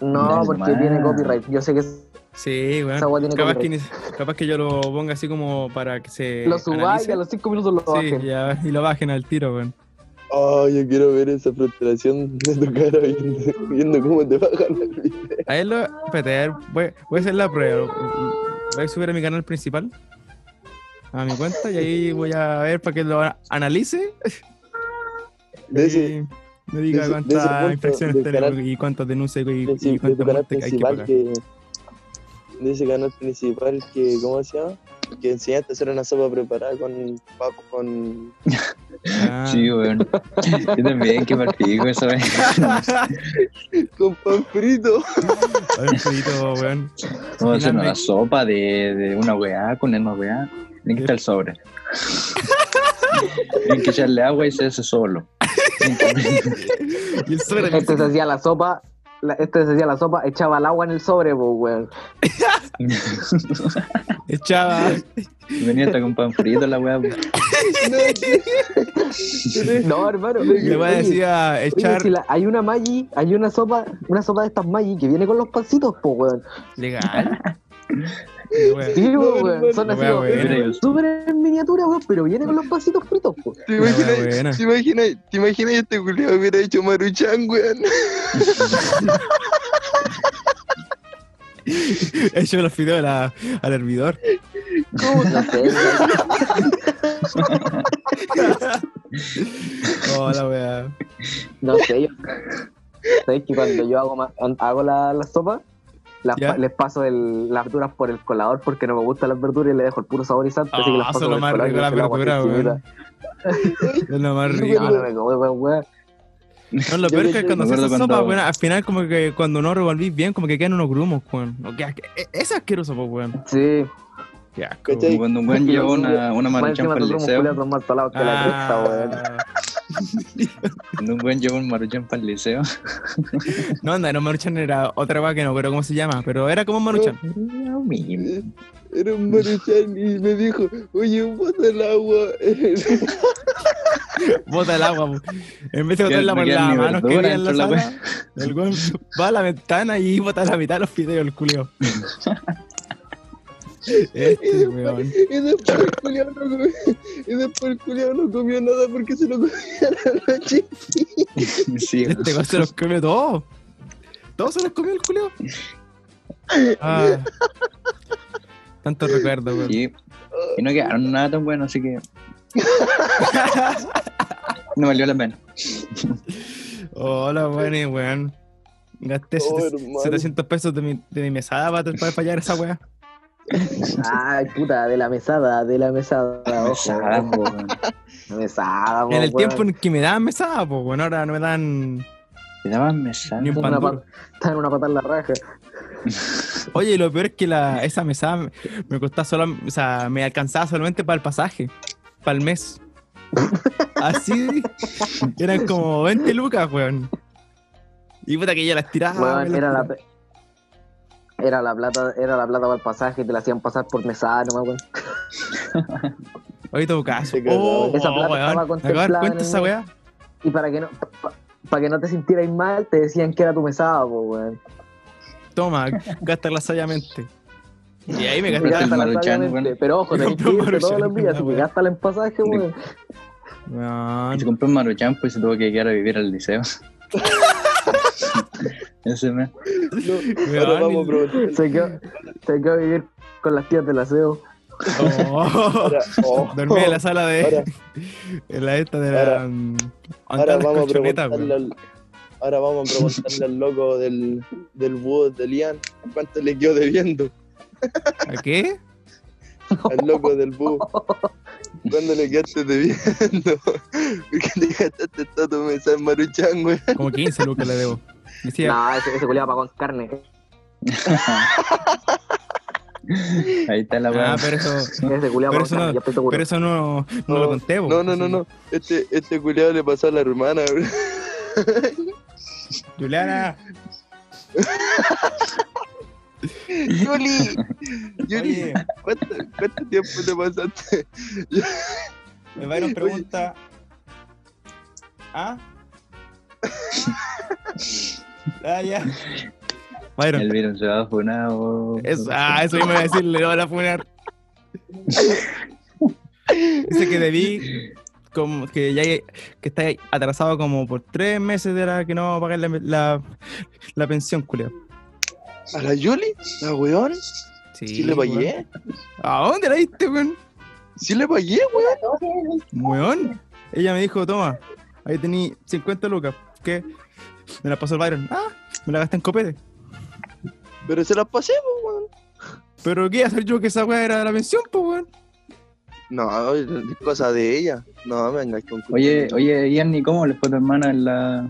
Speaker 6: No,
Speaker 3: Dale,
Speaker 6: porque
Speaker 3: man.
Speaker 6: tiene copyright. Yo sé que
Speaker 2: Sí, weón.
Speaker 6: Esa weá tiene
Speaker 2: Capaz que, ni- capaz que yo lo ponga así como para que se.
Speaker 6: lo subáis
Speaker 2: analice.
Speaker 6: y a los 5 minutos lo bajen.
Speaker 2: Sí, ya, y lo bajen al tiro, weón.
Speaker 1: Oh, yo quiero ver esa frustración de tu cara viendo, viendo cómo te bajan el video.
Speaker 2: A él lo. Espérate, a ver, voy, voy a hacer la prueba. Voy a subir a mi canal principal. A mi cuenta y ahí voy a ver para que lo analice.
Speaker 1: De ese-
Speaker 2: y me diga
Speaker 1: de ese- de ese
Speaker 2: cuántas
Speaker 1: punto,
Speaker 2: infecciones
Speaker 1: del
Speaker 2: tenemos
Speaker 1: canal-
Speaker 2: y cuántas denuncias y,
Speaker 1: de,
Speaker 2: y
Speaker 1: ese- de tu
Speaker 2: cuántas
Speaker 1: canal
Speaker 2: muertes hay que
Speaker 1: principal
Speaker 2: pagar.
Speaker 1: que, de ese canal principal que cómo se llama que enseñaste a hacer una sopa preparada con papas con
Speaker 2: Ah,
Speaker 3: Sí, weón. Yo también, que martillo eso, weón.
Speaker 1: con pan frito
Speaker 2: un pedito, weón.
Speaker 3: Vamos a hacer
Speaker 2: Finalmente-
Speaker 3: una sopa de, de una weá con una weá. Tienen que estar sobre. Tienen que echarle agua y se hace solo.
Speaker 2: Y el sobre me
Speaker 6: Este se hacía la sopa, la- este se hacía la sopa, echaba el agua en el sobre, po, weón.
Speaker 2: echaba.
Speaker 3: Venía hasta con pan frito la weá. weón.
Speaker 6: No, hermano.
Speaker 2: Le voy a
Speaker 6: oye,
Speaker 2: decir a
Speaker 6: oye,
Speaker 2: echar.
Speaker 6: si la- hay una Maggi, hay una sopa, una sopa de estas Maggi que viene con los pancitos, po, weón.
Speaker 2: Legal. Weón.
Speaker 6: Sí, po,
Speaker 1: No,
Speaker 6: weón.
Speaker 1: hermano.
Speaker 6: Son así,
Speaker 2: Wea,
Speaker 6: po,
Speaker 3: buena.
Speaker 6: súper en miniatura, weón, pero viene con los pancitos fritos, po.
Speaker 1: te
Speaker 2: Una imaginas- wea buena. te
Speaker 1: imaginas te imaginas este culiado hubiera hecho maruchan weón
Speaker 2: Echo los fideos a la- al hervidor.
Speaker 6: No sé, weón.
Speaker 2: Hola, weá.
Speaker 6: No sé, yo. ¿Sabes que cuando yo hago, ma- hago la, la sopa, las
Speaker 2: ¿Ya?
Speaker 6: pa- les paso el- las verduras por el colador porque no me gustan las verduras y le dejo el puro saborizante. así que las
Speaker 2: Ah,
Speaker 6: paso
Speaker 2: son
Speaker 6: por
Speaker 2: lo
Speaker 6: el
Speaker 2: más
Speaker 6: colador y
Speaker 2: rico
Speaker 6: le
Speaker 2: la
Speaker 6: echo el agua
Speaker 2: verdura,
Speaker 6: por
Speaker 2: weón.
Speaker 6: encimita.
Speaker 2: Es lo más rico.
Speaker 6: No, no me como, weón, weón.
Speaker 2: No, lo peor es que cuando
Speaker 3: Me
Speaker 2: haces
Speaker 3: acuerdo
Speaker 2: esa sopa,
Speaker 3: cuando-
Speaker 2: weón, al final como que cuando no revolvís bien, como que quedan unos grumos, weón. O que asque- e- Es asqueroso, pues, weón.
Speaker 6: Sí,
Speaker 2: Qué asco.
Speaker 1: ¿Cachai?
Speaker 2: weón.
Speaker 3: Como Cuando un buen lleva una, una
Speaker 6: más
Speaker 3: maruchan
Speaker 6: encima
Speaker 3: para el
Speaker 6: tus rumos
Speaker 3: liceo.
Speaker 6: culiados son más salados que la cresta, weón.
Speaker 2: Ah.
Speaker 3: Cuando un buen lleva un maruchan para el liceo.
Speaker 2: No, anda, no Maruchan era otra weá que no creo cómo se llama, pero era como un Maruchan.
Speaker 3: Era humilde.
Speaker 1: era un maruchan y me dijo oye bota el agua
Speaker 2: Bota el agua, po. En vez de
Speaker 3: Que
Speaker 2: botarla
Speaker 3: no
Speaker 2: por
Speaker 3: quedan
Speaker 2: las
Speaker 3: ni
Speaker 2: manos que
Speaker 3: verduras
Speaker 2: había en la
Speaker 3: dentro de la
Speaker 2: sala, el weón va a la ventana y bota la mitad de los fideos, el culeo. Este, weón.
Speaker 1: y después el culiao no comió y después el culiao no comió nada porque se lo comió a la noche
Speaker 3: Sí,
Speaker 2: Este weón se los comió todos. Todos se los comió el culeo. Ah. Tanto recuerdo, weón.
Speaker 3: Y, y no quedaron nada tan bueno, así que. No valió la pena.
Speaker 2: Hola, weón, weón. Gasté
Speaker 1: Oh,
Speaker 2: 700
Speaker 1: hermano.
Speaker 2: 700 pesos de mi, de mi mesada para tratar de fallar esa weá.
Speaker 6: Ay, puta, de la mesada, de la mesada. ojo,
Speaker 3: Pesada,
Speaker 6: ojo.
Speaker 3: po, weón.
Speaker 6: La mesada,
Speaker 2: En el
Speaker 6: weón.
Speaker 2: tiempo en que me daban mesada, pues bueno, ahora no me dan
Speaker 3: Te daban mesada.
Speaker 2: ni un pan
Speaker 6: Una
Speaker 2: duro.
Speaker 6: pa- Está en una patada en la raja.
Speaker 2: Oye, y lo peor es que la, esa mesada me- me costaba solo, o sea, me alcanzaba solamente para el pasaje, para el mes. Así eran como 20 lucas, weón. Y puta que yo las
Speaker 1: Ah,
Speaker 2: tiraba.
Speaker 6: Weón,
Speaker 2: me las
Speaker 6: era la
Speaker 2: tiraba.
Speaker 6: pe- era la plata, era la plata para el pasaje y te la hacían pasar por mesada nomás, weón.
Speaker 2: Oye, tu caso.
Speaker 1: Te
Speaker 2: Oh,
Speaker 1: cagaba.
Speaker 6: Esa
Speaker 2: oh,
Speaker 6: plata
Speaker 2: weón. Me
Speaker 6: estaba
Speaker 2: acabo de dar
Speaker 6: contemplada en
Speaker 2: cuenta
Speaker 6: el
Speaker 2: esa
Speaker 6: mes.
Speaker 2: weá.
Speaker 6: Y para que no, para que no te sintierais mal, te decían que era tu mesada, po, weón.
Speaker 2: Toma, gastarla sabiamente. Y ahí me gasté.
Speaker 3: Compraste el
Speaker 6: Gástala
Speaker 3: Maruchan,
Speaker 6: sabiamente,
Speaker 3: weón.
Speaker 6: este, Pero ojo, tenés
Speaker 2: Compré
Speaker 6: que
Speaker 2: un
Speaker 6: irte todos
Speaker 2: Maruchan,
Speaker 6: los días, así que
Speaker 2: weón.
Speaker 6: gástala en pasaje, weón.
Speaker 2: Weón.
Speaker 3: Se compró un maruchan, pues se tuvo que quedar a vivir al liceo. Ese mes.
Speaker 1: no,
Speaker 2: Weón,
Speaker 1: ahora vamos a
Speaker 2: y-
Speaker 1: probar
Speaker 6: Se quedó, se quedó a vivir con las tías del aseo.
Speaker 2: Oh.
Speaker 1: Ahora- oh.
Speaker 2: Dormí en la sala de.
Speaker 1: Ahora-
Speaker 2: en la esta de la.
Speaker 1: ahora-
Speaker 2: mm, donde
Speaker 1: Ahora
Speaker 2: están las
Speaker 1: vamos, a
Speaker 2: colchonetas,
Speaker 1: preguntarle
Speaker 2: weón.
Speaker 1: al, ahora vamos a preguntarle al loco del, del búho de Lian cuánto le quedó debiendo.
Speaker 2: ¿A qué?
Speaker 1: Al loco del búho. ¿Cuándo le quedaste debiendo? Porque te gastaste todo tu mesa en Maruchan, güey.
Speaker 2: Como 15 lucas le debo. Decía,
Speaker 6: No, ese, ese culiado pagó en carne.
Speaker 3: Ahí está la weá.
Speaker 2: ah, pero eso,
Speaker 6: Ese culiado
Speaker 2: Pero
Speaker 6: pagó
Speaker 2: eso
Speaker 6: en carne,
Speaker 2: no-
Speaker 6: ya estoy seguro.
Speaker 2: pero eso no, no lo conté. po.
Speaker 1: No, no, no, no. Este, este culiado le pasó a la hermana, bro.
Speaker 2: Juliana,
Speaker 1: Yuli, Yuli,
Speaker 2: oye,
Speaker 1: ¿cuánto, cuánto tiempo te pasaste?
Speaker 2: me va a ir una pregunta. ¿Ah? ah, ya. Byron,
Speaker 3: El virus se va oh. funado.
Speaker 2: Eso, ah, eso iba a decirle, lo van a funar. Dice que debí, como que ya que está atrasado como por tres meses de la que no va a pagar la, la, la pensión, culeo.
Speaker 1: ¿A la Yuli? ¿La weón?
Speaker 2: Sí,
Speaker 1: ¿Sí le
Speaker 2: weón.
Speaker 1: pagué?
Speaker 2: ¿A dónde la diste, weón?
Speaker 1: ¿Sí le pagué, weón?
Speaker 2: Weón. Ella me dijo, toma, ahí tení 50 lucas. ¿Qué? Me la pasó el Byron. Ah, me la gasté en copete.
Speaker 1: Pero se las pasé, po, weón.
Speaker 2: Pero ¿qué iba a hacer yo que esa weá era de la pensión, pues, weón?
Speaker 1: No, es cosa de ella. No, venga, con
Speaker 3: Oye, oye, Ian, ¿y cómo le fue a tu hermana en la,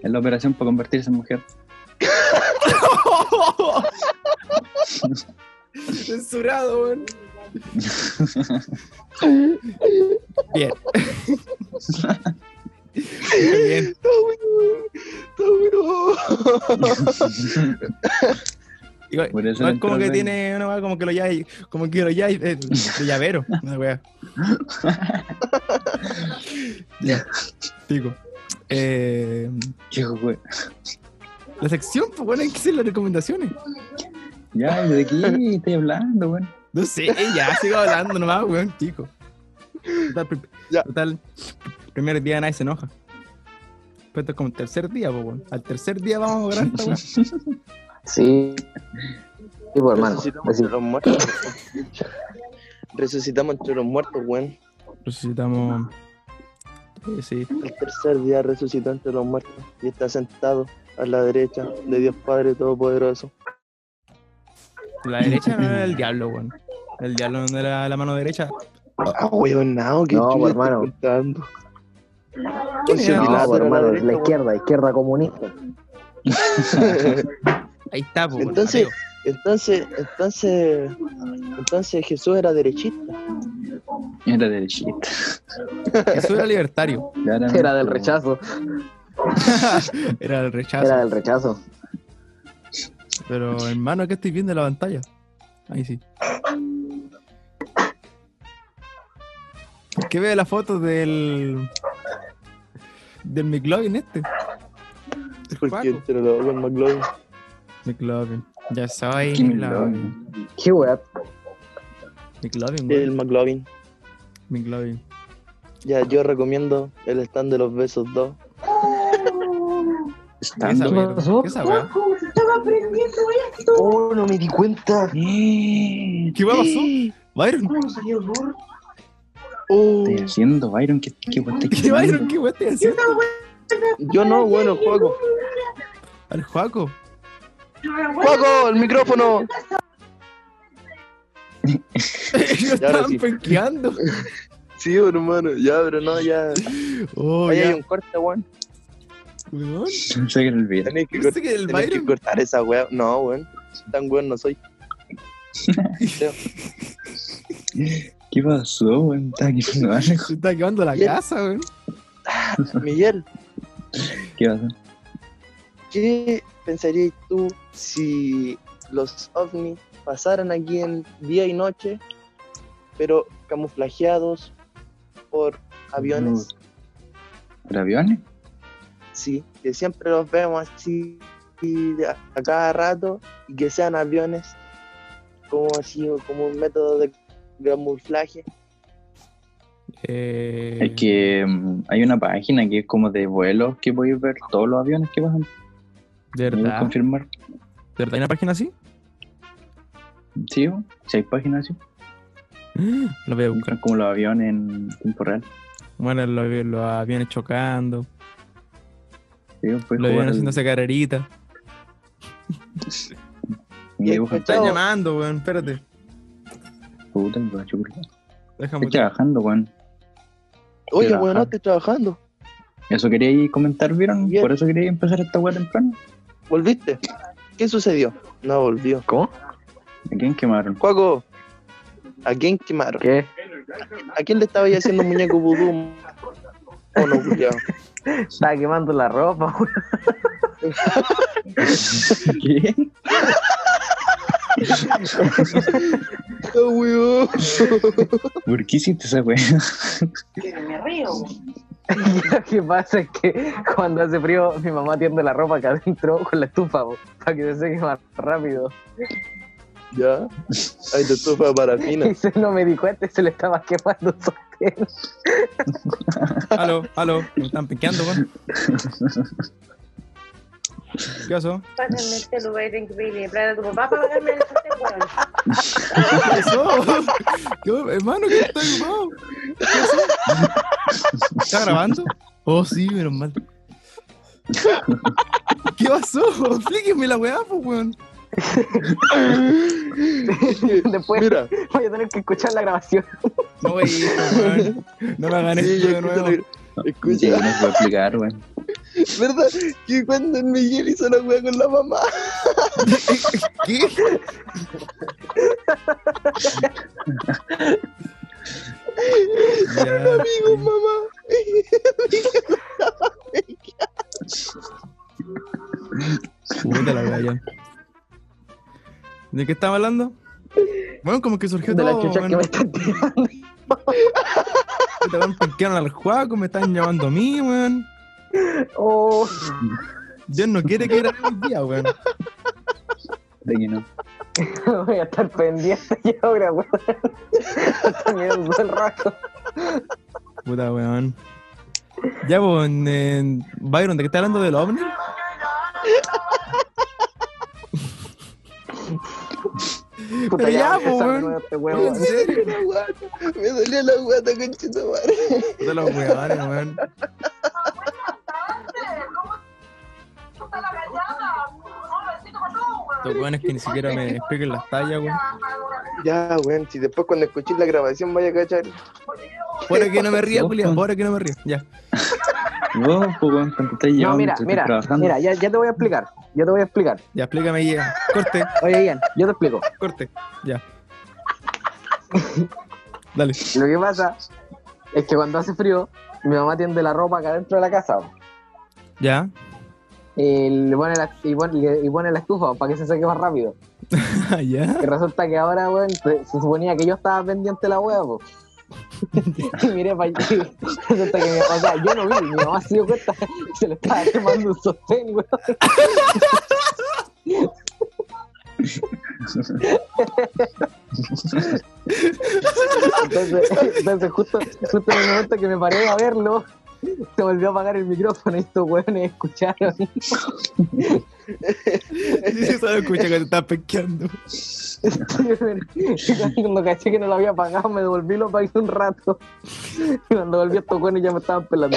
Speaker 3: en la operación para convertirse en mujer?
Speaker 2: Censurado, weón. Bien. Bien.
Speaker 1: Está bueno, está bueno.
Speaker 2: Igual-
Speaker 3: Por eso
Speaker 2: igual
Speaker 3: le
Speaker 2: como
Speaker 3: entró
Speaker 2: que
Speaker 3: el
Speaker 2: tiene una weá como que lo ya como que lo ya eh, de llavero, una weá. Ya. Pico. Eh,
Speaker 3: Hijo, güey.
Speaker 2: la sección, pues bueno, hay que hacer las recomendaciones.
Speaker 3: Ya, ¿de qué estoy hablando, güey?
Speaker 2: No sé, ya sigo hablando nomás, weón, chico. Total, pri-
Speaker 1: Ya.
Speaker 2: total, primer día nadie se enoja. Pues esto es como el tercer día, po, weón. Al tercer día vamos a lograr esta weá.
Speaker 6: Sí. Sí, pues, hermano.
Speaker 1: Resucitamos
Speaker 6: Así-
Speaker 1: entre los muertos. Resucitamos entre los muertos, weón.
Speaker 2: Resucitamos. Eh, sí.
Speaker 1: El tercer día resucitó entre los muertos y está sentado a la derecha de Dios Padre Todopoderoso.
Speaker 2: La derecha no era el diablo, weón. El diablo no era la mano derecha.
Speaker 1: Ah, weón, no, que
Speaker 6: No,
Speaker 1: chucha
Speaker 6: pues,
Speaker 1: estoy
Speaker 6: hermano.
Speaker 1: contando.
Speaker 2: ¿Quién
Speaker 1: Poncio
Speaker 2: era?
Speaker 6: No,
Speaker 1: Pilato
Speaker 6: pues,
Speaker 1: era
Speaker 6: hermano,
Speaker 1: derecha,
Speaker 6: la izquierda, izquierda comunista.
Speaker 1: weón.
Speaker 2: Ahí está, po, weón.
Speaker 1: Entonces-
Speaker 2: Arriba.
Speaker 1: Entonces, entonces, entonces Jesús era derechista.
Speaker 3: Era derechita.
Speaker 2: Jesús era libertario.
Speaker 3: claramente,
Speaker 6: Era del
Speaker 3: güey.
Speaker 6: rechazo.
Speaker 2: Era el rechazo.
Speaker 6: Era del rechazo.
Speaker 2: Pero hermano, ¿qué estoy viendo en la pantalla? Ahí sí. ¿Qué ve la foto del. del McLovin este? El
Speaker 1: Porque
Speaker 2: Paco.
Speaker 1: te lo doy en McLovin.
Speaker 2: McLovin. Ya soy
Speaker 3: Qué
Speaker 2: McLovin.
Speaker 3: milagro.
Speaker 6: Qué weá.
Speaker 2: McLovin,
Speaker 1: El
Speaker 2: güey.
Speaker 1: McLovin.
Speaker 2: McLovin.
Speaker 1: Ya, yo recomiendo el stand de los besos 2.
Speaker 2: ¿Qué es esa
Speaker 3: Estando.
Speaker 2: weá?
Speaker 6: pasó?
Speaker 2: ¿Qué es esa weá?
Speaker 1: Oh, no me di cuenta.
Speaker 3: Eh,
Speaker 2: ¿Qué weá pasó? Byron.
Speaker 1: Oh,
Speaker 3: ¿Qué estoy haciendo, Byron? ¿Qué, qué weá estoy
Speaker 2: ¿Qué Byron?
Speaker 3: haciendo?
Speaker 2: ¿Qué weá estoy haciendo?
Speaker 1: yo no, bueno, Juaco.
Speaker 2: Al Juaco.
Speaker 1: Juaco, el micrófono.
Speaker 2: Lo
Speaker 1: ahora
Speaker 2: estaban
Speaker 1: sí.
Speaker 2: penqueando.
Speaker 1: Sí, hermano, ya, pero no, ya.
Speaker 2: Oh,
Speaker 1: Ahí hay
Speaker 2: ya.
Speaker 1: un corte, weón.
Speaker 2: Weón.
Speaker 3: No sé que lo olvidé.
Speaker 1: Tenés que, cort-
Speaker 2: Parece que el
Speaker 1: tenés que
Speaker 2: Byron.
Speaker 1: cortar esa weá. No, weón. Tan weón no soy.
Speaker 3: ¿Qué pasó, güey? Estaba queriendo algo.
Speaker 2: Se está quemando la
Speaker 1: Bien.
Speaker 2: casa, weón.
Speaker 1: Miguel,
Speaker 3: ¿Qué pasó?
Speaker 1: ¿qué pensarías tú si los ovnis pasaran aquí en día y noche, pero camuflajeados por aviones?
Speaker 3: ¿Por aviones?
Speaker 1: Sí, que siempre los vemos así y de- a, cada rato y que sean aviones como así o como un método de camuflaje.
Speaker 2: Eh,
Speaker 3: Es que mm, hay una página que es como de vuelos que podéis ver todos los aviones que bajan.
Speaker 2: De
Speaker 3: ¿Me puedes
Speaker 2: verdad. ¿De
Speaker 3: confirmar?
Speaker 2: verdad hay una página así?
Speaker 3: Sí, bo, si hay páginas así.
Speaker 2: Lo voy a buscar.
Speaker 3: Buscan como los aviones en tiempo real.
Speaker 2: Bueno, los aviones chocando,
Speaker 3: Sí, bo, puedes
Speaker 2: los
Speaker 3: jugar
Speaker 2: aviones
Speaker 3: al-
Speaker 2: haciéndose carreritas.
Speaker 3: Me dibujan
Speaker 2: Están
Speaker 1: Chao.
Speaker 2: llamando, weón, espérate.
Speaker 3: puta, me va a chupar.
Speaker 2: Déjame.
Speaker 3: Estoy trabajando, weón.
Speaker 1: Oye,
Speaker 3: Trabajar.
Speaker 1: bueno, estoy trabajando.
Speaker 3: Eso quería comentar, ¿vieron?
Speaker 1: Bien.
Speaker 3: Por eso quería empezar esta weá temprano.
Speaker 1: ¿Volviste? ¿Qué sucedió? No volvió.
Speaker 3: ¿Cómo? ¿A quién quemaron?
Speaker 1: Juaco, ¿a quién quemaron?
Speaker 6: ¿Qué?
Speaker 1: ¿A quién le estaba ya haciendo un muñeco vudú? Mono culiao.
Speaker 6: Estaba quemando la ropa, weón.
Speaker 3: ¿Qué?
Speaker 1: Ah, weón.
Speaker 3: ¿Por qué hiciste esa weá?
Speaker 6: Lo que pasa es que cuando hace frío, mi mamá tiende la ropa acá adentro con la estufa, po, para que se seque más rápido.
Speaker 1: Ya. Ahí te estufa de parafina.
Speaker 6: Y se no me dijo este, se le estaba quemando su tela.
Speaker 2: Aló, aló, me están piqueando, weón. ¿Qué pasó?
Speaker 8: Pásenme este lugar increíble. Para tu papá para pagarme el chiste, weón.
Speaker 2: ¿Qué pasó? ¿Qué- hermano, ¿qué está ocupado? ¿Qué pasó? ¿Está grabando? Oh, sí, menos mal. ¿Qué pasó? Explíquenme la weá, pues, weón.
Speaker 6: Después
Speaker 1: Mira,
Speaker 6: voy a tener que escuchar la grabación.
Speaker 2: No, wey, weón. No me hagan
Speaker 1: sí,
Speaker 2: esto
Speaker 1: yo
Speaker 2: de nuevo.
Speaker 1: escucho la- Escucha,
Speaker 3: no se va a explicar, weón.
Speaker 1: ¿verdad? Que cuando el Miguel hizo la weá con la mamá.
Speaker 2: ¿Qué? Ya.
Speaker 1: Amigo, mamá.
Speaker 2: Puta la weá, ya. ¿De qué estaba hablando? Bueno, como que surgió
Speaker 6: De las
Speaker 2: todo,
Speaker 6: chuchas
Speaker 2: weón.
Speaker 6: que me están tirando.
Speaker 2: Te van pescando al juego, me están llamando a mí, weón.
Speaker 6: Oh,
Speaker 2: Dios no quiere que era el día, weón.
Speaker 3: De que no.
Speaker 6: voy a estar pendiente yo ahora, weón. Hasta me dio el rato.
Speaker 2: Puta, weón. Ya, pues, en, en- Byron, ¿de qué estás hablando del ovni?
Speaker 6: Puta,
Speaker 2: Pero ya,
Speaker 6: voy a
Speaker 2: po,
Speaker 6: empezar de
Speaker 2: weón.
Speaker 6: nuevo este
Speaker 2: Oye,
Speaker 6: weón.
Speaker 2: ¿En serio?
Speaker 1: La guata, Me salió la guata, conchito madre.
Speaker 2: Puta los weones, weón. Estos weones que ni siquiera me expliquen las tallas, weón.
Speaker 1: Ya, weón, si después cuando escuché la grabación vaya a cachar.
Speaker 2: Por que no me ría, Julián, por que no me ría. Ya.
Speaker 3: Vos, pues, weón, cuando estás
Speaker 6: No,
Speaker 3: llevando,
Speaker 6: mira,
Speaker 3: estás
Speaker 6: mira,
Speaker 3: trabajando.
Speaker 6: mira, ya, ya te voy a explicar. Yo te voy a explicar.
Speaker 2: Ya, explícame, ya. Corte,
Speaker 6: Oye, Ian, yo te explico.
Speaker 2: corte. Ya. Dale.
Speaker 6: Lo que pasa es que cuando hace frío, mi mamá tiende la ropa acá dentro de la casa. po.
Speaker 2: Ya.
Speaker 6: Y le pone la, y pone, le- y pone la estufa para que se seque más rápido.
Speaker 2: ya.
Speaker 6: Y resulta que ahora, weón, se, se suponía que yo estaba pendiente de la hueá, po. y miré para allí. Resulta que mi mamá, o sea, yo no vi, mi mamá se dio cuenta que se le estaba quemando un sostén, weón. Entonces, entonces justo, justo en el momento que me paré a verlo, se volvió a apagar el micrófono y estos weones escucharon.
Speaker 2: Sí, solo escucha que te estás pesqueando.
Speaker 6: Y cuando caché que no lo había pagado, me devolví lo pagué un rato. Y cuando volví a estos y ya me estaban pelando.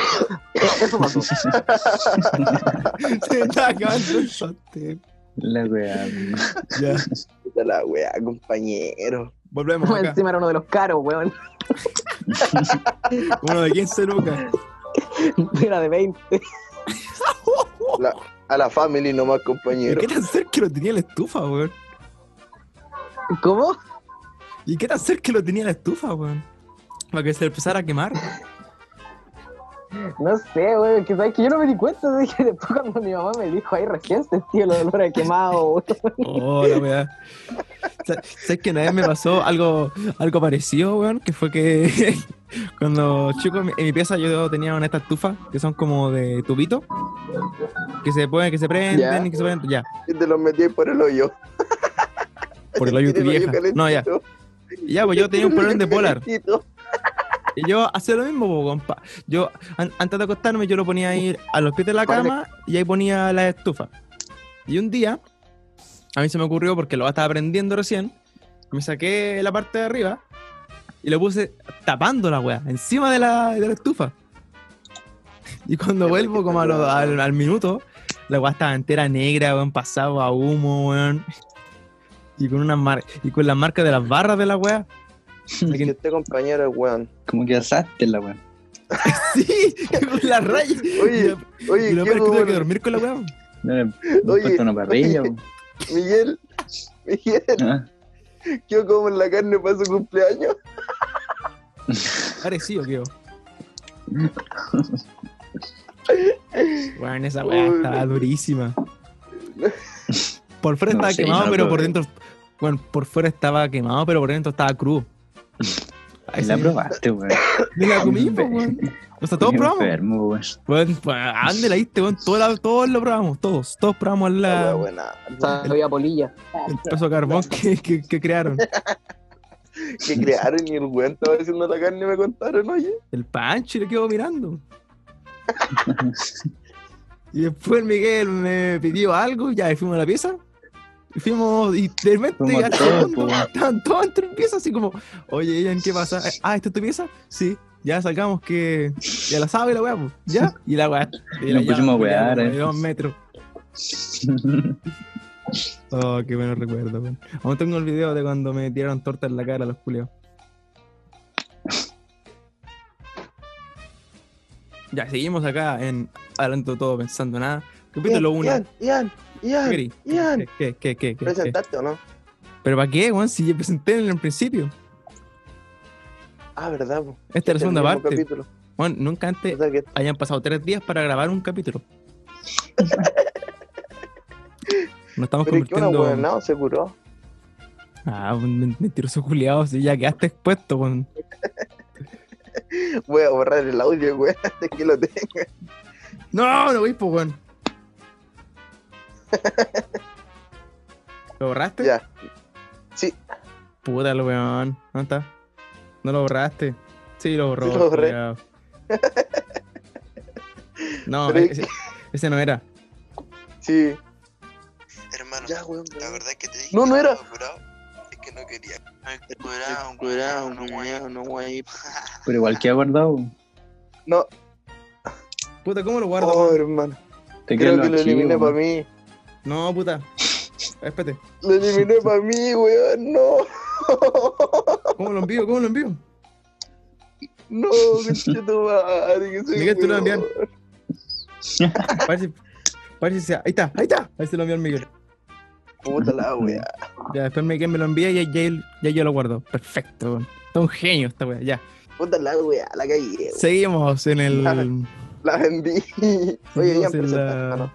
Speaker 6: E-, Eso pasó.
Speaker 2: Se está acabando el sorteo.
Speaker 3: La weá.
Speaker 2: Ya.
Speaker 1: Puta la weá, compañero.
Speaker 2: Volvemos acá.
Speaker 6: Encima era uno de los caros, weón.
Speaker 2: Uno de 15 lucas.
Speaker 6: Era de 20.
Speaker 1: A la family nomás,
Speaker 2: ¿Y
Speaker 1: compañero.
Speaker 2: qué tan cerca lo tenía la estufa, weón?
Speaker 6: ¿Cómo?
Speaker 2: ¿Y qué tan cerca lo tenía la estufa, weón? Para que se empezara a quemar.
Speaker 6: No sé, weón. Que sabes que yo no me di cuenta. De que después cuando mi mamá me dijo ahí recién sentí el olor a quemado, weón.
Speaker 2: Oh, la weá. Sa- ¿Sabes que una vez me pasó algo, algo parecido, weón? Que fue que cuando chico en mi- en mi pieza yo tenía una de estas estufas que son como de tubito. Que se pueden, que se prenden
Speaker 6: Ya.
Speaker 2: y que se prenden. Ya,
Speaker 1: Y te los metí ahí por el hoyo.
Speaker 2: por el hoyo de tu
Speaker 1: Tiene el
Speaker 2: vieja. No, ya.
Speaker 1: calentito.
Speaker 2: Y Ya, pues yo tenía un problema de polar.
Speaker 1: Calentito.
Speaker 2: Y yo hacía lo mismo, po, compa. Yo, an- antes de acostarme, yo lo ponía ahí a los pies de la cama y ahí ponía la estufa. Y un día, a mí se me ocurrió, porque lo estaba aprendiendo recién, me saqué la parte de arriba y lo puse tapando la weá, encima de la, de la estufa. Y cuando
Speaker 1: Ya,
Speaker 2: vuelvo,
Speaker 1: porque
Speaker 2: como a
Speaker 1: está
Speaker 2: lo-
Speaker 1: curado.
Speaker 2: al, al minuto, la weá estaba entera negra, weón, pasado a humo, weón. Y con, una mar y con la marca de las barras de la weá.
Speaker 1: Que este compañero es weón.
Speaker 3: Como que asaste la weá.
Speaker 2: Sí, con la raya.
Speaker 1: Oye,
Speaker 2: Y
Speaker 1: oye,
Speaker 2: lo
Speaker 1: ¿qué
Speaker 2: peor es que tuve que
Speaker 1: hubo?
Speaker 2: dormir con la weá.
Speaker 3: No le le he
Speaker 1: Oye,
Speaker 3: puesto una parrilla,
Speaker 1: oye.
Speaker 3: po.
Speaker 1: Miguel, Miguel,
Speaker 3: Ah,
Speaker 1: yo como la carne para su cumpleaños.
Speaker 2: Parecido, creo. Weón, esa weá
Speaker 1: Uy.
Speaker 2: estaba durísima. Por fuera
Speaker 3: No
Speaker 2: estaba
Speaker 3: sé,
Speaker 2: quemado,
Speaker 3: no
Speaker 2: pero
Speaker 3: lo
Speaker 2: por
Speaker 3: probé.
Speaker 2: dentro. Bueno, por fuera estaba quemado, pero por dentro estaba crudo. Ahí
Speaker 3: La
Speaker 2: sí.
Speaker 3: probaste, weón.
Speaker 2: Me la comí, po, weón. O sea, todos
Speaker 3: Estoy
Speaker 2: probamos.
Speaker 3: enfermo, weón.
Speaker 2: Weón, pues, ¿a dónde la diste, weón? Todos, la- todos lo probamos, todos. Todos probamos la,
Speaker 1: La buena.
Speaker 6: Sabía polilla.
Speaker 2: el peso de carbón que, que- que crearon.
Speaker 1: Que crearon y el weón estaba haciendo la carne y me contaron, oye.
Speaker 2: El Pancho y le quedo mirando. Y después el Miguel me pidió algo, ya y fuimos a la pieza. Y fuimos, y de repente
Speaker 3: Fuimos
Speaker 2: al
Speaker 3: todos,
Speaker 2: segundo,
Speaker 3: po, weón.
Speaker 2: estaban todos entre pieza, así como, oye, Ian, ¿qué pasa? Ah, ¿esta es tu pieza? Sí, ya sacamos que ya la sabe la weá, po. ya. Y la weá.
Speaker 3: Y nos pusimos a wear, eh.
Speaker 2: De dos metros. Oh, qué bueno recuerdo, weón. Aún tengo el video de cuando me tiraron torta en la cara los culiados. Ya, seguimos acá en Adelanto Todo Pensando Nada. Capítulo 1.
Speaker 1: Ian, Ian, Ian,
Speaker 2: ¿Qué,
Speaker 1: Ian.
Speaker 2: qué, qué, qué, qué?
Speaker 1: ¿Presentaste o no?
Speaker 2: ¿Pero para qué, weón? Si ya presenté en el principio.
Speaker 1: Ah, verdad, po.
Speaker 2: Esta Este es la segunda
Speaker 1: El mismo
Speaker 2: parte.
Speaker 1: capítulo.
Speaker 2: Bueno, nunca antes
Speaker 1: O sea que
Speaker 2: hayan pasado tres días para grabar un capítulo. Nos estamos
Speaker 1: pero es que una
Speaker 2: convirtiendo...
Speaker 1: weón no, se curó.
Speaker 2: Ah, un men- mentiroso culiado, si ya quedaste expuesto, weón.
Speaker 1: Voy a borrar el audio, weón, antes que lo tenga.
Speaker 2: No, no voy, pues, weón. ¿Lo borraste?
Speaker 1: Ya. Sí,
Speaker 2: Puta, el weón. ¿Dónde está? ¿No lo borraste? Sí, lo borró.
Speaker 1: Sí, lo borré.
Speaker 2: culiao. no, e-,
Speaker 1: Pero es
Speaker 2: ese, ese no era.
Speaker 1: sí.
Speaker 9: Hermano,
Speaker 1: Ya, weón.
Speaker 9: la verdad es que te dije
Speaker 1: No,
Speaker 9: que
Speaker 1: no era.
Speaker 9: estaba curado, es que no quería. Curado,
Speaker 1: Curado,
Speaker 9: curado,
Speaker 1: no,
Speaker 9: no weón.
Speaker 1: weón, no, weón.
Speaker 3: Pero igual que ha guardado, weón.
Speaker 1: No,
Speaker 2: Puta, ¿cómo lo guardo?
Speaker 1: oh,
Speaker 2: weón?
Speaker 1: hermano.
Speaker 3: Te
Speaker 1: Creo
Speaker 3: quedan
Speaker 1: que lo
Speaker 3: los
Speaker 1: eliminé
Speaker 3: archivos,
Speaker 1: para
Speaker 3: weón.
Speaker 1: mí.
Speaker 2: No, puta. Espérate.
Speaker 1: Lo eliminé para mí, weón. No.
Speaker 2: ¿Cómo lo envío? ¿Cómo lo envío?
Speaker 1: No, conchetumare, que soy
Speaker 2: Miguel, tú lo
Speaker 1: weón.
Speaker 2: envían. Parece, parece sea. Ahí está, ahí está. Ahí se lo envió el Miguel.
Speaker 1: Puta la weá.
Speaker 2: Ya, después Miguel me lo envía y ya, ya él- ya yo lo guardo. Perfecto, weón. Está un genio esta weá, ya.
Speaker 1: Puta la weá, la cagué. weón.
Speaker 2: Seguimos en el.
Speaker 1: Claro. La vendí. Oye, ya
Speaker 2: seguimos en
Speaker 1: empecé.
Speaker 2: la-
Speaker 1: no.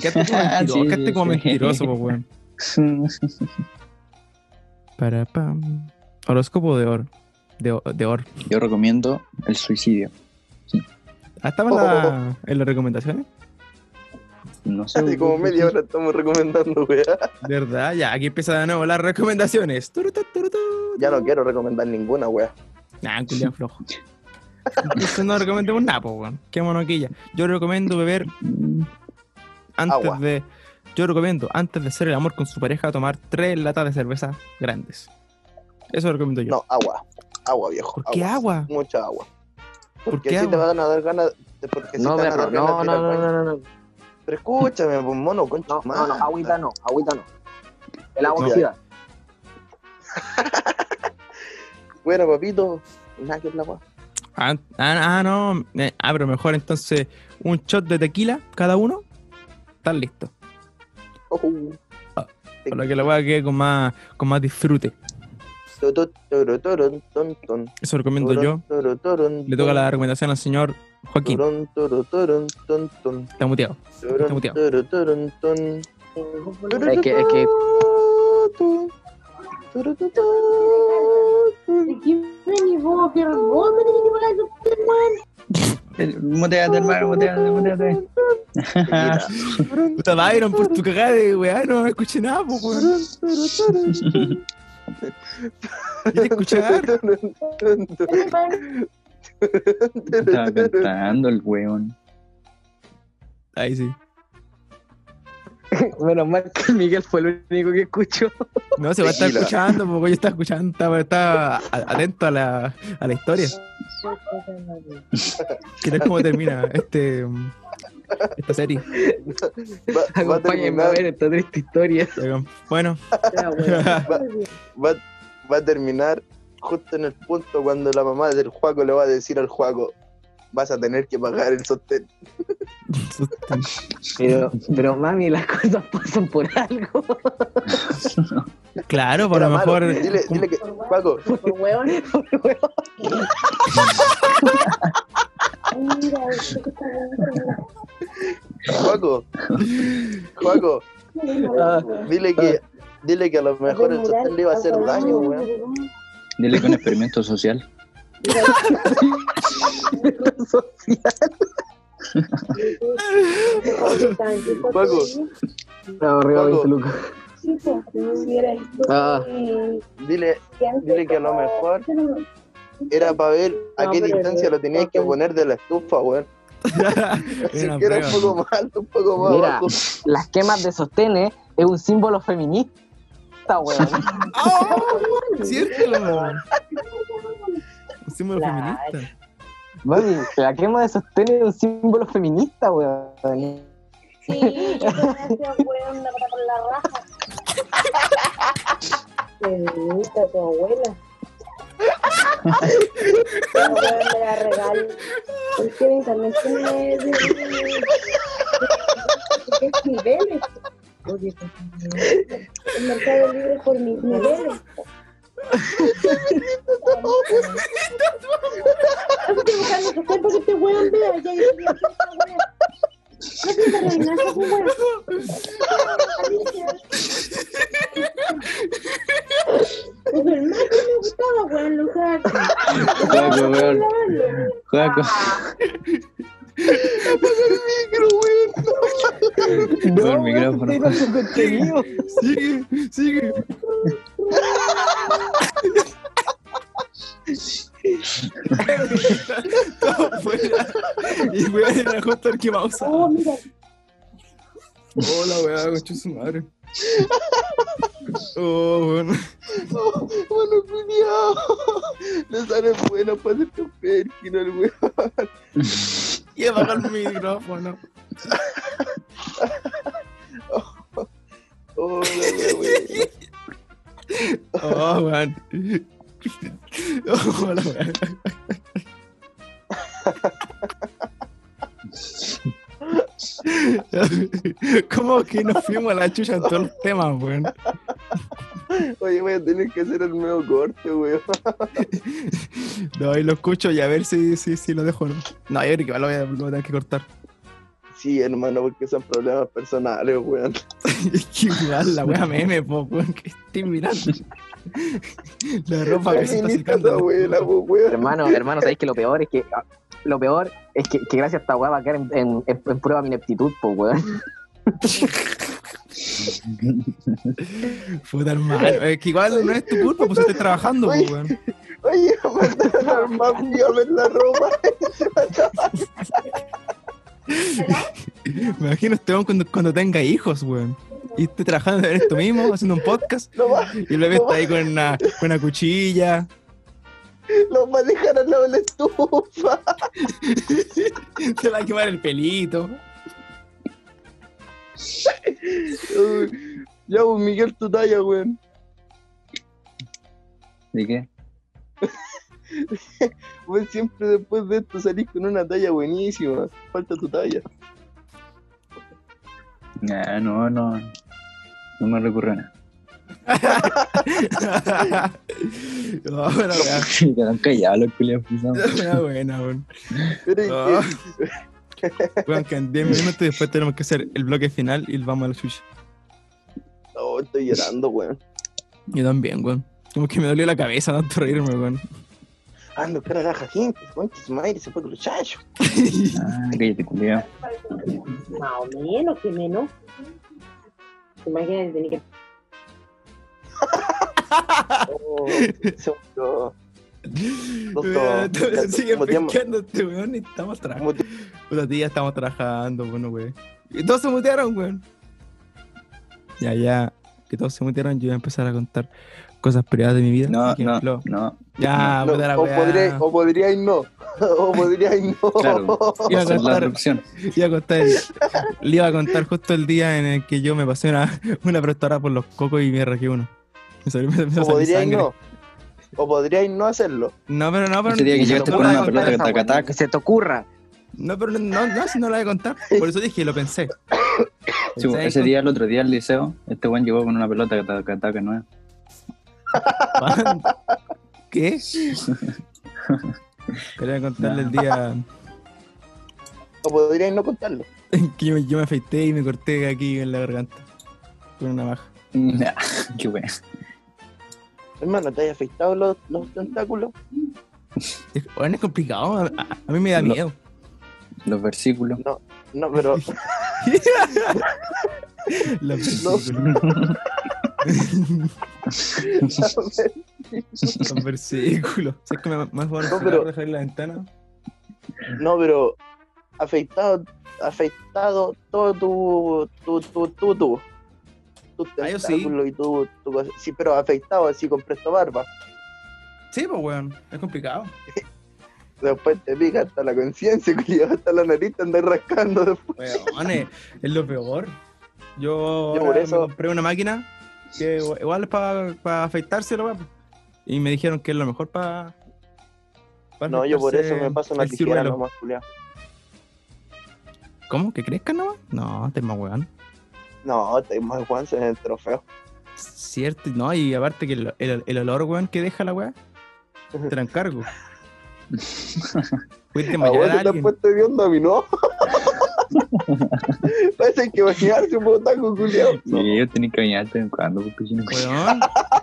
Speaker 2: Quedaste como
Speaker 3: Ah,
Speaker 2: mentiroso,
Speaker 3: sí,
Speaker 2: quedaste
Speaker 3: sí,
Speaker 2: como
Speaker 3: sí.
Speaker 2: mentiroso, po, weón. Para pam. Horóscopo de Or. De, Or- de Or.
Speaker 3: Yo recomiendo el suicidio.
Speaker 2: Ah, estaba en, la-
Speaker 1: Oh.
Speaker 2: en las recomendaciones.
Speaker 3: No sé.
Speaker 1: Hace como
Speaker 3: weón.
Speaker 1: media hora estamos recomendando, weá.
Speaker 2: De verdad, ya, aquí empieza de nuevo las recomendaciones. Turu, tu, turu, tu.
Speaker 1: Ya no quiero recomendar ninguna, weá.
Speaker 2: Nah, culiao flojo. Entonces no recomendemos nada, po, weón. Qué monoquilla. Yo recomiendo beber
Speaker 3: mm,
Speaker 2: antes
Speaker 1: Agua.
Speaker 2: de. Yo recomiendo, antes de hacer el amor con su pareja, tomar tres latas de cerveza grandes. Eso recomiendo yo.
Speaker 1: No, agua. Agua, viejo.
Speaker 2: ¿Por qué agua?
Speaker 1: Mucha agua.
Speaker 2: ¿Por
Speaker 1: Porque
Speaker 2: qué
Speaker 1: así te
Speaker 2: agua?
Speaker 1: van a dar ganas. de- Porque si
Speaker 6: No,
Speaker 1: te van a
Speaker 6: perro,
Speaker 1: dar ganas
Speaker 6: no, no,
Speaker 1: de ir al
Speaker 6: no,
Speaker 1: baño.
Speaker 6: no, no, no.
Speaker 1: Pero escúchame, pues mono, concha.
Speaker 6: No, no, no,
Speaker 1: madre.
Speaker 6: agüita no, agüita no. El agua
Speaker 1: No.
Speaker 6: oxida.
Speaker 1: Bueno, papito. Nada que es la weá.
Speaker 2: Ah, ah, ah, no. Eh, ah, pero mejor entonces un shot de tequila cada uno. Están listos.
Speaker 1: Oh,
Speaker 2: Para que la weá quede con más, con más disfrute.
Speaker 1: to- to- toro, toro, ton, ton.
Speaker 2: Eso recomiendo yo.
Speaker 1: Toro, toro,
Speaker 2: Le toca la
Speaker 1: ton,
Speaker 2: recomendación al señor Joaquín.
Speaker 1: Turun, turun, turun, tun, tun.
Speaker 2: Está muteado.
Speaker 1: Turun,
Speaker 2: muteado.
Speaker 1: turun, turun, tun.
Speaker 6: Es que- es que-
Speaker 1: Tun, turun, tun, tun.
Speaker 8: не вовер, вовремя не вылазит.
Speaker 3: El- Muteate, hermano, muteate, muteate.
Speaker 1: Mira, turun,
Speaker 2: Puta Byron, por tu cagada de weá, no escuché nada, po, weón.
Speaker 1: turun, turun, turun, tun.
Speaker 2: Yo te escuché hablar.
Speaker 1: Turun, turun, turun, turun,
Speaker 3: Estaba
Speaker 1: turun.
Speaker 3: cantando el weón.
Speaker 2: Ahí sí.
Speaker 6: Menos mal que Miguel fue el único que escuchó.
Speaker 2: No, se va a estar
Speaker 1: Tequila.
Speaker 2: escuchando, porque yo estaba escuchando, estaba, estaba a- atento a la, a la historia. Quiero ver cómo termina este, um, esta serie.
Speaker 1: Va, va a
Speaker 6: Acompáñenme a
Speaker 1: terminar,
Speaker 6: ver esta triste historia.
Speaker 2: Bueno,
Speaker 1: va, va a terminar justo en el punto cuando la mamá del Juaco le va a decir al Juaco vas a tener que pagar el sostén.
Speaker 6: Pero, pero mami, las cosas pasan por algo.
Speaker 2: Claro, por
Speaker 1: Era
Speaker 2: lo
Speaker 1: malo.
Speaker 2: mejor.
Speaker 1: Dile,
Speaker 2: ¿cómo-
Speaker 1: dile que, Paco,
Speaker 8: Por hueón. Ay, mira, eso que está bueno.
Speaker 1: Paco, Paco,
Speaker 6: Ah,
Speaker 1: dile que, dile que a lo mejor el sostén le iba a hacer daño, weón.
Speaker 3: Dile que un experimento social.
Speaker 1: Paco.
Speaker 6: no, arriba
Speaker 1: Paco.
Speaker 6: 20 lucas. Ah.
Speaker 1: Dile, dile que a lo mejor era para ver a
Speaker 8: No,
Speaker 1: qué
Speaker 8: pero-
Speaker 1: distancia lo tenías que
Speaker 8: ok.
Speaker 1: poner de la estufa, weón. Así
Speaker 2: Era
Speaker 1: que era un
Speaker 2: prueba.
Speaker 1: poco mal, un poco más
Speaker 6: Mira.
Speaker 1: abajo.
Speaker 6: Las quemas de sostenes es un símbolo feminista, weón.
Speaker 2: Cierto, weón. Un símbolo
Speaker 8: Claro.
Speaker 2: feminista.
Speaker 6: Mami, la quema de sostenes es un símbolo feminista, weón.
Speaker 8: Sí, gracias, weón, la con la raja. Feminista, tu abuela. Pero, weón, me la regalo. ¿Por qué internet tiene de- de- de- de- de- de- niveles? Oye, pues, no. el mercado libre es por mis niveles. Tengo que buscar los hoteles para que este weón vea. Ya, ya, ya, esta wea. No te arruinas, es un weón. Pues el Mac no me gustaba, weón, lo usaba.
Speaker 3: Juego, weón. Juego. Apagó el micrófono. el micrófono.
Speaker 2: Sigue, sigue. Todo fuera. Y weón era justo el que va a usar.
Speaker 8: Oh, mira,
Speaker 2: Hola, weón, coche su madre. Oh, weón.
Speaker 1: Oh, Bueno, cuidado. No sale bueno para hacer tu perkin, el weón.
Speaker 2: Y apagar mi micrófono.
Speaker 1: Oh, la wea, wea.
Speaker 2: Oh, weón. Oh, hola, weón. ¿Cómo que nos fuimos a la chucha en todos los temas, weón?
Speaker 1: Oye, voy a tener que hacer el nuevo corte, weón.
Speaker 2: No, y lo escucho y a ver si, si, si lo dejo o no. No, yo creo que igual lo voy a, lo voy a tener que cortar.
Speaker 1: Sí, hermano, porque son problemas personales, weón.
Speaker 2: Es que igual la wea meme, po, weón, que estoy mirando. La ropa que se está
Speaker 1: Feminista tu
Speaker 2: secando.
Speaker 1: abuela, po, weón.
Speaker 6: Hermano, hermano, sabéis que lo peor es que ah, lo peor es que, que gracias a esta weá va a quedar en, en- en- en prueba mi ineptitud, po weón.
Speaker 2: Puta hermano. Es que igual no es tu culpa, pues estás trabajando, po,
Speaker 1: Oye.
Speaker 2: weón.
Speaker 1: Oye, mandaron al mafio a ver la ropa.
Speaker 2: Me imagino este weón cuando, cuando tenga hijos, weón. Y esté trabajando en esto mismo, haciendo un podcast.
Speaker 1: Lo va,
Speaker 2: Y el bebé está ahí con una, con una cuchilla.
Speaker 1: lo va a dejar al lado de la estufa.
Speaker 2: Se le va a quemar el pelito.
Speaker 1: Uy, Ya, pues, Miguel, tu talla, weón.
Speaker 3: ¿De qué?
Speaker 1: Weón, Pues, siempre después de esto salís con una talla buenísima. Falta tu talla.
Speaker 3: Nah, Ah, no, no. No me recurre nada.
Speaker 2: No, buena, weá.
Speaker 3: Quedan callados los culiados. pues, pisados.
Speaker 2: Buena, buena, weón.
Speaker 1: Pero es
Speaker 2: Ah.
Speaker 1: que-
Speaker 2: Weón, que en 10 minutos después tenemos que hacer el bloque final y vamos a la chucha.
Speaker 1: Oh, estoy llorando, weón.
Speaker 2: Yo también, weón. Como que me dolió la cabeza tanto reírme, weón.
Speaker 1: Ando, cara, gaja, gente. Concha, su madre, se fue con los chachos.
Speaker 3: Ah, cállate, culiado.
Speaker 8: Más o menos, que menos. Imagínate, tenés que.
Speaker 1: Oh, se murió.
Speaker 2: Weón,
Speaker 1: ya,
Speaker 2: Sigue
Speaker 1: muteamos.
Speaker 2: pescando este weón y estamos trabajando.
Speaker 1: Mute-
Speaker 2: Puta tía, estamos trabajando, bueno, weón. Y todos se mutearon, weón. Ya, ya. Que todos se mutearon, yo voy a empezar a contar cosas privadas de mi vida.
Speaker 3: No,
Speaker 2: Por
Speaker 3: no,
Speaker 2: ejemplo,
Speaker 3: no.
Speaker 2: Ya,
Speaker 1: no,
Speaker 2: Ah, puta la
Speaker 1: o,
Speaker 2: weá.
Speaker 1: podría, o podríais no. O podríais no.
Speaker 3: Claro.
Speaker 2: Iba a
Speaker 3: Esa es la
Speaker 2: contar-
Speaker 3: erupción.
Speaker 2: iba a contar el- le iba a contar justo el día en el que yo me pasé una, una prestora por los cocos y me arranqué uno. Me salió, me, me
Speaker 1: O
Speaker 2: salió
Speaker 1: podríais
Speaker 2: sangre.
Speaker 1: no. O podríais no hacerlo.
Speaker 2: No, pero no, pero
Speaker 3: Ese día que
Speaker 2: no,
Speaker 3: llegaste
Speaker 2: no
Speaker 3: con
Speaker 2: la
Speaker 3: una
Speaker 2: voy a
Speaker 3: pelota
Speaker 2: contar.
Speaker 3: que
Speaker 6: esa
Speaker 3: taca
Speaker 6: weá,
Speaker 3: taca.
Speaker 6: que se te ocurra.
Speaker 2: No, pero no, no, no, si no la voy a contar. Por eso dije, lo pensé.
Speaker 3: Sí,
Speaker 2: Pensé
Speaker 3: ese
Speaker 2: en-
Speaker 3: día, el otro día al liceo, este weón llegó con una pelota que taca taca nueva.
Speaker 2: ¿Qué? Quería contarle el día
Speaker 1: O podríais no contarlo.
Speaker 2: en que yo, yo me afeité y me corté aquí en la garganta. Con una navaja.
Speaker 3: Nah, qué weón.
Speaker 1: Hermano, ¿te has afeitado los, los tentáculos?
Speaker 2: Es, bueno, es complicado. A, a- a mí me da
Speaker 3: Lo-
Speaker 2: miedo.
Speaker 3: Los versículos.
Speaker 1: No, pero
Speaker 2: La versículos. Los versículos. Si es que me, me vas a poner
Speaker 1: No,
Speaker 2: a
Speaker 1: pero-
Speaker 2: dejar en la ventana.
Speaker 1: no, pero afeitado, afeitado todo tu tu tu tu tu tus
Speaker 2: Ah, yo sí.
Speaker 1: tentáculos y tu, tu cosa. sí, pero afeitado así con presto barba.
Speaker 2: Sí, pues, weón. Es complicado.
Speaker 1: Después te pica hasta la conciencia, culiao, hasta la nariz te andas rascando después.
Speaker 2: Weón, es, es lo peor. Yo,
Speaker 1: Yo por
Speaker 2: ahora
Speaker 1: eso-
Speaker 2: me compré una máquina que igu- igual es para afeitarse la weá, Y me dijeron que es lo mejor para.
Speaker 1: No, yo por eso me paso una
Speaker 2: el
Speaker 1: tijera
Speaker 2: ciruelo.
Speaker 1: nomás, culiao.
Speaker 2: ¿Cómo? ¿Que crezcan nomás? No, te más weón.
Speaker 1: No, te más Juan en el trofeo.
Speaker 2: Cierto, no, y aparte que el, el- el olor, weón, que deja la weá, te la encargo. Fuiste
Speaker 1: A vos
Speaker 2: mañana
Speaker 1: te
Speaker 2: a
Speaker 1: estás
Speaker 2: alguien.
Speaker 1: puesto hediondo, a mí no. Parece que imaginarse un potaco, culiao. No.
Speaker 3: Y ellos tienen que bañarte de vez en cuando, porque si no.
Speaker 2: Weón,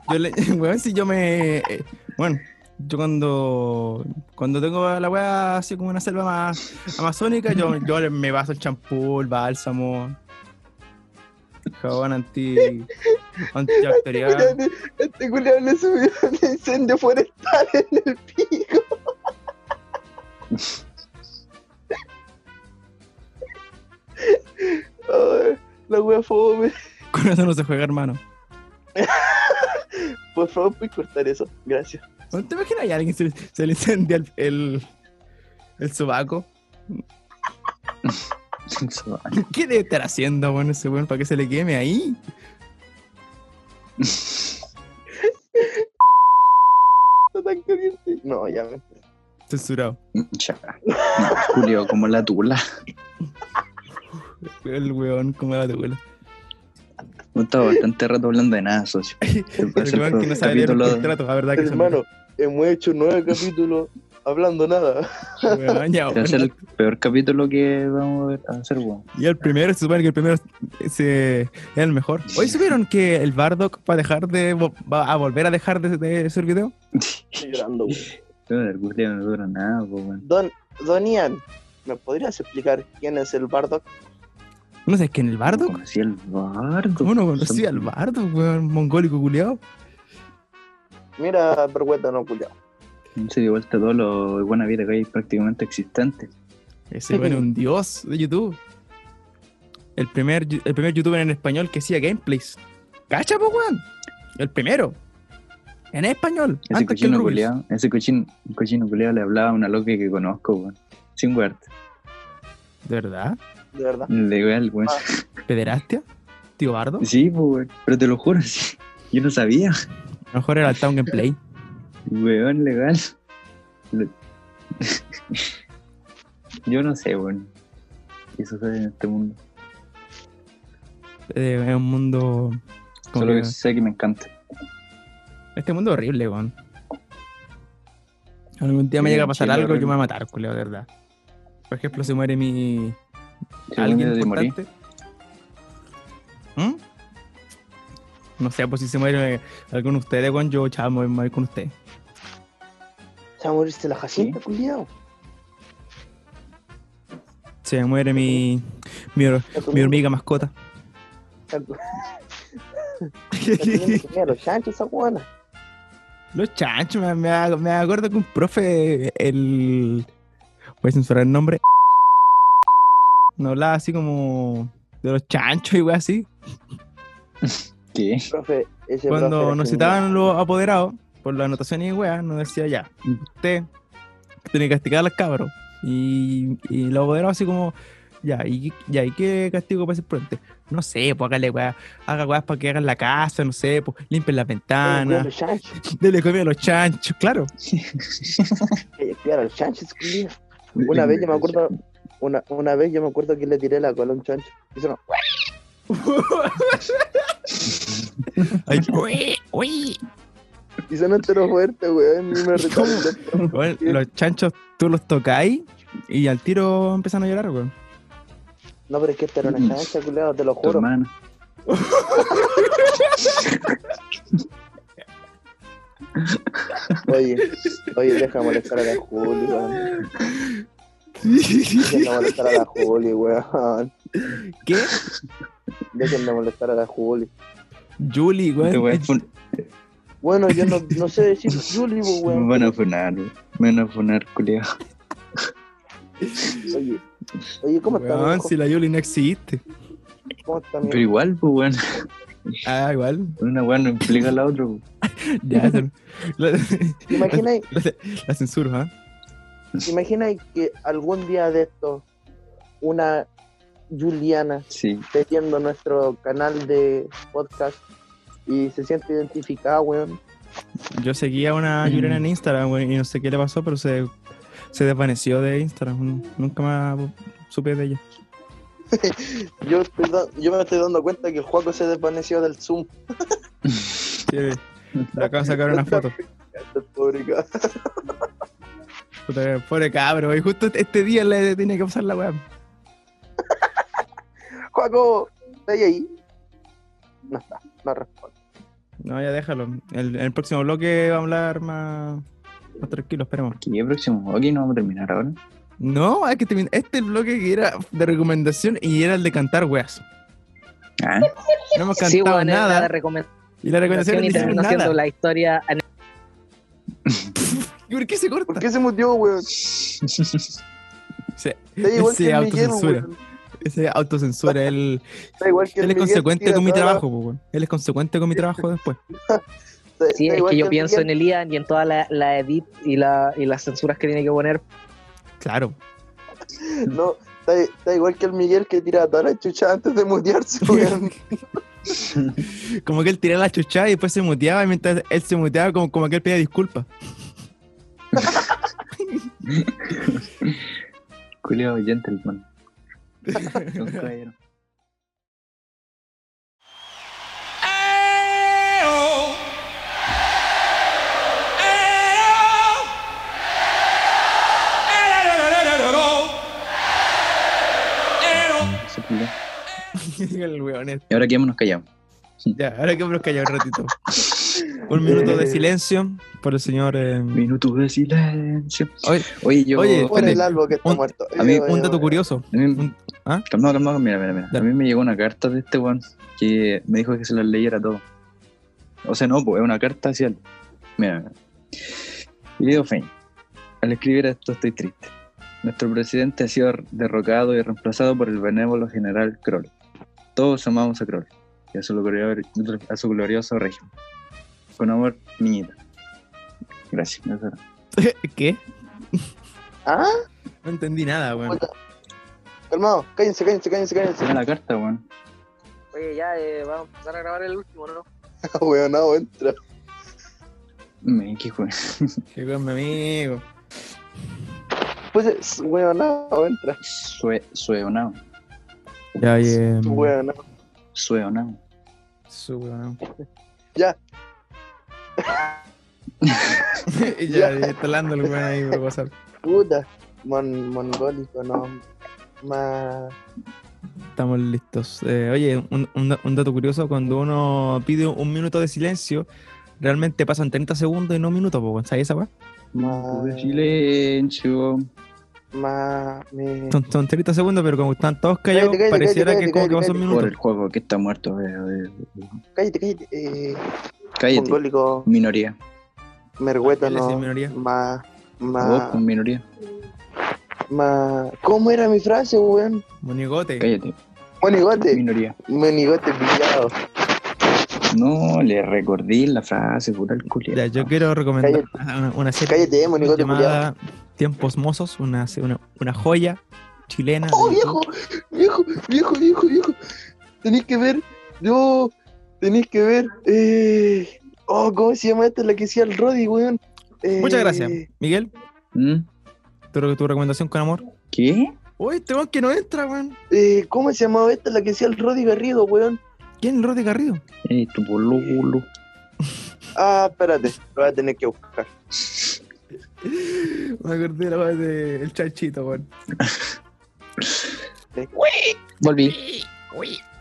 Speaker 2: yo le, weón, si yo me. eh, bueno, yo cuando. Cuando tengo la weá así como una selva más amazónica, yo, yo le- me paso el champú, el bálsamo, jabón anti. antibacterial.
Speaker 1: Culiao, Este culiao le subió un incendio forestal en el pico. Ay, la wea fome.
Speaker 2: Con eso no se juega, hermano.
Speaker 1: Por favor, puedes cortar eso. Gracias.
Speaker 2: Weón, ¿Te imaginas a alguien se, le- se le incendia el, el, el sobaco?
Speaker 3: se va.
Speaker 2: ¿Qué debe estar haciendo, weón, ese weón, para que se le queme ahí?
Speaker 1: Está tan caliente. No, ya me.
Speaker 2: Censurado.
Speaker 3: Ya. No, Julio, como la tula.
Speaker 2: El weón, como la tula.
Speaker 3: No estaba bastante rato hablando de nada, socio. Se
Speaker 2: El
Speaker 3: puede hacer
Speaker 2: weón que
Speaker 3: todo
Speaker 2: no
Speaker 3: un
Speaker 2: sabe leer un
Speaker 3: capítulo de-
Speaker 2: contrato, la verdad que son-
Speaker 1: Hermano, hemos hecho nueve capítulos hablando nada.
Speaker 2: Weón, ya,
Speaker 3: Se va a ser
Speaker 2: weón.
Speaker 3: el peor capítulo que vamos a ver- a hacer, weón.
Speaker 2: Y el primero, se supone que el primero se- es el mejor. Hoy supieron que el Bardock va a dejar de vo- va a volver a dejar de, de hacer video.
Speaker 1: Estoy llorando, wea.
Speaker 3: Joder, Julio no dura nada, po, weón.
Speaker 1: Don, Don Ian, ¿me podrías explicar quién es el Bardock?
Speaker 2: No sé, es que en el
Speaker 3: No
Speaker 2: Bardock.
Speaker 3: Conocí al Bardock.
Speaker 2: ¿Cómo no conocí al Bardock, weón? Mongólico culiao.
Speaker 1: Mira, vergüenza no culiao.
Speaker 3: Se dio vuelta todo lo de buena vida que hay prácticamente existente.
Speaker 2: Ese weón es un dios de YouTube. El primer, yu- el primer youtuber en español que hacía gameplays. ¡Cacha, po, weón! El primero. En español.
Speaker 3: Ese
Speaker 2: Antes que el
Speaker 3: cochino
Speaker 2: Rubius.
Speaker 3: culiado, ese cochino, cochino culiado le hablaba a una loca que conozco, weón. Sin huerta.
Speaker 2: ¿De verdad?
Speaker 1: De verdad.
Speaker 3: Le digo al weón.
Speaker 2: ¿Pederastia? ¿Tío Bardo?
Speaker 3: Sí, po, weón. Pero te lo juro, sí. Yo no sabía.
Speaker 2: A lo mejor era el Town Gameplay.
Speaker 3: Weón, legal. Le- Yo no sé, weón. ¿Qué sucede en este mundo?
Speaker 2: Eh, es un mundo. como
Speaker 3: Solo
Speaker 2: que-
Speaker 3: que sé que me encanta.
Speaker 2: Este mundo es horrible, weón. Algún día me
Speaker 3: Sí,
Speaker 2: llega a pasar
Speaker 3: sí, es
Speaker 2: algo que
Speaker 3: horrible.
Speaker 2: me va a matar, culeo, de verdad. Por ejemplo, si muere mi.
Speaker 3: Si algún día
Speaker 2: alguien este?
Speaker 3: te morí,
Speaker 2: importante. ¿Mm? No sé, pues si se muere alguno de ustedes, weón, yo chaval me voy a morir con usted.
Speaker 1: Se va a morirse la Jacinta, culiao.
Speaker 2: Se muere mi. mi, hor-
Speaker 1: Está
Speaker 2: mi
Speaker 1: comiendo-
Speaker 2: hormiga mascota.
Speaker 1: Está co- está comiendo comida a los chanchos, esa guana.
Speaker 2: Los chanchos, me, me, me acuerdo que un profe, el. Voy a censurar el nombre. No hablaba así como. de los chanchos y weas así.
Speaker 3: ¿Qué?
Speaker 1: Profe, ese profe
Speaker 2: Cuando
Speaker 1: era
Speaker 2: nos
Speaker 1: genial.
Speaker 2: citaban los apoderados por las anotaciones y weas, nos decía ya, usted tiene que castigar a las cabros. Y, y los apoderados así como, ya, ¿y, ya, ¿y qué castigo para ese puente? no sé, pues hágale weá, haga weá para que hagan la casa, no sé, pues limpien las ventanas, dele comida a los chanchos, claro.
Speaker 1: Claro, el chancho es culiao. Una vez yo me acuerdo, una, una vez yo me acuerdo que le tiré la cola a un chancho. Hizo una-
Speaker 2: Ay, uy, uy.
Speaker 1: Y son entero fuerte, weón. Y me recuerdo.
Speaker 2: Weón, los chanchos tú los tocáis y al tiro empiezan a llorar, weón.
Speaker 1: No, pero es que esta era una chancha, culiado, te lo
Speaker 3: Tu
Speaker 1: juro.
Speaker 3: hermano.
Speaker 1: Oye, oye, deja de molestar a la Juli, weón. Dejen de molestar a la Juli, weón.
Speaker 2: ¿Qué?
Speaker 1: Dejen de molestar a la Juli.
Speaker 2: Julie,
Speaker 3: Te voy a
Speaker 2: weón.
Speaker 3: fun-
Speaker 1: Bueno, yo no, no sé decir Juli, pues,
Speaker 3: Me
Speaker 1: weón.
Speaker 3: van a funar, weón. Me van a funar, culiado.
Speaker 1: Oye, oye, ¿cómo está mi
Speaker 2: Weón,
Speaker 1: hijo?
Speaker 2: si la Julie no existe.
Speaker 1: ¿Cómo está mi
Speaker 3: Pero igual, pues, weón.
Speaker 2: Ah, igual.
Speaker 3: Una weá no implica a la otra, weón.
Speaker 2: Ya, se- la,
Speaker 1: ¿Te imaginas,
Speaker 2: la censuro, ¿ah?
Speaker 1: te imaginas que algún día de esto, una Juliana
Speaker 3: Sí.
Speaker 1: esté viendo nuestro canal de podcast y se siente identificada, weón?
Speaker 2: Yo seguía una Juliana en Instagram, güey, y no sé qué le pasó, pero se, se desvaneció de Instagram. Nun- Nunca más supe de ella.
Speaker 1: Yo, estoy da- yo me estoy dando cuenta que el Juaco se desvaneció del Zoom.
Speaker 2: Sí, le acabo de sacar una foto.
Speaker 1: Pobre cabrón.
Speaker 2: Puta, pobre cabro, y justo este día le tiene que pasar la weá.
Speaker 1: Juaco, ¿estás ahí? No está, no responde.
Speaker 2: No, ya déjalo. El, el próximo bloque vamos a hablar más, más tranquilo, esperemos.
Speaker 3: ¿Qué próximo? Ok, no vamos a terminar ahora.
Speaker 2: No, hay que terminar. Este bloque que era de recomendación y era el de cantar weas.
Speaker 3: Ah,
Speaker 2: No hemos
Speaker 6: Sí,
Speaker 2: cantado
Speaker 6: bueno, nada de
Speaker 2: nada.
Speaker 6: recomendación
Speaker 2: Y la recomendación
Speaker 6: y
Speaker 2: es
Speaker 6: terminó siendo
Speaker 2: nada.
Speaker 6: la historia
Speaker 2: ¿Y por qué se
Speaker 1: ¿Por
Speaker 2: corta?
Speaker 1: qué se mutió, weón?
Speaker 2: Se,
Speaker 1: Está igual
Speaker 2: se
Speaker 1: que el Miguel,
Speaker 2: autocensura.
Speaker 1: weón.
Speaker 2: Se autocensura. Él,
Speaker 1: Está igual que el
Speaker 2: él es
Speaker 1: Miguel,
Speaker 2: consecuente
Speaker 1: tira
Speaker 2: con mi
Speaker 1: toda la-
Speaker 2: trabajo, po, weón. Él es consecuente con mi trabajo después.
Speaker 1: está-
Speaker 6: Sí,
Speaker 1: está
Speaker 6: es
Speaker 1: igual
Speaker 6: que yo
Speaker 1: el
Speaker 6: pienso en
Speaker 1: Miguel.
Speaker 6: el Ian y en toda la, la edit y, la, y las censuras que tiene que poner.
Speaker 2: Claro.
Speaker 1: No, está, está igual que el Miguel que tira toda la chucha antes de mutearse, weón.
Speaker 2: Como que él tiraba la chuchada y después se muteaba. Y mientras él se muteaba, como, como que él pedía disculpas.
Speaker 3: culiado gentleman. Don caballero. Eso, culiao.
Speaker 2: el weón este.
Speaker 3: Y ahora quedémonos callados.
Speaker 2: Ya, ahora que nos callado un ratito. Un minuto de silencio por el señor. eh,
Speaker 3: Minutos de silencio.
Speaker 2: Oye,
Speaker 3: Oye, yo.
Speaker 2: Oye,
Speaker 1: Por
Speaker 3: espérate,
Speaker 1: el albo que está
Speaker 2: un-
Speaker 1: muerto.
Speaker 3: a mí,
Speaker 1: Eh,
Speaker 2: un dato
Speaker 1: weón.
Speaker 2: curioso.
Speaker 3: a mí-
Speaker 2: un- ¿Ah?
Speaker 3: Calmado, calmado, mira, mira, mira. A
Speaker 2: Dale.
Speaker 3: mí me llegó una carta de este weón que me dijo que se las leyera todo. O sea, no, pues es una carta hacia él. Mira, mira. Querido Fein, al escribir esto estoy triste. Nuestro presidente ha sido derrocado y reemplazado por el benévolo general Kroll. Todos amamos a Kroll y a su, glorior- a su glorioso régimen. Con amor, niñita. Gracias. eso era.
Speaker 2: ¿Qué?
Speaker 1: ¿Ah?
Speaker 2: No entendí nada, weón.
Speaker 1: Puta. Calmado, cállense, cállense, cállense, cállense.
Speaker 3: Era la carta, weón.
Speaker 6: Oye, ya, eh, vamos a empezar a grabar el último, ¿no?
Speaker 1: Weón, no, entra.
Speaker 3: Me qué weón.
Speaker 2: Llegó mi amigo.
Speaker 1: Pues, es- weón, no, entra.
Speaker 3: Sue, sueonado.
Speaker 2: Ya, em, oye.
Speaker 1: Weón, no.
Speaker 3: Sueonado.
Speaker 2: Su weón.
Speaker 1: Ya.
Speaker 2: Y ya, ya está hablando el weón ahí por WhatsApp.
Speaker 1: Puta. Mon- mongólico, no. Más.
Speaker 2: Estamos listos. Eh, oye, un, un da- un dato curioso: cuando uno pide un minuto de silencio, realmente pasan 30 segundos y no un minuto, po, weón. ¿Sabes esa weón?
Speaker 1: Más.
Speaker 3: Puro silencio.
Speaker 1: Más. Me...
Speaker 2: Son, son 30 segundos, pero como están todos callados,
Speaker 1: Cállate, cállate,
Speaker 2: pareciera
Speaker 1: cállate,
Speaker 2: que como que
Speaker 1: cállate,
Speaker 2: pasó un
Speaker 3: Por
Speaker 2: minuto.
Speaker 3: el juego que está muerto. eh, eh, eh.
Speaker 1: Cállate, cállate. Eh,
Speaker 3: Cállate.
Speaker 1: mongólico,
Speaker 3: Minoría.
Speaker 1: mergueto,
Speaker 2: Él es en
Speaker 1: no.
Speaker 2: minoría.
Speaker 1: Más.
Speaker 3: Vos
Speaker 1: Más.
Speaker 3: con minoría.
Speaker 1: Más. ¿Cómo era mi frase, weón?
Speaker 2: Monigote.
Speaker 3: Cállate.
Speaker 1: Monigote.
Speaker 3: Minoría.
Speaker 1: Monigote pillado.
Speaker 3: No, le recordé la frase, pura el culiao.
Speaker 2: Ya, yo quiero recomendar una, una serie
Speaker 1: Cállate, eh, monigote pillado.
Speaker 2: llamada Tiempos Mozos, una, se- una, una joya chilena.
Speaker 1: ¡Oh,
Speaker 2: de
Speaker 1: viejo! ¡Viejo, viejo, viejo, viejo! tenéis que ver, yo, tenéis que ver, eh, oh, ¿cómo se llama esta? La que hacía el Roddy, weón. Eh,
Speaker 2: Muchas gracias, Miguel.
Speaker 3: ¿Mm?
Speaker 2: Tu, tu recomendación con amor.
Speaker 3: ¿Qué?
Speaker 2: Uy, este weón que no entra, weón.
Speaker 1: Eh, ¿Cómo se llamaba esta? La que hacía el Roddy Garrido, weón.
Speaker 2: ¿Quién es el Rodri Garrido?
Speaker 3: Eh, tu pololo.
Speaker 1: Ah, espérate, lo voy a tener que buscar.
Speaker 2: Me acordé de la weá de El Chanchito, weón.
Speaker 6: Volví.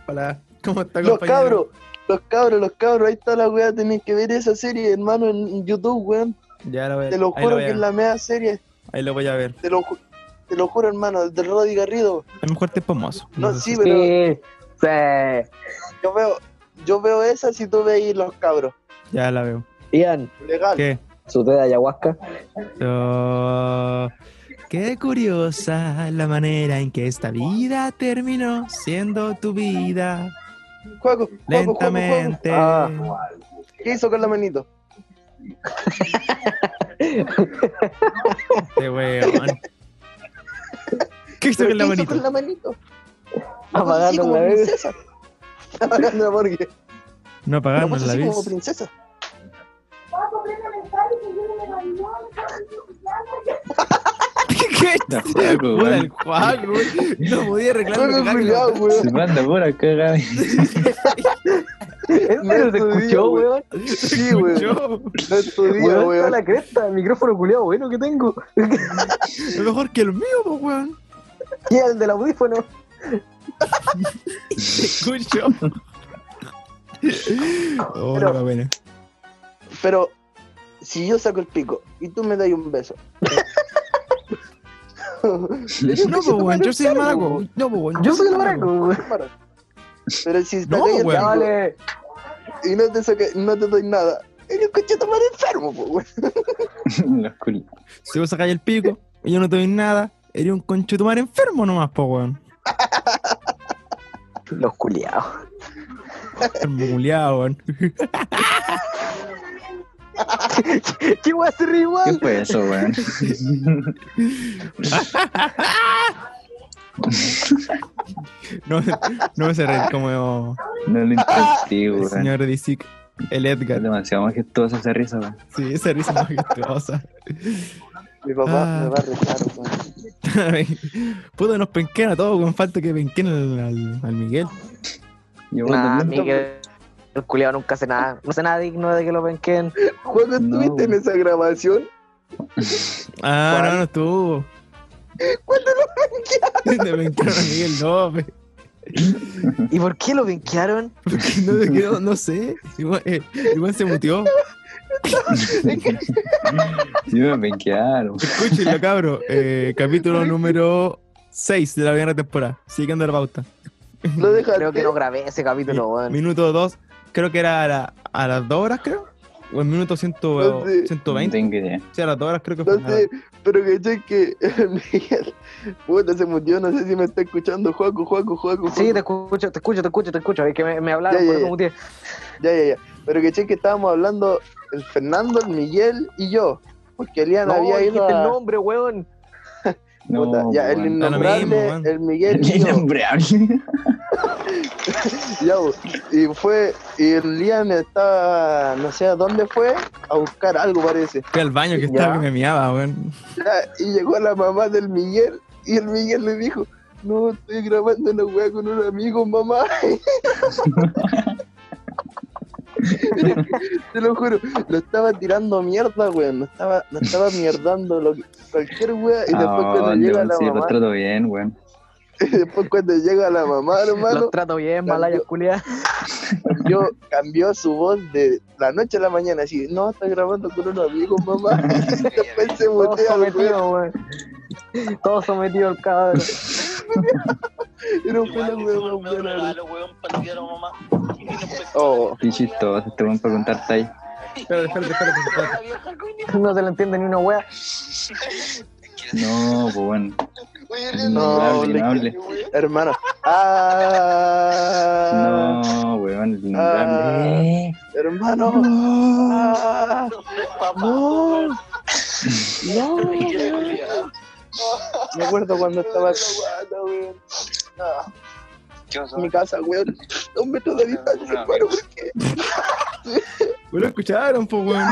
Speaker 2: Hola, ¿cómo está,
Speaker 1: Los
Speaker 2: compañero?
Speaker 1: cabros, los cabros, los cabros, ahí está la weá, tenéis que ver esa serie, hermano, en YouTube, weón.
Speaker 2: Ya lo veo.
Speaker 1: Te lo
Speaker 2: ahí, lo
Speaker 1: juro
Speaker 2: voy a-
Speaker 1: que es la mea serie,
Speaker 2: ahí lo voy a ver.
Speaker 1: te lo, ju- te lo juro, hermano, del Roddy Garrido.
Speaker 2: A lo mejor te es pomoso.
Speaker 1: No, sí, pero
Speaker 6: Sí, sí.
Speaker 1: yo veo, yo veo esa si tú veis los cabros.
Speaker 2: Ya la veo.
Speaker 6: Ian,
Speaker 1: Legal.
Speaker 2: ¿Qué?
Speaker 6: su té de ayahuasca.
Speaker 2: Oh, qué curiosa la manera en que esta vida terminó siendo tu vida.
Speaker 1: Juego, juego, juego, juego.
Speaker 2: Lentamente.
Speaker 6: Ah,
Speaker 1: ¿Qué hizo con la manito?
Speaker 2: Este weón. ¿Qué hizo con la
Speaker 1: ¿Qué hizo
Speaker 2: manito?
Speaker 1: con la manito?
Speaker 6: Apagando
Speaker 1: como
Speaker 6: la vela.
Speaker 1: princesa. Apagando la porque.
Speaker 2: No
Speaker 1: Una
Speaker 2: apagaron
Speaker 1: cosa
Speaker 2: la
Speaker 1: así como
Speaker 2: vis.
Speaker 1: princesa.
Speaker 2: ¿Qué?
Speaker 3: La juego,
Speaker 2: Puta, el
Speaker 3: weón.
Speaker 2: Juan, weón. No podía arreglar
Speaker 1: Juego
Speaker 2: lo que
Speaker 1: culiao,
Speaker 2: ganó.
Speaker 1: weón.
Speaker 3: Se manda por acá, Gaby.
Speaker 6: ¿Eso se escuchó, weón?
Speaker 1: Sí, weón.
Speaker 2: Yo,
Speaker 1: No estudia,
Speaker 6: Weón, está
Speaker 1: weón.
Speaker 6: la cresta, el micrófono culiado bueno que tengo.
Speaker 2: mejor que el mío, po, weón.
Speaker 6: Y el del audífono.
Speaker 2: Te escucho. Oh,
Speaker 1: Pero-
Speaker 2: la buena.
Speaker 1: Pero si yo saco el pico y tú me das un beso.
Speaker 2: No, po, weón, yo soy el maraco. No, po, weón,
Speaker 6: Yo soy el maraco, weón.
Speaker 1: Pero si sacas
Speaker 2: No,
Speaker 1: el pico
Speaker 2: weón.
Speaker 6: Dale.
Speaker 1: y no te, saca, no te doy nada, eres coche tomar enfermo, po, weón.
Speaker 3: Los culi-
Speaker 2: Si vos sacáis el pico y yo no te doy nada, eres un conchetumar enfermo nomás, po, weón.
Speaker 6: Los culiados.
Speaker 2: Enfermo culiao, weón.
Speaker 6: ¿Qué voy a hacer
Speaker 3: ¿Qué
Speaker 6: igual?
Speaker 3: fue eso, weón?
Speaker 2: No, no me cerré como
Speaker 3: No lo
Speaker 1: Ah.
Speaker 3: entendí,
Speaker 2: el
Speaker 3: weón.
Speaker 2: señor Disick, el
Speaker 3: Es
Speaker 2: Edgar.
Speaker 3: demasiado majestuosa esa risa, weón.
Speaker 2: Sí, esa risa majestuosa.
Speaker 1: Mi papá
Speaker 2: Ah.
Speaker 1: me va a retar, weón.
Speaker 2: Puta, nos penquen a todos, con falta que penquen al, al- al Miguel.
Speaker 3: Yo
Speaker 6: Nah,
Speaker 3: cuando-
Speaker 6: Miguel. El culiado nunca hace nada. No hace nada digno de que lo penquen.
Speaker 1: Juego,
Speaker 3: No,
Speaker 1: ¿estuviste en
Speaker 3: weón.
Speaker 1: esa grabación?
Speaker 2: Ah,
Speaker 1: ¿Cuál?
Speaker 2: no, no estuvo. ¿Cuándo lo penquearon? Te penquearon a Miguel López.
Speaker 6: ¿Y por qué lo penquearon?
Speaker 2: Porque no, te quedó- no sé. Igual, eh, igual se muteó.
Speaker 3: Sí, me penquearon.
Speaker 2: Escúchenlo, cabro. Eh, capítulo número 6 de la primera temporada. Siguiendo la pauta.
Speaker 1: Lo dejaste.
Speaker 6: Creo que no grabé ese capítulo, weón.
Speaker 2: Minuto 2, creo que era a, la- a las 2 horas, creo. O en minuto 100
Speaker 1: No sé.
Speaker 3: No
Speaker 2: 120.
Speaker 3: tengo idea.
Speaker 2: Sí, a las 2 horas creo que fue.
Speaker 1: No sé, pero que sé que el Miguel, puta, se murió, no sé si me está escuchando, Juaco, Juaco, Juaco.
Speaker 6: Sí, te
Speaker 1: Juaco.
Speaker 6: escucho, te escucho, te escucho, te escucho. Es que me, me hablaron
Speaker 1: Ya,
Speaker 6: por
Speaker 1: ya,
Speaker 6: eso
Speaker 1: ya.
Speaker 6: muteé.
Speaker 1: Ya, ya, ya. Pero que sé que estábamos hablando el Fernando, el Miguel y yo. Porque Elian
Speaker 6: No,
Speaker 1: había
Speaker 6: dijiste
Speaker 1: ido
Speaker 6: el
Speaker 1: a...
Speaker 6: nombre, weón.
Speaker 3: No,
Speaker 1: puta, ya, el
Speaker 3: weón.
Speaker 2: Da lo mismo,
Speaker 1: innombrable,
Speaker 2: weón.
Speaker 1: el Miguel y yo.
Speaker 3: Innombrable.
Speaker 1: Ya, bo. y fue, y el Lian estaba, no sé a dónde fue, a buscar algo parece.
Speaker 2: Fui al baño que
Speaker 6: Ya.
Speaker 2: estaba que me miaba, weón.
Speaker 1: Ya, Ah, y llegó la mamá del Miguel, y el Miguel le dijo, no, estoy grabando una weá con un amigo, mamá. Te lo juro, lo estaba tirando mierda, weón, lo estaba, lo estaba mierdando lo que- cualquier weá, y después
Speaker 3: Ah,
Speaker 1: cuando
Speaker 3: dónde,
Speaker 1: llega
Speaker 3: weón,
Speaker 1: la
Speaker 3: sí,
Speaker 1: mamá,
Speaker 3: los trato bien, weón.
Speaker 1: y después cuando llega la mamá, hermano,
Speaker 6: Los trato bien,
Speaker 1: Ya,
Speaker 6: malaya
Speaker 1: yo-
Speaker 6: culia.
Speaker 1: yo cambió su voz de la noche a la mañana, así, no, estoy grabando con un amigo, mamá, y después se
Speaker 6: Todo
Speaker 1: botea, weón,
Speaker 6: sometido, weón. Todo sometido el cabrón.
Speaker 1: era un
Speaker 9: Igual,
Speaker 1: pelo,
Speaker 9: ese weón me dio
Speaker 1: weón,
Speaker 9: un
Speaker 1: weón.
Speaker 9: regalo, weón, para olvidar a mamá. Y no fue-
Speaker 1: Oh.
Speaker 3: Qué chistoso este weón para contar talla.
Speaker 2: Espérate, espérate, espérate, espérate.
Speaker 9: La vieja, coño.
Speaker 6: No se le entiende ni una wea.
Speaker 3: No, pues weón.
Speaker 9: Oye,
Speaker 1: No,
Speaker 3: Innombrable, innombrable.
Speaker 1: Hermano. Ah,
Speaker 3: No, weón, el
Speaker 1: Ah.
Speaker 3: innombrable. Eh,
Speaker 1: Hermano. Ah, no. No. Me acuerdo cuando estaba. en mi casa, weón. Dos metros de distancia, hermano, porque
Speaker 2: Pues lo escucharon, po, weón.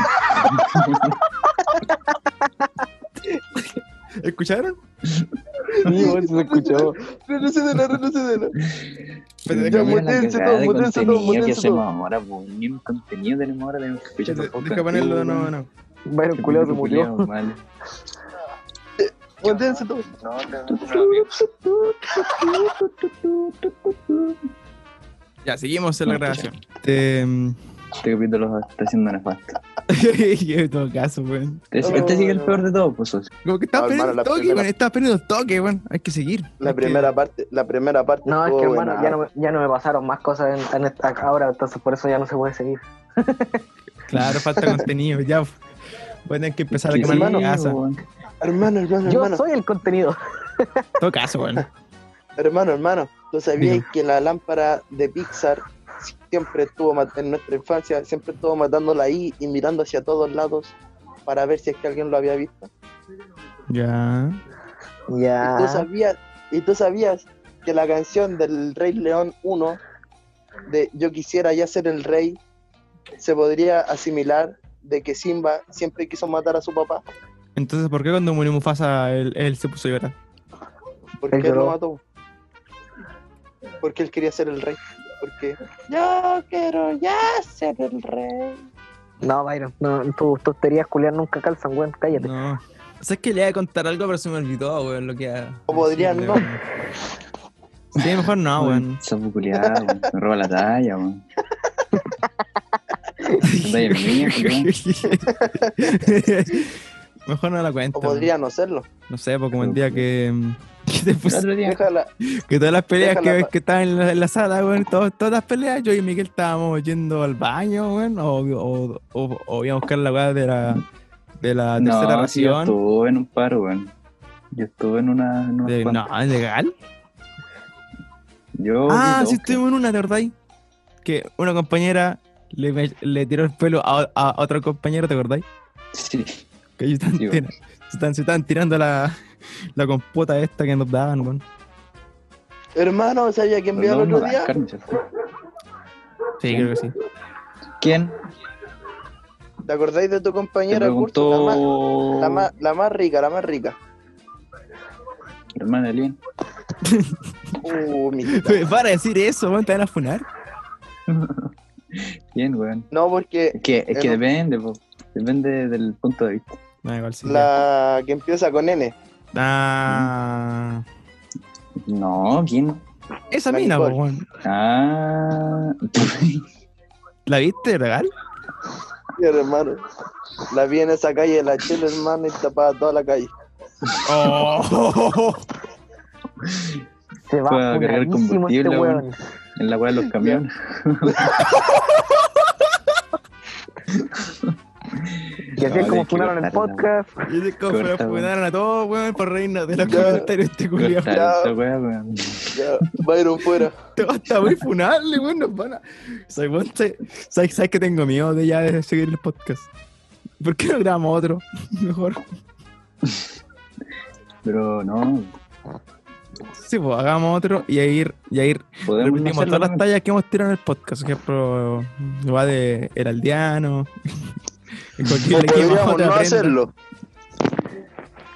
Speaker 2: ¿Escucharon?
Speaker 6: Sí, weón, se escuchó.
Speaker 1: retrocedela, retrocedela.
Speaker 3: Mira la
Speaker 1: mutense
Speaker 3: cagada
Speaker 1: todo,
Speaker 3: de
Speaker 1: mutense todo,
Speaker 3: contenido que
Speaker 1: mutense
Speaker 3: hacemos
Speaker 1: todo.
Speaker 3: ahora, po. Ni un contenido tenemos ahora, tenemos que escuchar los podcasts.
Speaker 2: Deja ponerlo de
Speaker 1: Uh.
Speaker 3: Este
Speaker 2: nuevo, no.
Speaker 6: Byron Culeado se murió.
Speaker 3: Culeado, mal.
Speaker 1: Muéntense todo.
Speaker 9: No, te- rápido.
Speaker 2: Ya, seguimos en la grabación. Este, mm,
Speaker 3: Este capítulo está siendo nefasto.
Speaker 2: en todo caso, weón.
Speaker 3: Este,
Speaker 1: Oh,
Speaker 3: este sí que es el
Speaker 1: no.
Speaker 3: peor de todos, pues. socio.
Speaker 2: Como que estaba
Speaker 1: No,
Speaker 2: perdiendo
Speaker 1: hermano,
Speaker 2: el
Speaker 1: la
Speaker 2: toque,
Speaker 1: primera-
Speaker 2: weón. Estaba perdiendo el toque, weón. Hay que seguir.
Speaker 1: La
Speaker 2: Hay que-
Speaker 1: primera parte, la primera parte.
Speaker 6: No, es
Speaker 1: estuvo
Speaker 6: que hermano,
Speaker 1: Oh, buena.
Speaker 6: ya no, me- ya no me pasaron más cosas en, en esta- ahora, entonces por eso ya no se puede seguir.
Speaker 2: Claro, falta contenido, ya. Voy a tener que empezar a
Speaker 3: Que
Speaker 2: quemar mi
Speaker 3: sí,
Speaker 2: casa. En
Speaker 3: weón.
Speaker 1: Hermano, hermano,
Speaker 6: Yo
Speaker 1: hermano.
Speaker 6: soy el contenido.
Speaker 2: todo caso, weón.
Speaker 1: Hermano, hermano, ¿tú sabías
Speaker 2: Dime.
Speaker 1: que la lámpara de Pixar siempre estuvo mat- en nuestra infancia, siempre estuvo matándola ahí y mirando hacia todos lados para ver si es que alguien lo había visto?
Speaker 2: Ya.
Speaker 6: Ya.
Speaker 1: ¿Y
Speaker 6: Ah.
Speaker 1: tú sabías, y tú sabías que la canción del Rey León 1 de Yo quisiera ya ser el rey se podría asimilar de que Simba siempre quiso matar a su papá
Speaker 2: Entonces, ¿por qué cuando murió Mufasa él, él se puso a llorar?
Speaker 1: porque
Speaker 6: Él
Speaker 1: él lo
Speaker 6: lloró.
Speaker 1: mató. Porque él quería ser el rey. Porque yo quiero ya ser el rey.
Speaker 6: No, Byron, no, tus teorías culiadas nunca calzan, weón, cállate.
Speaker 2: No. O sea, es que le iba a contar algo, pero se me olvidó, weón, lo que era.
Speaker 1: O podrían
Speaker 2: Sí,
Speaker 1: no.
Speaker 2: weón. Sí, mejor no, weón.
Speaker 3: Sapo culiado, weón. Me roba la talla, weón. Vaya mía, culiao.
Speaker 2: mejor no la cuento.
Speaker 1: O podría no serlo.
Speaker 2: No sé, porque como el día que. que te
Speaker 3: El
Speaker 2: puse-
Speaker 3: otro día.
Speaker 1: Déjala.
Speaker 2: que todas las peleas que,
Speaker 1: Déjala.
Speaker 2: que estaban en la, en la sala, weón, todo- todas las peleas, yo y Miguel estábamos yendo al baño, weón, o, o, o, o íbamos a buscar la weá de la, de la tercera
Speaker 3: No, sí, yo
Speaker 2: ración.
Speaker 3: estuve en un paro, weón. Yo estuve en una. en unas
Speaker 2: De-
Speaker 3: cuantas.
Speaker 2: no, ¿es legal?
Speaker 3: Yo
Speaker 2: ah,
Speaker 3: vi
Speaker 2: sí,
Speaker 3: dos,
Speaker 2: estuvimos en una, ¿te acordáis? Que una compañera le, me- le tiró el pelo a, a otro compañero, ¿te acordáis?
Speaker 3: Sí.
Speaker 2: Que ellos están,
Speaker 3: Sí,
Speaker 2: tira- se están, se están tirando la, la compota esta que nos daban, weón.
Speaker 1: Hermano, ¿sabía quién
Speaker 3: Los
Speaker 1: vio
Speaker 3: dos
Speaker 1: el
Speaker 3: no
Speaker 1: otro
Speaker 3: dan
Speaker 1: día?
Speaker 3: carne, ¿cierto?
Speaker 2: Sí, creo que sí.
Speaker 3: ¿Quién?
Speaker 1: ¿Te acordáis de tu
Speaker 3: Te
Speaker 1: compañera de curso? La más,
Speaker 3: preguntó.
Speaker 1: la, más, la más rica, la más rica.
Speaker 3: La hermana de Lien.
Speaker 1: Uh, mi-
Speaker 2: Para decir eso, weón, te van a funar.
Speaker 3: ¿Quién, weón?
Speaker 1: No, porque
Speaker 3: Es que, es que
Speaker 1: Eh, no.
Speaker 3: depende, po. Depende del punto de vista.
Speaker 2: No, igual sí.
Speaker 1: la que empieza con N.
Speaker 2: ya. Ah.
Speaker 3: No, ¿quién?
Speaker 2: Esa
Speaker 1: La
Speaker 2: mina, po,
Speaker 1: Nicole.
Speaker 2: weón.
Speaker 3: Ah.
Speaker 2: ¿La viste, regal?
Speaker 1: Sí, hermano. La vi en esa calle de la chela, hermano, y tapaba toda la calle.
Speaker 2: Oh.
Speaker 6: Se va
Speaker 3: Fue a cargar
Speaker 6: funadísimo este
Speaker 3: combustible,
Speaker 6: weón.
Speaker 3: en la weá de los camiones.
Speaker 6: Y así
Speaker 3: No,
Speaker 6: es como
Speaker 3: hay que
Speaker 6: funaron
Speaker 3: cortarla,
Speaker 6: el podcast.
Speaker 2: Y se
Speaker 3: Corta, weón.
Speaker 2: funaron a todos, weón, por reírnos de los
Speaker 1: Ya.
Speaker 2: comentarios este
Speaker 3: weón.
Speaker 2: culiao.
Speaker 3: Cortar esta weá, weón.
Speaker 1: Ya, Byron fuera.
Speaker 2: Todo está muy funable, weón, nos van a... Soy, weón, sé- ¿sabes, ¿Sabes que tengo miedo de ya de seguir el podcast? ¿Por qué no grabamos otro? Mejor.
Speaker 3: Pero no.
Speaker 2: Sí, pues hagamos otro y ahí, y ahí
Speaker 3: Podemos no
Speaker 2: repetimos
Speaker 3: hacerlo,
Speaker 2: todas las
Speaker 3: weón.
Speaker 2: tallas que hemos tirado en el podcast. Por ejemplo, va de Heraldiano. en cualquier
Speaker 1: O
Speaker 2: equipo,
Speaker 1: podríamos
Speaker 2: te
Speaker 1: no
Speaker 2: aprendas.
Speaker 1: hacerlo.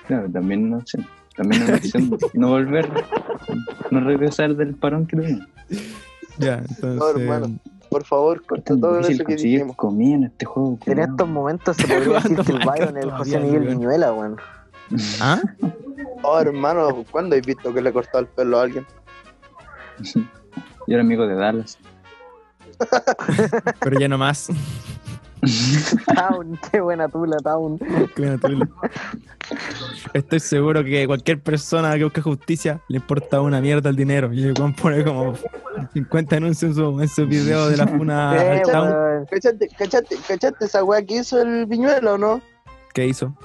Speaker 3: Claro, también no sé. También es una opción no volver, no regresar del parón que tuvimos.
Speaker 2: Ya, entonces.
Speaker 1: No, hermano. Por favor,
Speaker 3: Es
Speaker 1: corta
Speaker 3: tan
Speaker 1: todo eso
Speaker 3: difícil
Speaker 1: que
Speaker 3: conseguir
Speaker 1: dijimos.
Speaker 3: comida en este juego.
Speaker 6: En
Speaker 3: culiao.
Speaker 6: estos momentos se podría decir
Speaker 2: Jugando
Speaker 6: que el Byron
Speaker 2: Minecraft
Speaker 6: es el José
Speaker 2: todavía,
Speaker 6: Miguel
Speaker 2: weón.
Speaker 6: Viñuela, weón.
Speaker 2: ¿Ah?
Speaker 1: Oh, hermano, ¿cuándo has visto que le cortó el pelo a alguien?
Speaker 3: Yo era amigo de Dallas.
Speaker 2: Pero ya no más.
Speaker 6: Town, qué buena tula, Town.
Speaker 2: Qué buena tula. Estoy seguro que cualquier persona que busca justicia le importa una mierda el dinero. Y el Juan pone como 50 anuncios en su, en su video de la funa
Speaker 6: Eh,
Speaker 2: al town
Speaker 6: weón.
Speaker 1: ¿Cachaste, cachaste, cachaste esa weá que hizo el viñuelo o no?
Speaker 2: que hizo.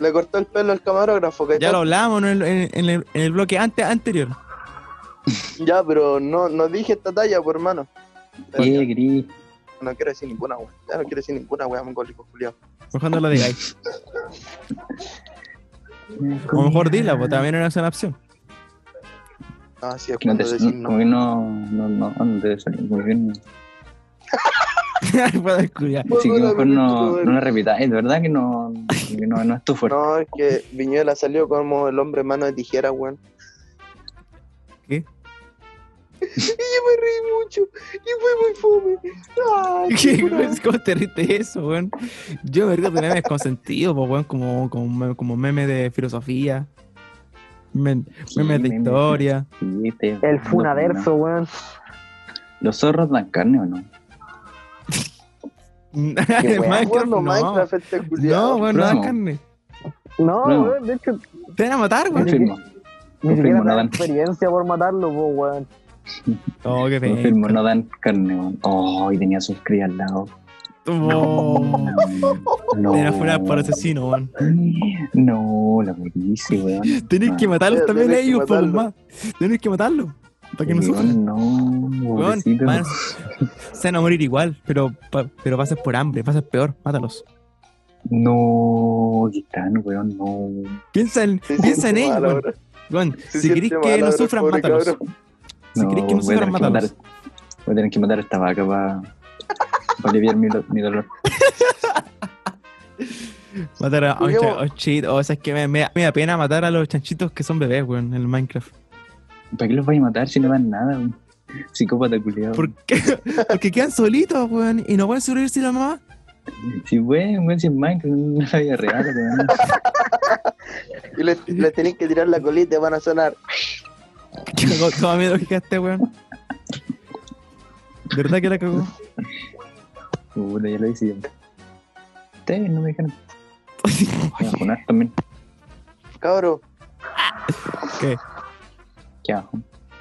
Speaker 1: Le cortó el pelo al camarógrafo, ¿cachai?
Speaker 2: Ya lo hablábamos ¿no? en, el- en- en el, en el bloque ante, anterior.
Speaker 1: Ya, pero no, no dije esta talla, por hermano. Pero
Speaker 3: Eh, gris.
Speaker 1: ya no quiero decir ninguna weá. Ya no quiero decir ninguna weá, mongólico, culiao.
Speaker 2: Mejor no lo digáis. O mejor dila, pues también era una opción.
Speaker 1: Ah, sí, es
Speaker 3: No
Speaker 1: cuando
Speaker 3: te
Speaker 1: decís
Speaker 3: como
Speaker 1: no.
Speaker 3: que no, no, no, no te debe salir muy bien.
Speaker 2: Para culiar.
Speaker 3: Así que mejor no, no la repitáis, de verdad que no, que no, no es tu fuerte.
Speaker 1: No, es que Viñuela salió como el hombre mano de tijera, weón.
Speaker 2: ¿Qué?
Speaker 1: Y yo me reí mucho. Y fue muy fome. Ay,
Speaker 2: ¿Qué,
Speaker 1: qué
Speaker 2: güey? ¿Cómo te riste eso, weón? Yo me río de memes con sentido, pues, weón, como, como, meme- como meme de filosofía, men- memes
Speaker 3: Sí,
Speaker 2: de
Speaker 3: memes.
Speaker 2: historia.
Speaker 3: Sí, te-
Speaker 6: El funaverso, weón.
Speaker 3: ¿Los zorros dan carne o no?
Speaker 1: weón.
Speaker 2: Minecraft,
Speaker 1: Jugando
Speaker 2: no,
Speaker 1: Minecraft este
Speaker 2: no,
Speaker 1: culiado.
Speaker 2: weón, no dan
Speaker 3: Promo.
Speaker 2: carne.
Speaker 6: No,
Speaker 3: No.
Speaker 6: weón, de hecho,
Speaker 2: Te van a matar, weón.
Speaker 3: Confirmo,
Speaker 6: ni siquiera
Speaker 3: Confirmo, no
Speaker 6: tengo
Speaker 3: dan.
Speaker 6: experiencia por matarlo, po, weón.
Speaker 2: Oh, qué feo.
Speaker 3: confirmo, no dan carne. weón. Oh, y tenía sus crías al lado.
Speaker 2: Oh,
Speaker 3: No.
Speaker 2: Te van a funar por asesino, weón.
Speaker 3: No, la buenísima, weón.
Speaker 2: Tenés que matarlos
Speaker 1: Ya,
Speaker 2: también a
Speaker 1: tenés que
Speaker 2: ellos, pues,
Speaker 1: matarlo.
Speaker 2: más. Tenés que matarlos. Para que no sufran.
Speaker 3: Weón, No,
Speaker 2: Weón,
Speaker 3: pobrecito.
Speaker 2: van a- se van a morir igual, pero, pa- pero va a ser por hambre, va a ser peor, mátalos.
Speaker 3: No, gitano, weón, no.
Speaker 2: Piensa en,
Speaker 1: Se
Speaker 2: piensa en
Speaker 1: siente
Speaker 2: ellos,
Speaker 1: mal
Speaker 2: weón.
Speaker 1: ahora.
Speaker 2: Weón,
Speaker 1: Se
Speaker 2: si querés
Speaker 1: siente
Speaker 2: que
Speaker 1: mal
Speaker 2: no
Speaker 1: ahora,
Speaker 2: sufran,
Speaker 1: pobre
Speaker 2: mátalos.
Speaker 1: cabrón.
Speaker 2: Si
Speaker 3: No,
Speaker 2: querés que no
Speaker 3: voy a tener
Speaker 2: sufran,
Speaker 3: que matar-
Speaker 2: mátalos.
Speaker 3: Voy a tener que matar a esta vaca para aliviar mi, do- mi dolor.
Speaker 2: Matar a oh,
Speaker 1: Juguemos.
Speaker 2: chanchitos. O sea, es que me, me- me da pena matar a los chanchitos que son bebés, weón, en el Minecraft.
Speaker 3: ¿Para qué los vais a matar si no dan nada, weón? Psicópata culiado.
Speaker 2: ¿Por qué? Porque quedan solitos, weón, y no pueden sobrevivir sin la mamá.
Speaker 3: Si weón, weón, si es Minecraft, no la vida real, weón.
Speaker 1: Y les, les tenés que tirar la colita y van a sonar.
Speaker 2: Que cagó toda mi lógica este, weón. ¿De verdad que la cagó?
Speaker 3: Puta, ya lo hice yo. Ustedes no me dejaron. Voy a poner también.
Speaker 1: Cabro,
Speaker 3: Qué abajo.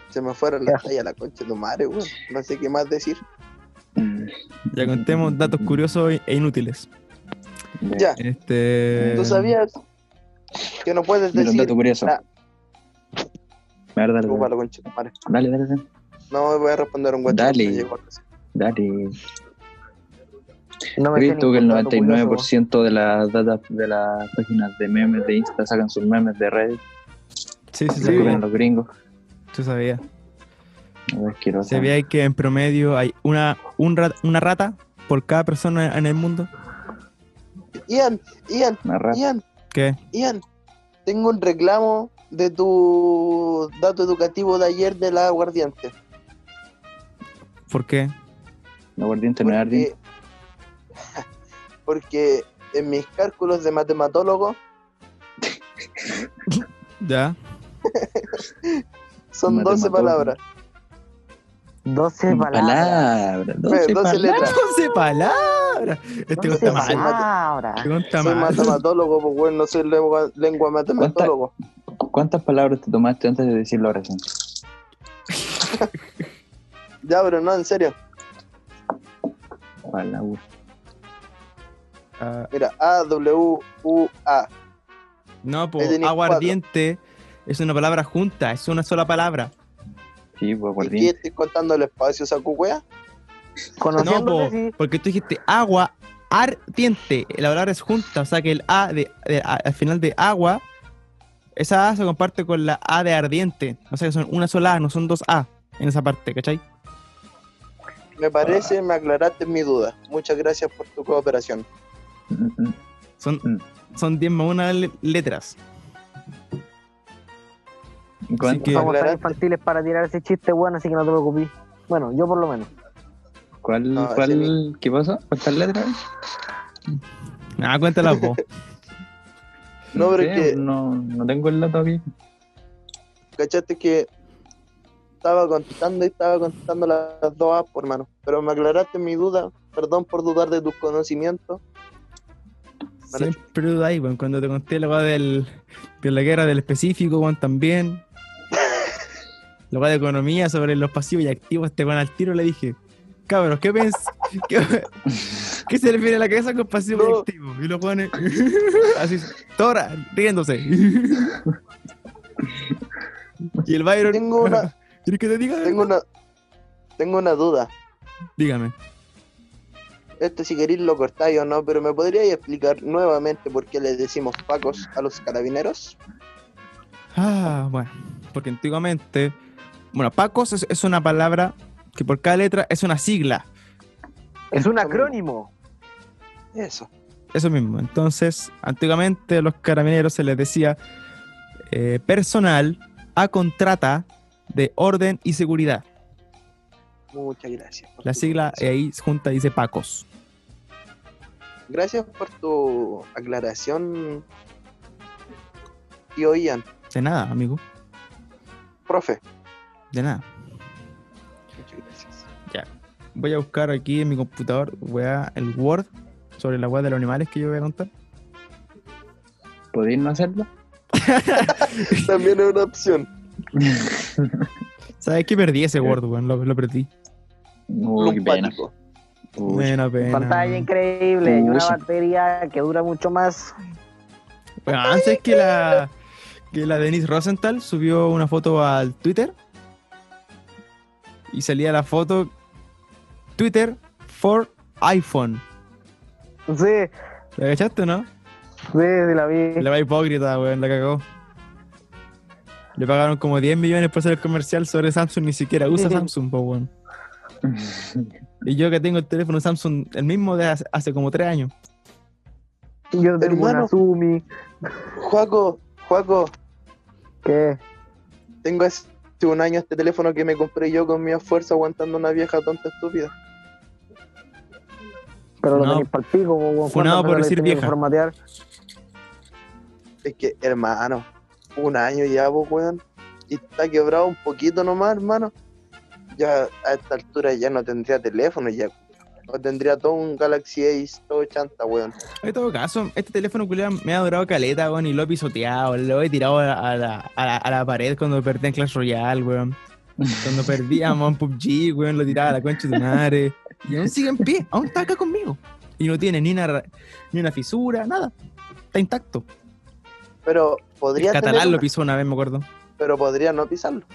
Speaker 1: se me fueron las tallas a la concha de tu madre, weón. No sé qué más decir.
Speaker 2: Ya contemos datos curiosos e inútiles.
Speaker 1: Ya,
Speaker 2: Este.
Speaker 1: tú sabías que no puedes
Speaker 3: Dale un
Speaker 1: decir.
Speaker 3: dato curioso.
Speaker 1: Ah.
Speaker 3: A ver, dale,
Speaker 1: Chupa
Speaker 3: dale,
Speaker 1: la concha de tu madre.
Speaker 3: dale, dale, dale,
Speaker 1: No voy a responder un WhatsApp.
Speaker 3: Dale.
Speaker 1: me llegó recién.
Speaker 3: dale.
Speaker 6: No me sé
Speaker 1: este
Speaker 3: ¿Crees tú que el
Speaker 6: ningún dato curioso,
Speaker 3: 99% de las datas de las páginas de memes de Insta sacan sus memes de Reddit?
Speaker 2: Sí, sí,
Speaker 3: Se
Speaker 2: sí.
Speaker 3: los copian los gringos.
Speaker 2: Tú sabías.
Speaker 3: No es asqueroso.
Speaker 2: ¿Sabías que en promedio hay una, un rat- una rata por cada persona en el mundo?
Speaker 1: Ian, Ian,
Speaker 3: Una rata.
Speaker 1: Ian,
Speaker 2: ¿Qué?
Speaker 1: Ian, tengo un reclamo de tu dato educativo de ayer de la aguardiente.
Speaker 2: ¿Por qué?
Speaker 3: No aguardiente, no es
Speaker 1: Porque-
Speaker 3: ardiente.
Speaker 1: Porque en mis cálculos de matematólogo
Speaker 2: ¿Ya?
Speaker 1: son 12
Speaker 3: Matematólogo.
Speaker 1: palabras.
Speaker 6: weón. 12 palabras.
Speaker 3: Palabra.
Speaker 1: Doce
Speaker 3: 12 palabras.
Speaker 1: letras.
Speaker 2: 12 palabras. Este weón
Speaker 6: 12
Speaker 2: está mal.
Speaker 6: palabras.
Speaker 2: Este weón está
Speaker 1: Soy
Speaker 2: mal.
Speaker 1: matematólogo, pues bueno, no soy lengua, lengua matematólogo.
Speaker 3: ¿Cuántas palabras te tomaste antes de decir la oración?
Speaker 1: Ya, pero no, en serio.
Speaker 3: Palabra.
Speaker 2: Ah,
Speaker 1: Mira, A, W, U, A.
Speaker 2: no, po,
Speaker 1: Ahí tenés
Speaker 2: aguardiente es una palabra junta, es una sola palabra.
Speaker 3: Sí, pues
Speaker 1: ¿Y qué
Speaker 3: aguardiente.
Speaker 1: estoy contando el espacio, saco wea?
Speaker 2: No, po,
Speaker 6: Conociéndote, sí.
Speaker 2: porque tú dijiste agua ardiente, la palabra es junta, o sea que el A de, de- a- al final de agua, esa A se comparte con la A de ardiente, o sea que son una sola A, no son dos A en esa parte, ¿cachai?
Speaker 1: Me parece, me aclaraste mi duda. Muchas gracias por tu cooperación.
Speaker 3: Mm, mm.
Speaker 2: Son,
Speaker 3: Mm.
Speaker 2: son 10 más una le- letras.
Speaker 3: ¿Y cuán-
Speaker 2: que-
Speaker 6: Somos tan
Speaker 1: aclaraste.
Speaker 6: infantiles para tirar ese chiste, weón, así que no te preocupes. Bueno, yo por lo menos.
Speaker 3: ¿Cuál,
Speaker 1: No,
Speaker 3: cuál,
Speaker 1: ese mismo.
Speaker 3: qué pasó? ¿Cuántas letras?
Speaker 2: Ah, cuéntala vos.
Speaker 1: No, pero es
Speaker 3: sé,
Speaker 1: que-
Speaker 3: no, no tengo el dato aquí.
Speaker 1: ¿Cachaste que estaba contestando y estaba contestando las dos A, por mano? Pero me aclaraste mi duda. Perdón por dudar de tus conocimientos.
Speaker 2: Siempre dudáis, weón, cuando te conté la weá del, de la guerra del específico, weón, también. La weá de economía sobre los pasivos y activos, este weón al tiro le dije, cabros, ¿qué pens ¿Qué, qué se le viene a la cabeza con pasivos
Speaker 1: No.
Speaker 2: y activos? Y lo pone así, tora, riéndose. y el Byron.
Speaker 1: Tengo una-
Speaker 2: ¿Quieres que te diga?
Speaker 1: Tengo una, tengo una duda.
Speaker 2: Dígame.
Speaker 1: Esto si queréis lo cortáis o no, pero ¿me podríais explicar nuevamente por qué le decimos pacos a los carabineros?
Speaker 2: Ah, bueno, porque antiguamente Bueno, Pacos es, es una palabra que por cada letra es una sigla.
Speaker 6: Es un acrónimo.
Speaker 1: Eso.
Speaker 2: Eso mismo. Entonces, antiguamente a los carabineros se les decía eh, personal a contrata de orden y seguridad.
Speaker 1: Muchas gracias. por
Speaker 2: La
Speaker 1: tu
Speaker 2: sigla
Speaker 1: aclaración.
Speaker 2: ahí junta dice Pacos.
Speaker 1: Gracias por tu aclaración. Y oían,
Speaker 2: De nada, amigo.
Speaker 1: profe.
Speaker 2: De nada.
Speaker 1: Muchas gracias.
Speaker 2: Voy a buscar aquí en mi computador weá, el Word sobre la weá de los animales que yo voy a contar.
Speaker 3: ¿Podéis no hacerlo?
Speaker 1: También es una opción.
Speaker 2: ¿Sabes qué? Perdí ese Word, weón. Lo, lo perdí.
Speaker 3: Uy, qué pena.
Speaker 1: Lumpático.
Speaker 3: Uy,
Speaker 2: Buena pena.
Speaker 6: Pantalla increíble y una
Speaker 3: ah, Uy.
Speaker 6: batería que dura mucho más.
Speaker 2: Bueno, antes que la que la Denise Rosenthal subió una foto al Twitter y salía la foto Twitter for iPhone.
Speaker 6: Sí, sí,
Speaker 2: ¿La cachaste, no?
Speaker 6: sí, la vi.
Speaker 2: La va hipócrita, weón, la cagó. Le pagaron como 10 millones por hacer el comercial sobre Samsung, ni siquiera usa Samsung, po, weón.
Speaker 1: Oh.
Speaker 2: Y yo que tengo el teléfono Samsung, el mismo de hace, hace como 3 años.
Speaker 6: Yo tengo
Speaker 1: Hermano.
Speaker 6: una Sumi.
Speaker 1: Juaco, Juaco,
Speaker 6: ¿Qué?
Speaker 1: tengo hace un año este teléfono que me compré yo con mi esfuerzo aguantando una vieja tonta estúpida.
Speaker 6: Pero lo
Speaker 2: Funado-
Speaker 6: tenéis pa'l pico, po, weón.
Speaker 2: funado
Speaker 6: ¿Cuántas
Speaker 2: por
Speaker 6: veces
Speaker 2: decir
Speaker 6: lo he tenido que
Speaker 2: vieja.
Speaker 6: formatear?
Speaker 1: Es que, hermano, un año ya, pues, weón. Y está quebrado un poquito nomás, hermano. Ya a esta altura ya no tendría teléfono, ya. No tendría todo un Galaxy Ace, todo chanta, weón.
Speaker 2: En todo caso, este teléfono culiao me ha durado caleta, weón, y lo he pisoteado, lo he tirado a la, a la- a la- a la pared cuando perdí en Clash Royale, weón. Cuando perdíamos en PUBG, weón, lo tiraba a la concha de madre. Y aún sigue en pie, aún está acá conmigo. Y no tiene ni una, ra- ni una fisura, nada. Está intacto.
Speaker 1: Pero
Speaker 2: El
Speaker 1: podría tener
Speaker 2: catalán lo
Speaker 1: una,
Speaker 2: pisó una vez, me acuerdo.
Speaker 1: pero podría no pisarlo.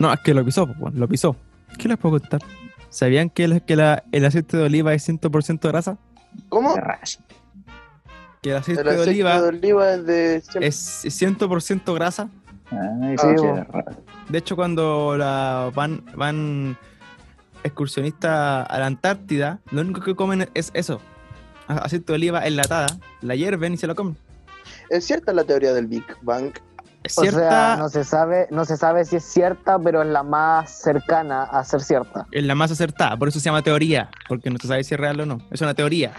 Speaker 2: No, es que lo pisó, pues, weón, lo pisó. ¿Qué les puedo contar? ¿Sabían que, el, que la- el aceite de oliva es 100% de grasa?
Speaker 1: ¿Cómo?
Speaker 3: qué raza.
Speaker 2: Que el aceite,
Speaker 1: El aceite
Speaker 2: de oliva
Speaker 1: de oliva es de siempre.
Speaker 2: es 100% grasa.
Speaker 3: Ay,
Speaker 1: Sí,
Speaker 3: sí, qué
Speaker 1: bo.
Speaker 3: raza.
Speaker 2: De hecho, cuando la van, van excursionistas a la Antártida, lo único que comen es eso. a- Aceite de oliva enlatada, la hierven y se lo comen.
Speaker 1: Es cierta la teoría del Big Bang.
Speaker 2: Es
Speaker 6: O
Speaker 2: cierta,
Speaker 6: sea, no se sabe, no se sabe si es cierta, pero es la más cercana a ser cierta.
Speaker 2: es la más acertada, por eso se llama teoría, porque no se sabe si es real o no. Es una teoría.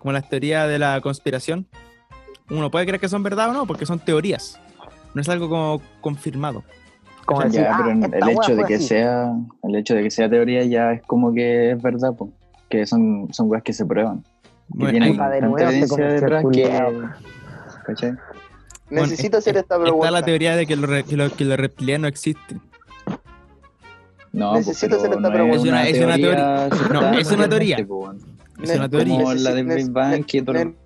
Speaker 2: Como las teorías de la conspiración. Uno puede creer que son verdad o no, porque son teorías. No es algo como confirmado.
Speaker 6: Como
Speaker 3: Ya,
Speaker 6: decir,
Speaker 3: pero
Speaker 6: "Ah, esta
Speaker 3: el
Speaker 6: wea
Speaker 3: hecho de
Speaker 6: fue
Speaker 3: que
Speaker 6: así".
Speaker 3: sea, el hecho de que sea teoría ya es como que es verdad, po. que son, son weas que se prueban. Que
Speaker 2: Bueno,
Speaker 3: tienen
Speaker 2: ahí-
Speaker 6: Puta, de
Speaker 3: tanta
Speaker 6: nuevo este
Speaker 3: evidencia
Speaker 6: comercial
Speaker 3: detrás
Speaker 6: culiao.
Speaker 3: que- ¿cachai?
Speaker 2: bueno,
Speaker 1: Necesito
Speaker 2: es-
Speaker 1: hacer esta
Speaker 2: está
Speaker 1: pregunta.
Speaker 2: la teoría de que los re- que lo- que los reptilianos existen.
Speaker 3: No,
Speaker 1: Necesito
Speaker 3: pues,
Speaker 1: hacer esta
Speaker 3: pero no
Speaker 1: pregunta.
Speaker 2: Es una- es una teoría.
Speaker 3: aceptada
Speaker 2: No, es una teoría.
Speaker 3: socialmente, po, weón.
Speaker 2: Es
Speaker 1: Ne-
Speaker 2: una teoría.
Speaker 3: Como la del
Speaker 1: Necesi-
Speaker 3: Big Bang,
Speaker 1: ne-
Speaker 3: que
Speaker 1: ne-
Speaker 3: tú preguntas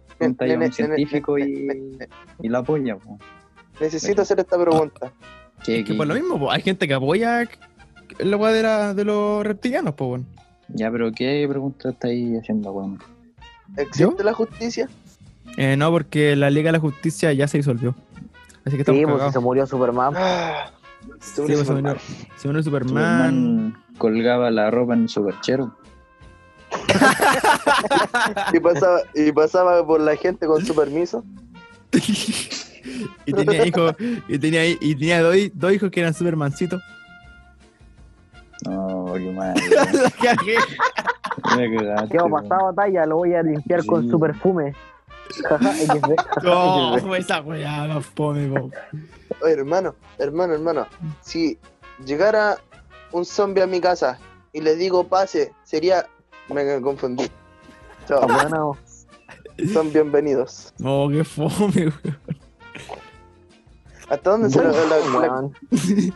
Speaker 3: a
Speaker 1: ne- ne-
Speaker 3: un científico
Speaker 1: ne-
Speaker 3: y,
Speaker 1: ne-
Speaker 3: y lo apoya. po.
Speaker 1: Necesito hacer
Speaker 2: Ah.
Speaker 1: esta pregunta.
Speaker 3: Que-
Speaker 2: Es que
Speaker 3: que-
Speaker 2: por lo mismo, po, hay gente que apoya la weá de, la- de los reptilianos, pues bueno.
Speaker 3: Ya, pero ¿qué pregunta estáis haciendo, weón?
Speaker 1: ¿Existe la justicia?
Speaker 2: Eh, no, porque la Liga de la Justicia ya se disolvió. Así que estamos
Speaker 6: Sí, pues si
Speaker 2: cagados.
Speaker 6: se murió Superman.
Speaker 1: Ah,
Speaker 2: Sí,
Speaker 1: se
Speaker 2: pues,
Speaker 1: unió
Speaker 2: se
Speaker 1: Superman.
Speaker 2: unió- se unió
Speaker 3: Tu
Speaker 2: Superman.
Speaker 3: hermano colgaba la ropa en su perchero.
Speaker 1: y, pasaba, y pasaba por la gente con su permiso.
Speaker 2: y tenía hijos, y tenía, y tenía dos, hi- dos hijos que eran Supermancitos.
Speaker 3: No, qué mal.
Speaker 2: La cagué.
Speaker 3: Me cagaste,
Speaker 6: Yo
Speaker 3: weón.
Speaker 6: pasado batalla, lo voy a limpiar con
Speaker 3: Sí.
Speaker 6: su perfume. Jaja, XD, jaja,
Speaker 2: No,
Speaker 6: XD.
Speaker 2: fue esa weá, la fome, po.
Speaker 1: Oye, hermano, hermano, hermano. Si llegara un zombie a mi casa y le digo pase, sería. Me confundí. Chao,
Speaker 6: Bueno,
Speaker 1: son bienvenidos.
Speaker 2: No, qué fome, weón.
Speaker 1: ¿Hasta dónde, se la- la- la-
Speaker 6: weón.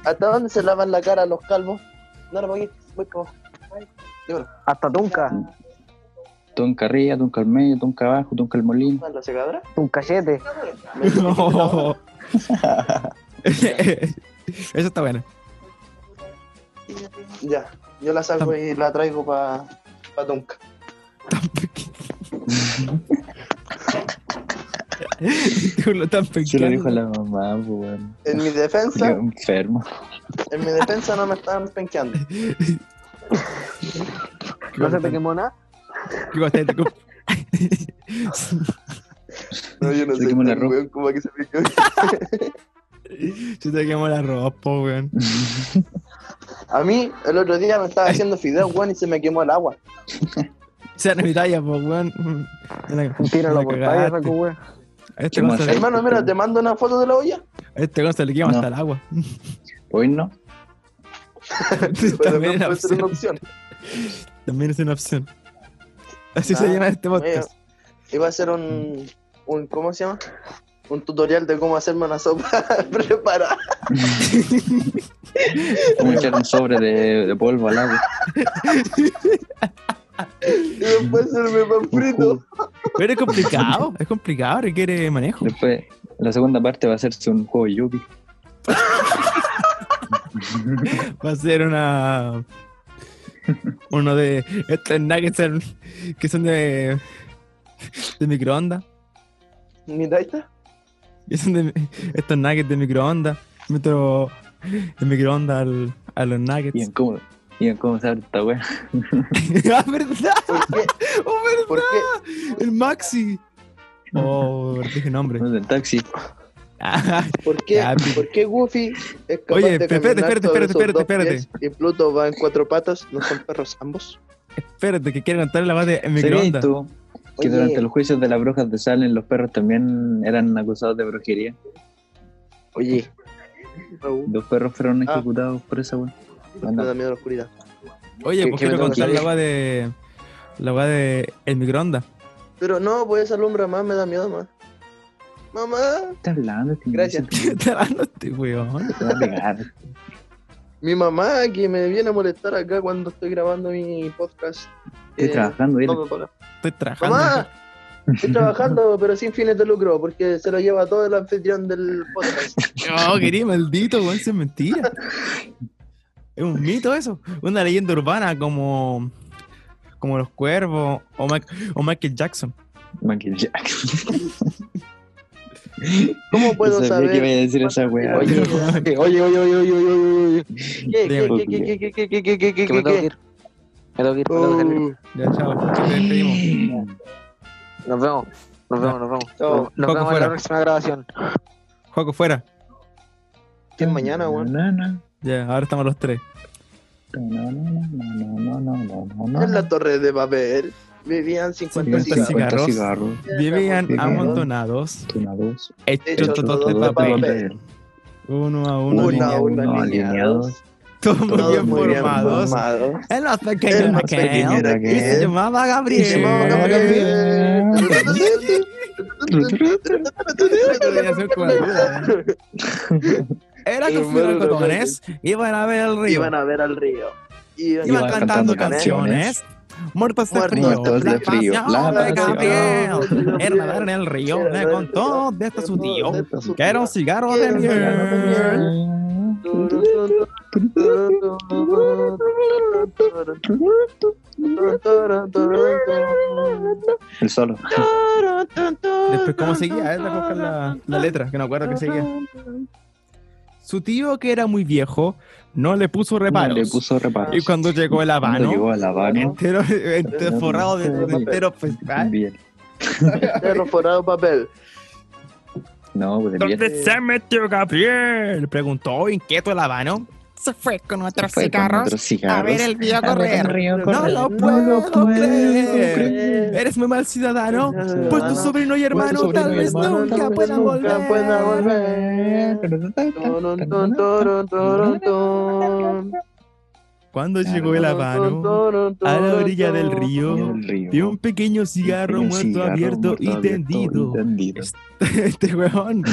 Speaker 1: ¿Hasta dónde se lavan la cara los calvos? No, no, voy, voy para abajo.
Speaker 6: Hasta Tunca,
Speaker 3: Tunca arriba, tunca al medio, tunca abajo, tunca al molino.
Speaker 1: ¿Para ¿La secadora?
Speaker 6: Tunca Yete.
Speaker 2: No. Eso está bueno.
Speaker 1: Ya, yo la saco y la traigo para pa Tonka.
Speaker 2: Tan pequeño. Digo, lo tan
Speaker 3: Se lo
Speaker 2: pequeño.
Speaker 3: dijo la mamá, po, weón.
Speaker 1: En mi
Speaker 3: Culiao
Speaker 1: defensa,
Speaker 3: enfermo.
Speaker 1: En mi defensa no me estaban penqueando.
Speaker 6: ¿No se te quemó nada?
Speaker 2: Qué bastante-
Speaker 1: No, yo no
Speaker 3: Se
Speaker 1: sé,
Speaker 3: quemó la ropa.
Speaker 1: weón, como que se me quedó.
Speaker 2: Se te quemó la ropa, weón.
Speaker 1: A mí, el otro día me estaba haciendo fideos, weón, y se me quemó el agua.
Speaker 2: Esa no es mi talla, po, weón. Me la-
Speaker 6: Tíralo
Speaker 2: me la
Speaker 6: por talla,
Speaker 2: cagaste.
Speaker 6: saco, weón.
Speaker 2: A este
Speaker 3: ¿Qué
Speaker 2: Gonza
Speaker 3: más?
Speaker 2: le-
Speaker 1: Hermano, mira, te mando una foto de la olla.
Speaker 2: a este Gonza le quema
Speaker 3: No.
Speaker 2: hasta el agua.
Speaker 3: Hoy no.
Speaker 1: Pero no
Speaker 2: También es una
Speaker 1: puede ser una
Speaker 2: opción.
Speaker 1: opción.
Speaker 2: También es una opción. Así se
Speaker 1: Ah,
Speaker 2: llama este podcast.
Speaker 1: Oye, Eh, Iba a hacer un, un. ¿Cómo se llama? Un tutorial de cómo hacerme una sopa preparada.
Speaker 3: Vamos a echar un sobre de, de polvo al agua.
Speaker 1: Y después hacerme pan
Speaker 3: Un
Speaker 1: frito.
Speaker 3: jugo.
Speaker 2: Pero es complicado, es complicado, requiere manejo.
Speaker 3: Después, la segunda parte va a ser un juego de Yubi.
Speaker 2: Va a ser una. Uno de estos nuggets son- que son de. de microondas.
Speaker 1: ¿Mi taita?
Speaker 2: Y son de, estos nuggets de microondas. Meto el microondas al, a los
Speaker 3: Y en
Speaker 2: nuggets.
Speaker 3: cómo, y en cómo sabe esta wea.
Speaker 2: ¡Ah, verdad!
Speaker 1: ¿Por qué?
Speaker 2: ¡Oh, verdad!
Speaker 1: ¿Por qué?
Speaker 2: ¡El Maxi! Oh, dije nombre.
Speaker 3: No del taxi.
Speaker 2: Ah,
Speaker 1: ¿Por qué?
Speaker 2: Ya, pi-
Speaker 1: ¿Por qué Goofy es capaz
Speaker 2: Oye,
Speaker 1: de
Speaker 2: espérate,
Speaker 1: caminar
Speaker 2: espérate,
Speaker 1: sobre
Speaker 2: espérate,
Speaker 1: sus
Speaker 2: espérate,
Speaker 1: dos
Speaker 2: espérate.
Speaker 1: pies Y Pluto va en cuatro patas, ¿no son perros ambos?
Speaker 2: espérate, que quiero contar la base de
Speaker 3: ¿Sabías
Speaker 2: microondas.
Speaker 3: tú que
Speaker 1: Oye.
Speaker 3: durante los juicios de las brujas de Salem los perros también eran acusados de brujería?
Speaker 1: Oye. Raúl,
Speaker 3: Dos perros fueron
Speaker 1: Ah.
Speaker 3: ejecutados por esa wea.
Speaker 1: me
Speaker 3: Anda.
Speaker 1: da miedo la oscuridad.
Speaker 2: Oye, pues
Speaker 1: que- que me
Speaker 2: quiero
Speaker 1: tengo
Speaker 2: contar
Speaker 1: que
Speaker 2: la
Speaker 1: salir.
Speaker 2: base de. la base de. el microondas.
Speaker 1: Pero no, pues esa alumbra más, me da miedo más. Mamá,
Speaker 3: ¿Qué estás hablando? Este
Speaker 1: Gracias.
Speaker 2: ¿Qué
Speaker 3: imbécil?
Speaker 2: está hablando este weón?
Speaker 3: Te va a pegar.
Speaker 1: mi mamá que me viene a molestar acá cuando estoy grabando mi podcast.
Speaker 3: Estoy
Speaker 1: que
Speaker 3: trabajando, dile.
Speaker 1: no me paga.
Speaker 2: Estoy trabajando.
Speaker 1: Mamá, estoy trabajando, pero sin fines de lucro, porque se lo lleva todo el anfitrión del podcast.
Speaker 2: No, querido, maldito, weón, eso es mentira. Es un mito eso. Una leyenda urbana como. como los cuervos o, Ma- o Michael Jackson.
Speaker 3: Michael Jackson.
Speaker 1: ¿Cómo puedo
Speaker 3: Yo sabía que iba
Speaker 1: saber?
Speaker 3: a decir esa
Speaker 1: Oye,
Speaker 3: wea.
Speaker 6: Oye, oye, oye, oye, oye, oye, oye.
Speaker 1: ¿Qué, qué, qué, qué, qué, qué, qué, qué, qué, qué,
Speaker 6: Que me tengo que
Speaker 1: qué?
Speaker 6: ir. Me tengo que ir, me tengo que salir.
Speaker 1: Uh,
Speaker 2: Ya, chao. Te despedimos.
Speaker 6: Nos vemos, nos vemos, nos vemos.
Speaker 1: Chao.
Speaker 6: Nos- Nos
Speaker 2: Poco
Speaker 6: vemos en
Speaker 2: fuera.
Speaker 6: la próxima grabación.
Speaker 2: Juaco, fuera.
Speaker 1: ¿Qué es mañana, weón?
Speaker 3: Banana.
Speaker 2: Ya, ahora estamos los tres.
Speaker 3: Banana, banana, banana,
Speaker 1: En la
Speaker 3: banana.
Speaker 1: torre de Babel vivían 50
Speaker 2: 50 cigarros.
Speaker 1: cigarros.
Speaker 3: cigarros.
Speaker 2: Vivían
Speaker 1: Vivían
Speaker 2: amontonados,
Speaker 3: Una, dos.
Speaker 2: hechos
Speaker 1: Hechos
Speaker 2: todos de
Speaker 1: todos de
Speaker 2: papel,
Speaker 1: papel.
Speaker 2: uno a uno,
Speaker 1: Uno a
Speaker 2: alineados,
Speaker 1: uno
Speaker 3: alineados.
Speaker 1: alineados.
Speaker 2: todos muy
Speaker 1: Todos
Speaker 2: bien formados.
Speaker 1: formados.
Speaker 2: En los pequeños
Speaker 1: En los
Speaker 2: Raquel,
Speaker 1: pequeños
Speaker 2: y se
Speaker 1: Raquel.
Speaker 2: llamaba
Speaker 1: Y se llamaba Gabriel.
Speaker 2: Tenía su cuadrilla. ¿eh? Era
Speaker 1: Hermano
Speaker 2: con cotones, iban a ver el río,
Speaker 1: Iban a ver al río. Iban
Speaker 2: iban
Speaker 3: iban
Speaker 2: cantando
Speaker 3: cantando
Speaker 2: canciones, muertos de
Speaker 1: Muertos
Speaker 2: frío,
Speaker 3: de
Speaker 2: la
Speaker 3: frío,
Speaker 2: pasión
Speaker 3: la
Speaker 2: de
Speaker 3: pasión
Speaker 2: Gabriel,
Speaker 1: de
Speaker 2: el nadar en
Speaker 1: Gabriel.
Speaker 2: el río,
Speaker 1: Era
Speaker 2: me
Speaker 1: nadar en
Speaker 2: contó
Speaker 1: el
Speaker 2: de este
Speaker 1: río,
Speaker 2: su tío,
Speaker 1: de este su
Speaker 2: que era
Speaker 1: tío.
Speaker 2: un cigarro
Speaker 1: Que
Speaker 2: de
Speaker 1: era un cigarro de
Speaker 2: miel.
Speaker 1: miel.
Speaker 3: El solo.
Speaker 2: Después, ¿cómo seguía? Eh, Voy a buscar la, la letra, que no acuerdo que seguía. Su tío, que era muy viejo, no le puso reparos.
Speaker 3: Le puso reparo.
Speaker 2: Y cuando llegó el
Speaker 3: Cuando
Speaker 2: habano,
Speaker 3: llegó a La Habana.
Speaker 2: entero, entero forrado de de entero pues, festival,
Speaker 3: Bien.
Speaker 1: Perro forado papel.
Speaker 3: No, pues bien.
Speaker 2: ¿Dónde se metió Gabriel? Preguntó inquieto el habano. Se fue con otros
Speaker 3: Fue con
Speaker 2: cigarros
Speaker 3: otros cigarros.
Speaker 2: a ver el río
Speaker 3: el
Speaker 2: correr.
Speaker 3: río
Speaker 2: No
Speaker 3: correr.
Speaker 2: lo
Speaker 3: No
Speaker 2: puedo
Speaker 3: lo puedo
Speaker 2: creer.
Speaker 3: creer.
Speaker 2: Eres muy mal ciudadano. Pues tu
Speaker 1: Hermano,
Speaker 2: sobrino y hermano
Speaker 3: sobrino
Speaker 2: tal
Speaker 3: y
Speaker 2: vez
Speaker 3: hermano,
Speaker 2: nunca
Speaker 3: tal vez
Speaker 2: puedan
Speaker 1: nunca
Speaker 2: volver.
Speaker 1: puedan volver. Torun, torun, torun, torun, torun.
Speaker 2: Cuando llegó el habano
Speaker 1: Torun, torun,
Speaker 2: a la orilla del
Speaker 1: torun.
Speaker 2: río,
Speaker 3: El río.
Speaker 2: vio un pequeño cigarro
Speaker 3: Un
Speaker 2: muerto
Speaker 3: cigarro
Speaker 2: abierto
Speaker 3: muerto
Speaker 2: y
Speaker 3: abierto
Speaker 2: tendido.
Speaker 3: y tendido.
Speaker 2: Este weón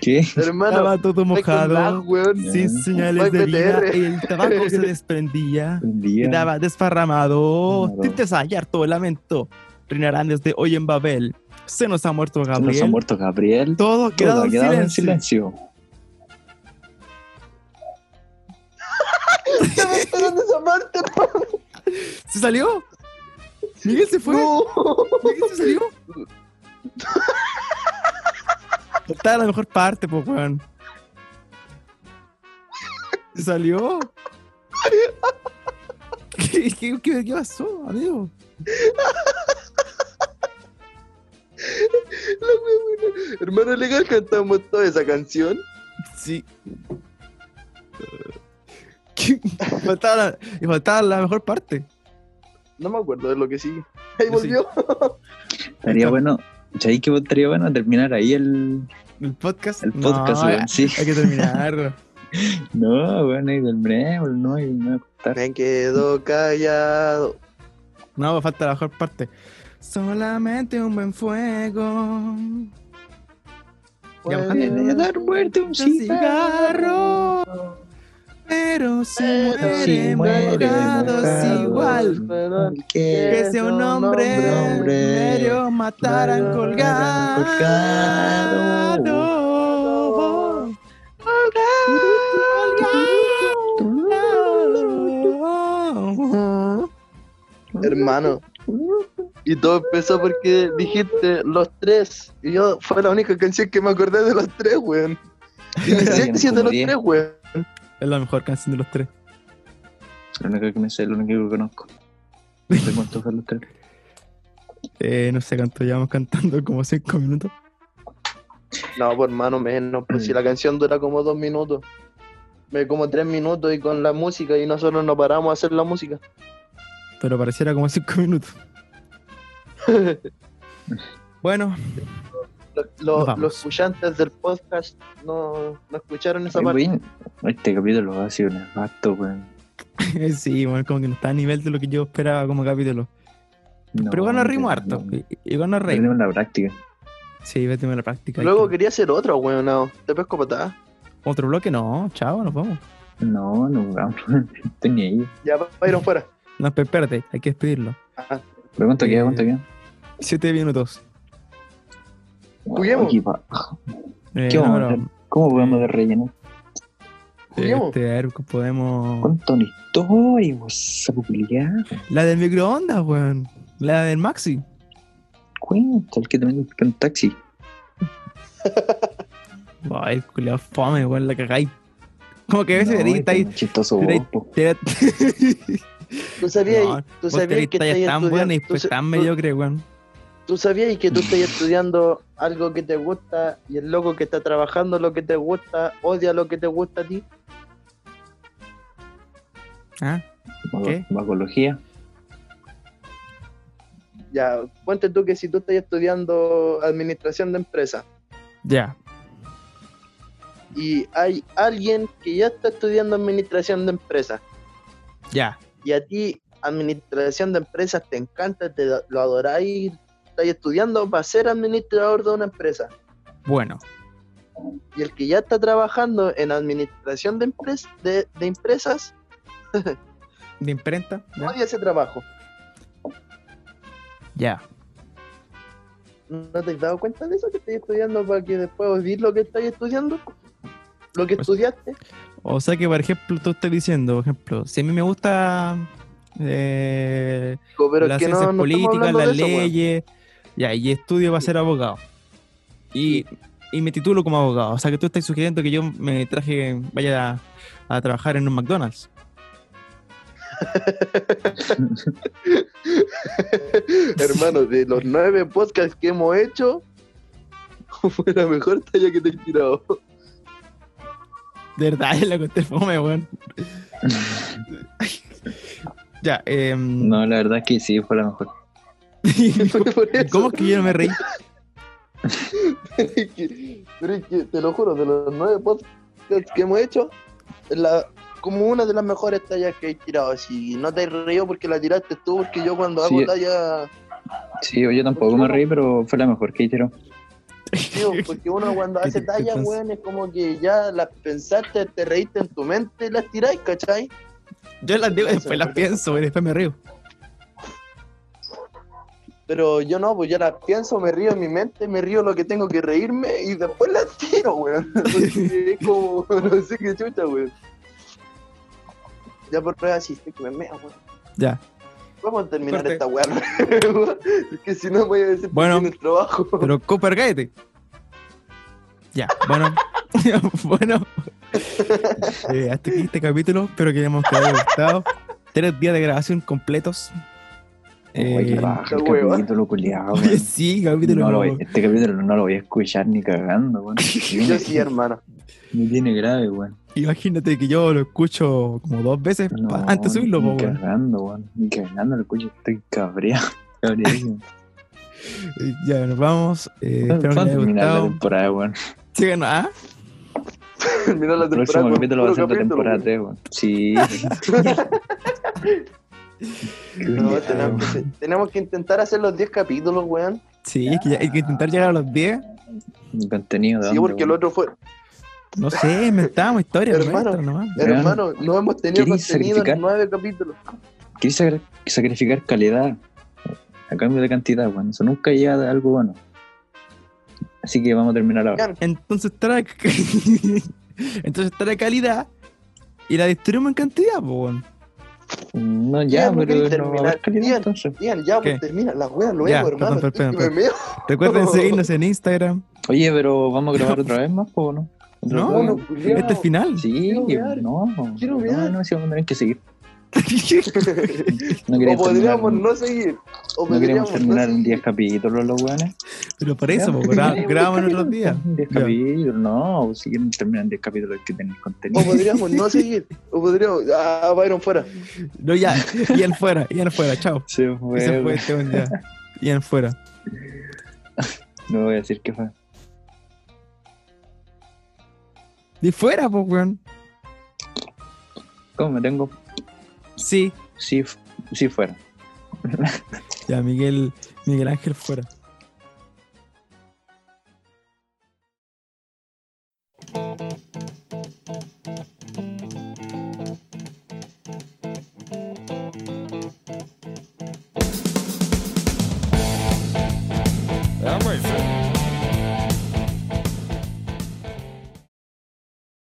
Speaker 3: ¿Qué?
Speaker 1: Hermano,
Speaker 2: estaba todo
Speaker 1: estoy con lag,
Speaker 2: mojado.
Speaker 1: weón.
Speaker 2: Sin señales de
Speaker 1: Soy
Speaker 2: vida,
Speaker 1: BTR.
Speaker 2: el tabaco se desprendía.
Speaker 3: Un día.
Speaker 2: Quedaba desparramado.
Speaker 3: Claro.
Speaker 2: Tristeza y harto lamento. Reinarán desde hoy en Babel. Se nos ha muerto
Speaker 3: Nos
Speaker 2: Gabriel.
Speaker 3: ha muerto Gabriel.
Speaker 2: Todo
Speaker 3: Todo
Speaker 2: quedado
Speaker 3: ha
Speaker 2: en
Speaker 3: quedado en
Speaker 2: silencio.
Speaker 3: silencio.
Speaker 1: Estaba esperando esa parte, po.
Speaker 2: ¿Se salió? Miguel se fue. Miguel se salió. Estaba la mejor parte, pues, weón. salió? ¿Qué, qué, qué- qué pasó, amigo?
Speaker 1: La wea buena. Hermano legal, cantamos toda esa canción.
Speaker 2: Sí. ¿Qué? Faltaba la, y faltaba la mejor parte.
Speaker 1: No me acuerdo de lo que sigue. Ahí
Speaker 2: Yo
Speaker 1: volvió.
Speaker 3: Estaría bueno. ¿Sabéis que estaría bueno terminar ahí el,
Speaker 2: El podcast.
Speaker 3: el podcast,
Speaker 2: No,
Speaker 3: weón? Sí.
Speaker 2: hay que terminarlo.
Speaker 3: No, bueno, y terminemos, no, y me voy a acostar.
Speaker 1: Me quedo callado.
Speaker 2: No, falta la mejor parte. Solamente un buen fuego. Sigamos cantando.
Speaker 3: Puede dar
Speaker 2: pues.
Speaker 3: muerte a un
Speaker 2: Un
Speaker 3: cigarro.
Speaker 2: cigarro. Pero si muere,
Speaker 3: si muere
Speaker 2: mojado es
Speaker 3: mojado.
Speaker 2: igual. Que sea un hombre,
Speaker 3: un hombre,
Speaker 2: medio mataran
Speaker 3: mataran
Speaker 2: colgado. Colgado. Colgado.
Speaker 1: Hermano. Y todo empezó porque dijiste los tres. Y yo fue la única canción que me acordé de los tres, weón. Y me
Speaker 3: Tienen
Speaker 1: siento siendo los
Speaker 3: como 10.
Speaker 1: tres, weón.
Speaker 2: Es la mejor canción de los tres.
Speaker 3: Lo único que me sé, lo único que conozco. No sé cuántos son los tres.
Speaker 2: Eh, no sé cuánto llevamos cantando, como cinco minutos.
Speaker 1: No, por hermano, menos. Pues si la canción dura como dos minutos. Me como tres minutos y con la música. Y nosotros nos paramos a hacer la música.
Speaker 2: Pero pareciera como cinco minutos. Bueno,
Speaker 1: Los,
Speaker 2: Nos
Speaker 1: los,
Speaker 2: vamos.
Speaker 1: los escuchantes del podcast no, no escucharon esa
Speaker 3: Oye,
Speaker 1: parte.
Speaker 3: weón, Este capítulo ha sido nefasto, weón.
Speaker 2: sí, bueno, como que no está a nivel de lo que yo esperaba como capítulo.
Speaker 3: No,
Speaker 2: Pero bueno, rimos
Speaker 3: no,
Speaker 2: harto.
Speaker 3: no.
Speaker 2: Y- Igual nos reímos.
Speaker 3: Perdimos la práctica.
Speaker 2: Sí, vete a la práctica. hay
Speaker 1: Luego
Speaker 2: que-
Speaker 1: quería hacer otro, weón. No. Te pesco patada.
Speaker 2: Otro bloque, no, chao, nos vamos.
Speaker 3: No, no, vamos. Tenía ahí.
Speaker 1: Ya Byron fuera.
Speaker 2: No, pe- espérate, hay que despedirlo.
Speaker 1: Ajá.
Speaker 3: ¿Pero cuánto
Speaker 2: Eh,
Speaker 3: queda? ¿Cuánto queda?
Speaker 2: Siete minutos.
Speaker 1: juguemos.
Speaker 3: Aquí va.
Speaker 2: Eh,
Speaker 3: ¿Qué
Speaker 2: no,
Speaker 3: vamos a
Speaker 2: pero,
Speaker 3: ¿Cómo podemos de relleno?
Speaker 1: Juguemos.
Speaker 2: este, a ver, podemos.
Speaker 3: ¿Cuánto ni estoy, vos, saco culiao?
Speaker 2: La del microondas, weón. La del maxi.
Speaker 3: Cuenta, el que también está en taxi.
Speaker 2: Ay, culiao fome, weón, la cagáis. Como que a veces veréis,
Speaker 3: está
Speaker 2: estáis.
Speaker 3: este Chistoso vos,
Speaker 2: estáis-
Speaker 3: po.
Speaker 2: estáis-
Speaker 1: Tú sabías,
Speaker 2: No,
Speaker 1: tú
Speaker 2: Vos
Speaker 1: sabías
Speaker 2: tenéis
Speaker 1: que
Speaker 2: tallas
Speaker 1: estáis
Speaker 2: tan buenas y
Speaker 1: estudiando. tú
Speaker 2: pues
Speaker 1: sa-
Speaker 2: tan
Speaker 1: tú-
Speaker 2: mediocre, weón.
Speaker 1: Tú sabías que tú estás estudiando algo que te gusta y el loco que está trabajando lo que te gusta odia lo que te gusta a ti.
Speaker 2: ¿Ah? ¿Qué?
Speaker 3: Vacología.
Speaker 1: Ya, ponte tú que si tú estás estudiando administración de empresa
Speaker 2: Ya.
Speaker 1: y hay alguien que ya está estudiando administración de empresa
Speaker 2: Ya.
Speaker 1: y a ti administración de empresas te encanta, te lo adoráis, estás estudiando para ser administrador de una empresa.
Speaker 2: Bueno.
Speaker 1: y el que ya está trabajando en administración de, empres- de, de empresas
Speaker 2: ¿De imprenta? Ya.
Speaker 1: odia ese trabajo.
Speaker 2: Ya.
Speaker 1: ¿No te has dado cuenta de eso que estás estudiando para que después odies lo que estás estudiando? Lo que
Speaker 2: Pues-
Speaker 1: estudiaste.
Speaker 2: O sea que, por ejemplo, tú estás diciendo, por ejemplo, si a mí me gusta eh,
Speaker 1: Digo, Pero
Speaker 2: las
Speaker 1: es que
Speaker 2: ciencias
Speaker 1: no, no estamos
Speaker 2: políticas,
Speaker 1: hablando de
Speaker 2: las
Speaker 1: eso, weón.
Speaker 2: leyes, ya, y estudio para ser abogado. Y, y me titulo como abogado. O sea que tú estás sugiriendo que yo me traje, vaya a, a trabajar en un McDonald's.
Speaker 1: Hermano, de los nueve podcasts que hemos hecho, fue la mejor talla que te he tirado.
Speaker 2: De verdad, la conté fome, weón. ya, eh,
Speaker 3: No, la verdad es que sí, fue la mejor.
Speaker 1: Por eso.
Speaker 2: ¿Cómo es que yo no me reí?
Speaker 1: Pero es que- pero es que, te lo juro, de los nueve podcasts que hemos hecho, es la, como una de las mejores tallas que he tirado. Si no te has reído porque la tiraste tú, porque yo cuando
Speaker 3: Sí.
Speaker 1: hago talla,
Speaker 3: Sí, yo tampoco me reí, pero fue la mejor que hicieron.
Speaker 1: tío, porque uno cuando
Speaker 2: ¿Qué
Speaker 1: hace
Speaker 2: te- qué
Speaker 1: tallas,
Speaker 2: pasa?
Speaker 1: weón, es como que ya las pensaste, te reíste en tu mente y las tiráis, ¿cachai?
Speaker 2: Yo las digo, después las pienso, y después me río.
Speaker 1: Pero yo no, pues yo las pienso, me río en mi mente, me río lo que tengo que reírme y después las tiro, weón. Porque es como, no sé qué chucha, weón. Ya por prueba asiste que me mea, weón.
Speaker 2: Ya.
Speaker 1: Vamos a terminar
Speaker 2: Corte.
Speaker 1: esta weá. es que si no voy a decir
Speaker 2: Bueno.
Speaker 1: bueno, el trabajo.
Speaker 2: Pero Cooper, cállate. Ya, bueno. bueno, Eh, hasta aquí este capítulo. Espero que hayamos quedado gustado. Tres días de grabación completos.
Speaker 3: Oye,
Speaker 2: Eh,
Speaker 3: qué baja el
Speaker 1: qué hueva.
Speaker 3: capítulo, culiado.
Speaker 2: oye, sí, capítulo.
Speaker 3: No lo voy-
Speaker 2: como-
Speaker 3: este capítulo no lo voy a escuchar ni cagando, weón.
Speaker 1: Yo sí, hermano.
Speaker 3: Me tiene grave, weón.
Speaker 2: Imagínate que yo lo escucho como dos veces
Speaker 3: No,
Speaker 2: pa- antes de subirlo, po,
Speaker 3: Ni
Speaker 2: weón.
Speaker 3: cagando, weón. Ni cagando lo escucho. Estoy cabreado. Cabreadísimo.
Speaker 2: Eh, Ya, nos vamos. Eh, espero que les
Speaker 3: Vamos a
Speaker 2: haya
Speaker 3: terminar la
Speaker 2: gustado.
Speaker 3: temporada, weón.
Speaker 2: Síganos. ¿ah?
Speaker 1: Terminó la
Speaker 3: El próximo
Speaker 1: temporada. con
Speaker 3: capítulo va a
Speaker 1: puro
Speaker 3: ser la
Speaker 1: capítulo, weón.
Speaker 3: temporada 3, weón. Sí.
Speaker 1: No, tenemos, que- tenemos que intentar hacer los 10 capítulos, weón.
Speaker 2: Sí, es que ya- hay que intentar llegar a los 10.
Speaker 3: El contenido de
Speaker 1: Sí,
Speaker 3: dónde,
Speaker 1: porque el
Speaker 3: weón?
Speaker 1: otro fue.
Speaker 2: No sé, inventamos historias.
Speaker 1: Hermano.
Speaker 2: nuestras nomás.
Speaker 3: Weón,
Speaker 1: Hermano, no hemos tenido
Speaker 3: ¿queréis
Speaker 1: contenido
Speaker 3: sacrificar?
Speaker 1: en 9 capítulos.
Speaker 3: Quieres sacri- sacrificar calidad a cambio de cantidad, weón. Eso nunca llega a algo bueno. Así que vamos a terminar ahora.
Speaker 2: Entonces trae, entonces trae calidad y la distribuimos en cantidad, po, weón.
Speaker 3: No,
Speaker 1: Ya,
Speaker 3: ya,
Speaker 1: no
Speaker 3: pero
Speaker 1: queréis
Speaker 3: no va a haber
Speaker 1: terminar.
Speaker 3: calidad
Speaker 1: Bien.
Speaker 3: entonces.
Speaker 1: Bien, ya,
Speaker 2: ¿Qué?
Speaker 1: pues termina la weá luego,
Speaker 2: Ya,
Speaker 1: hermano.
Speaker 2: perdón, perdón,
Speaker 1: Estoy que me meo.
Speaker 2: Recuerden seguirnos en Instagram.
Speaker 3: Oye, pero vamos a grabar otra vez más, po, ¿o no? ¿Otra
Speaker 2: No,
Speaker 3: vez?
Speaker 1: Bueno, culiao.
Speaker 2: Este es el final.
Speaker 3: Sí,
Speaker 1: Quiero
Speaker 3: que-
Speaker 1: mirar.
Speaker 3: no.
Speaker 1: Quiero
Speaker 3: no,
Speaker 1: mirar.
Speaker 3: No, sí, vamos a tener que seguir. No
Speaker 1: o podríamos
Speaker 3: queríamos terminar,
Speaker 1: no seguir. O
Speaker 3: no queríamos
Speaker 1: podríamos
Speaker 3: terminar en
Speaker 1: no
Speaker 3: 10
Speaker 1: seguir.
Speaker 3: capítulos los weones.
Speaker 2: Pero por eso,
Speaker 3: Ya,
Speaker 2: po,
Speaker 3: pues,
Speaker 2: gra-
Speaker 3: ya,
Speaker 2: grabamos en otros
Speaker 3: capítulos,
Speaker 2: días.
Speaker 3: pues, 10
Speaker 2: Ya.
Speaker 3: capítulos, no. pues, Si quieren terminar en 10 capítulos hay que tener
Speaker 1: O
Speaker 3: contenido.
Speaker 1: podríamos no seguir. O podríamos. Ah, Byron fuera.
Speaker 2: No, ya, y él fuera, y él fuera, chao.
Speaker 3: Se
Speaker 2: Y se
Speaker 3: fue,
Speaker 2: fue
Speaker 3: weón.
Speaker 2: este buen día. Y él fuera.
Speaker 3: No voy a decir qué fue.
Speaker 2: Y fuera, po, weón.
Speaker 3: ¿Cómo me tengo?
Speaker 2: Sí.
Speaker 3: Sí, f- sí fuera.
Speaker 2: Ya, Miguel, Miguel Ángel fuera.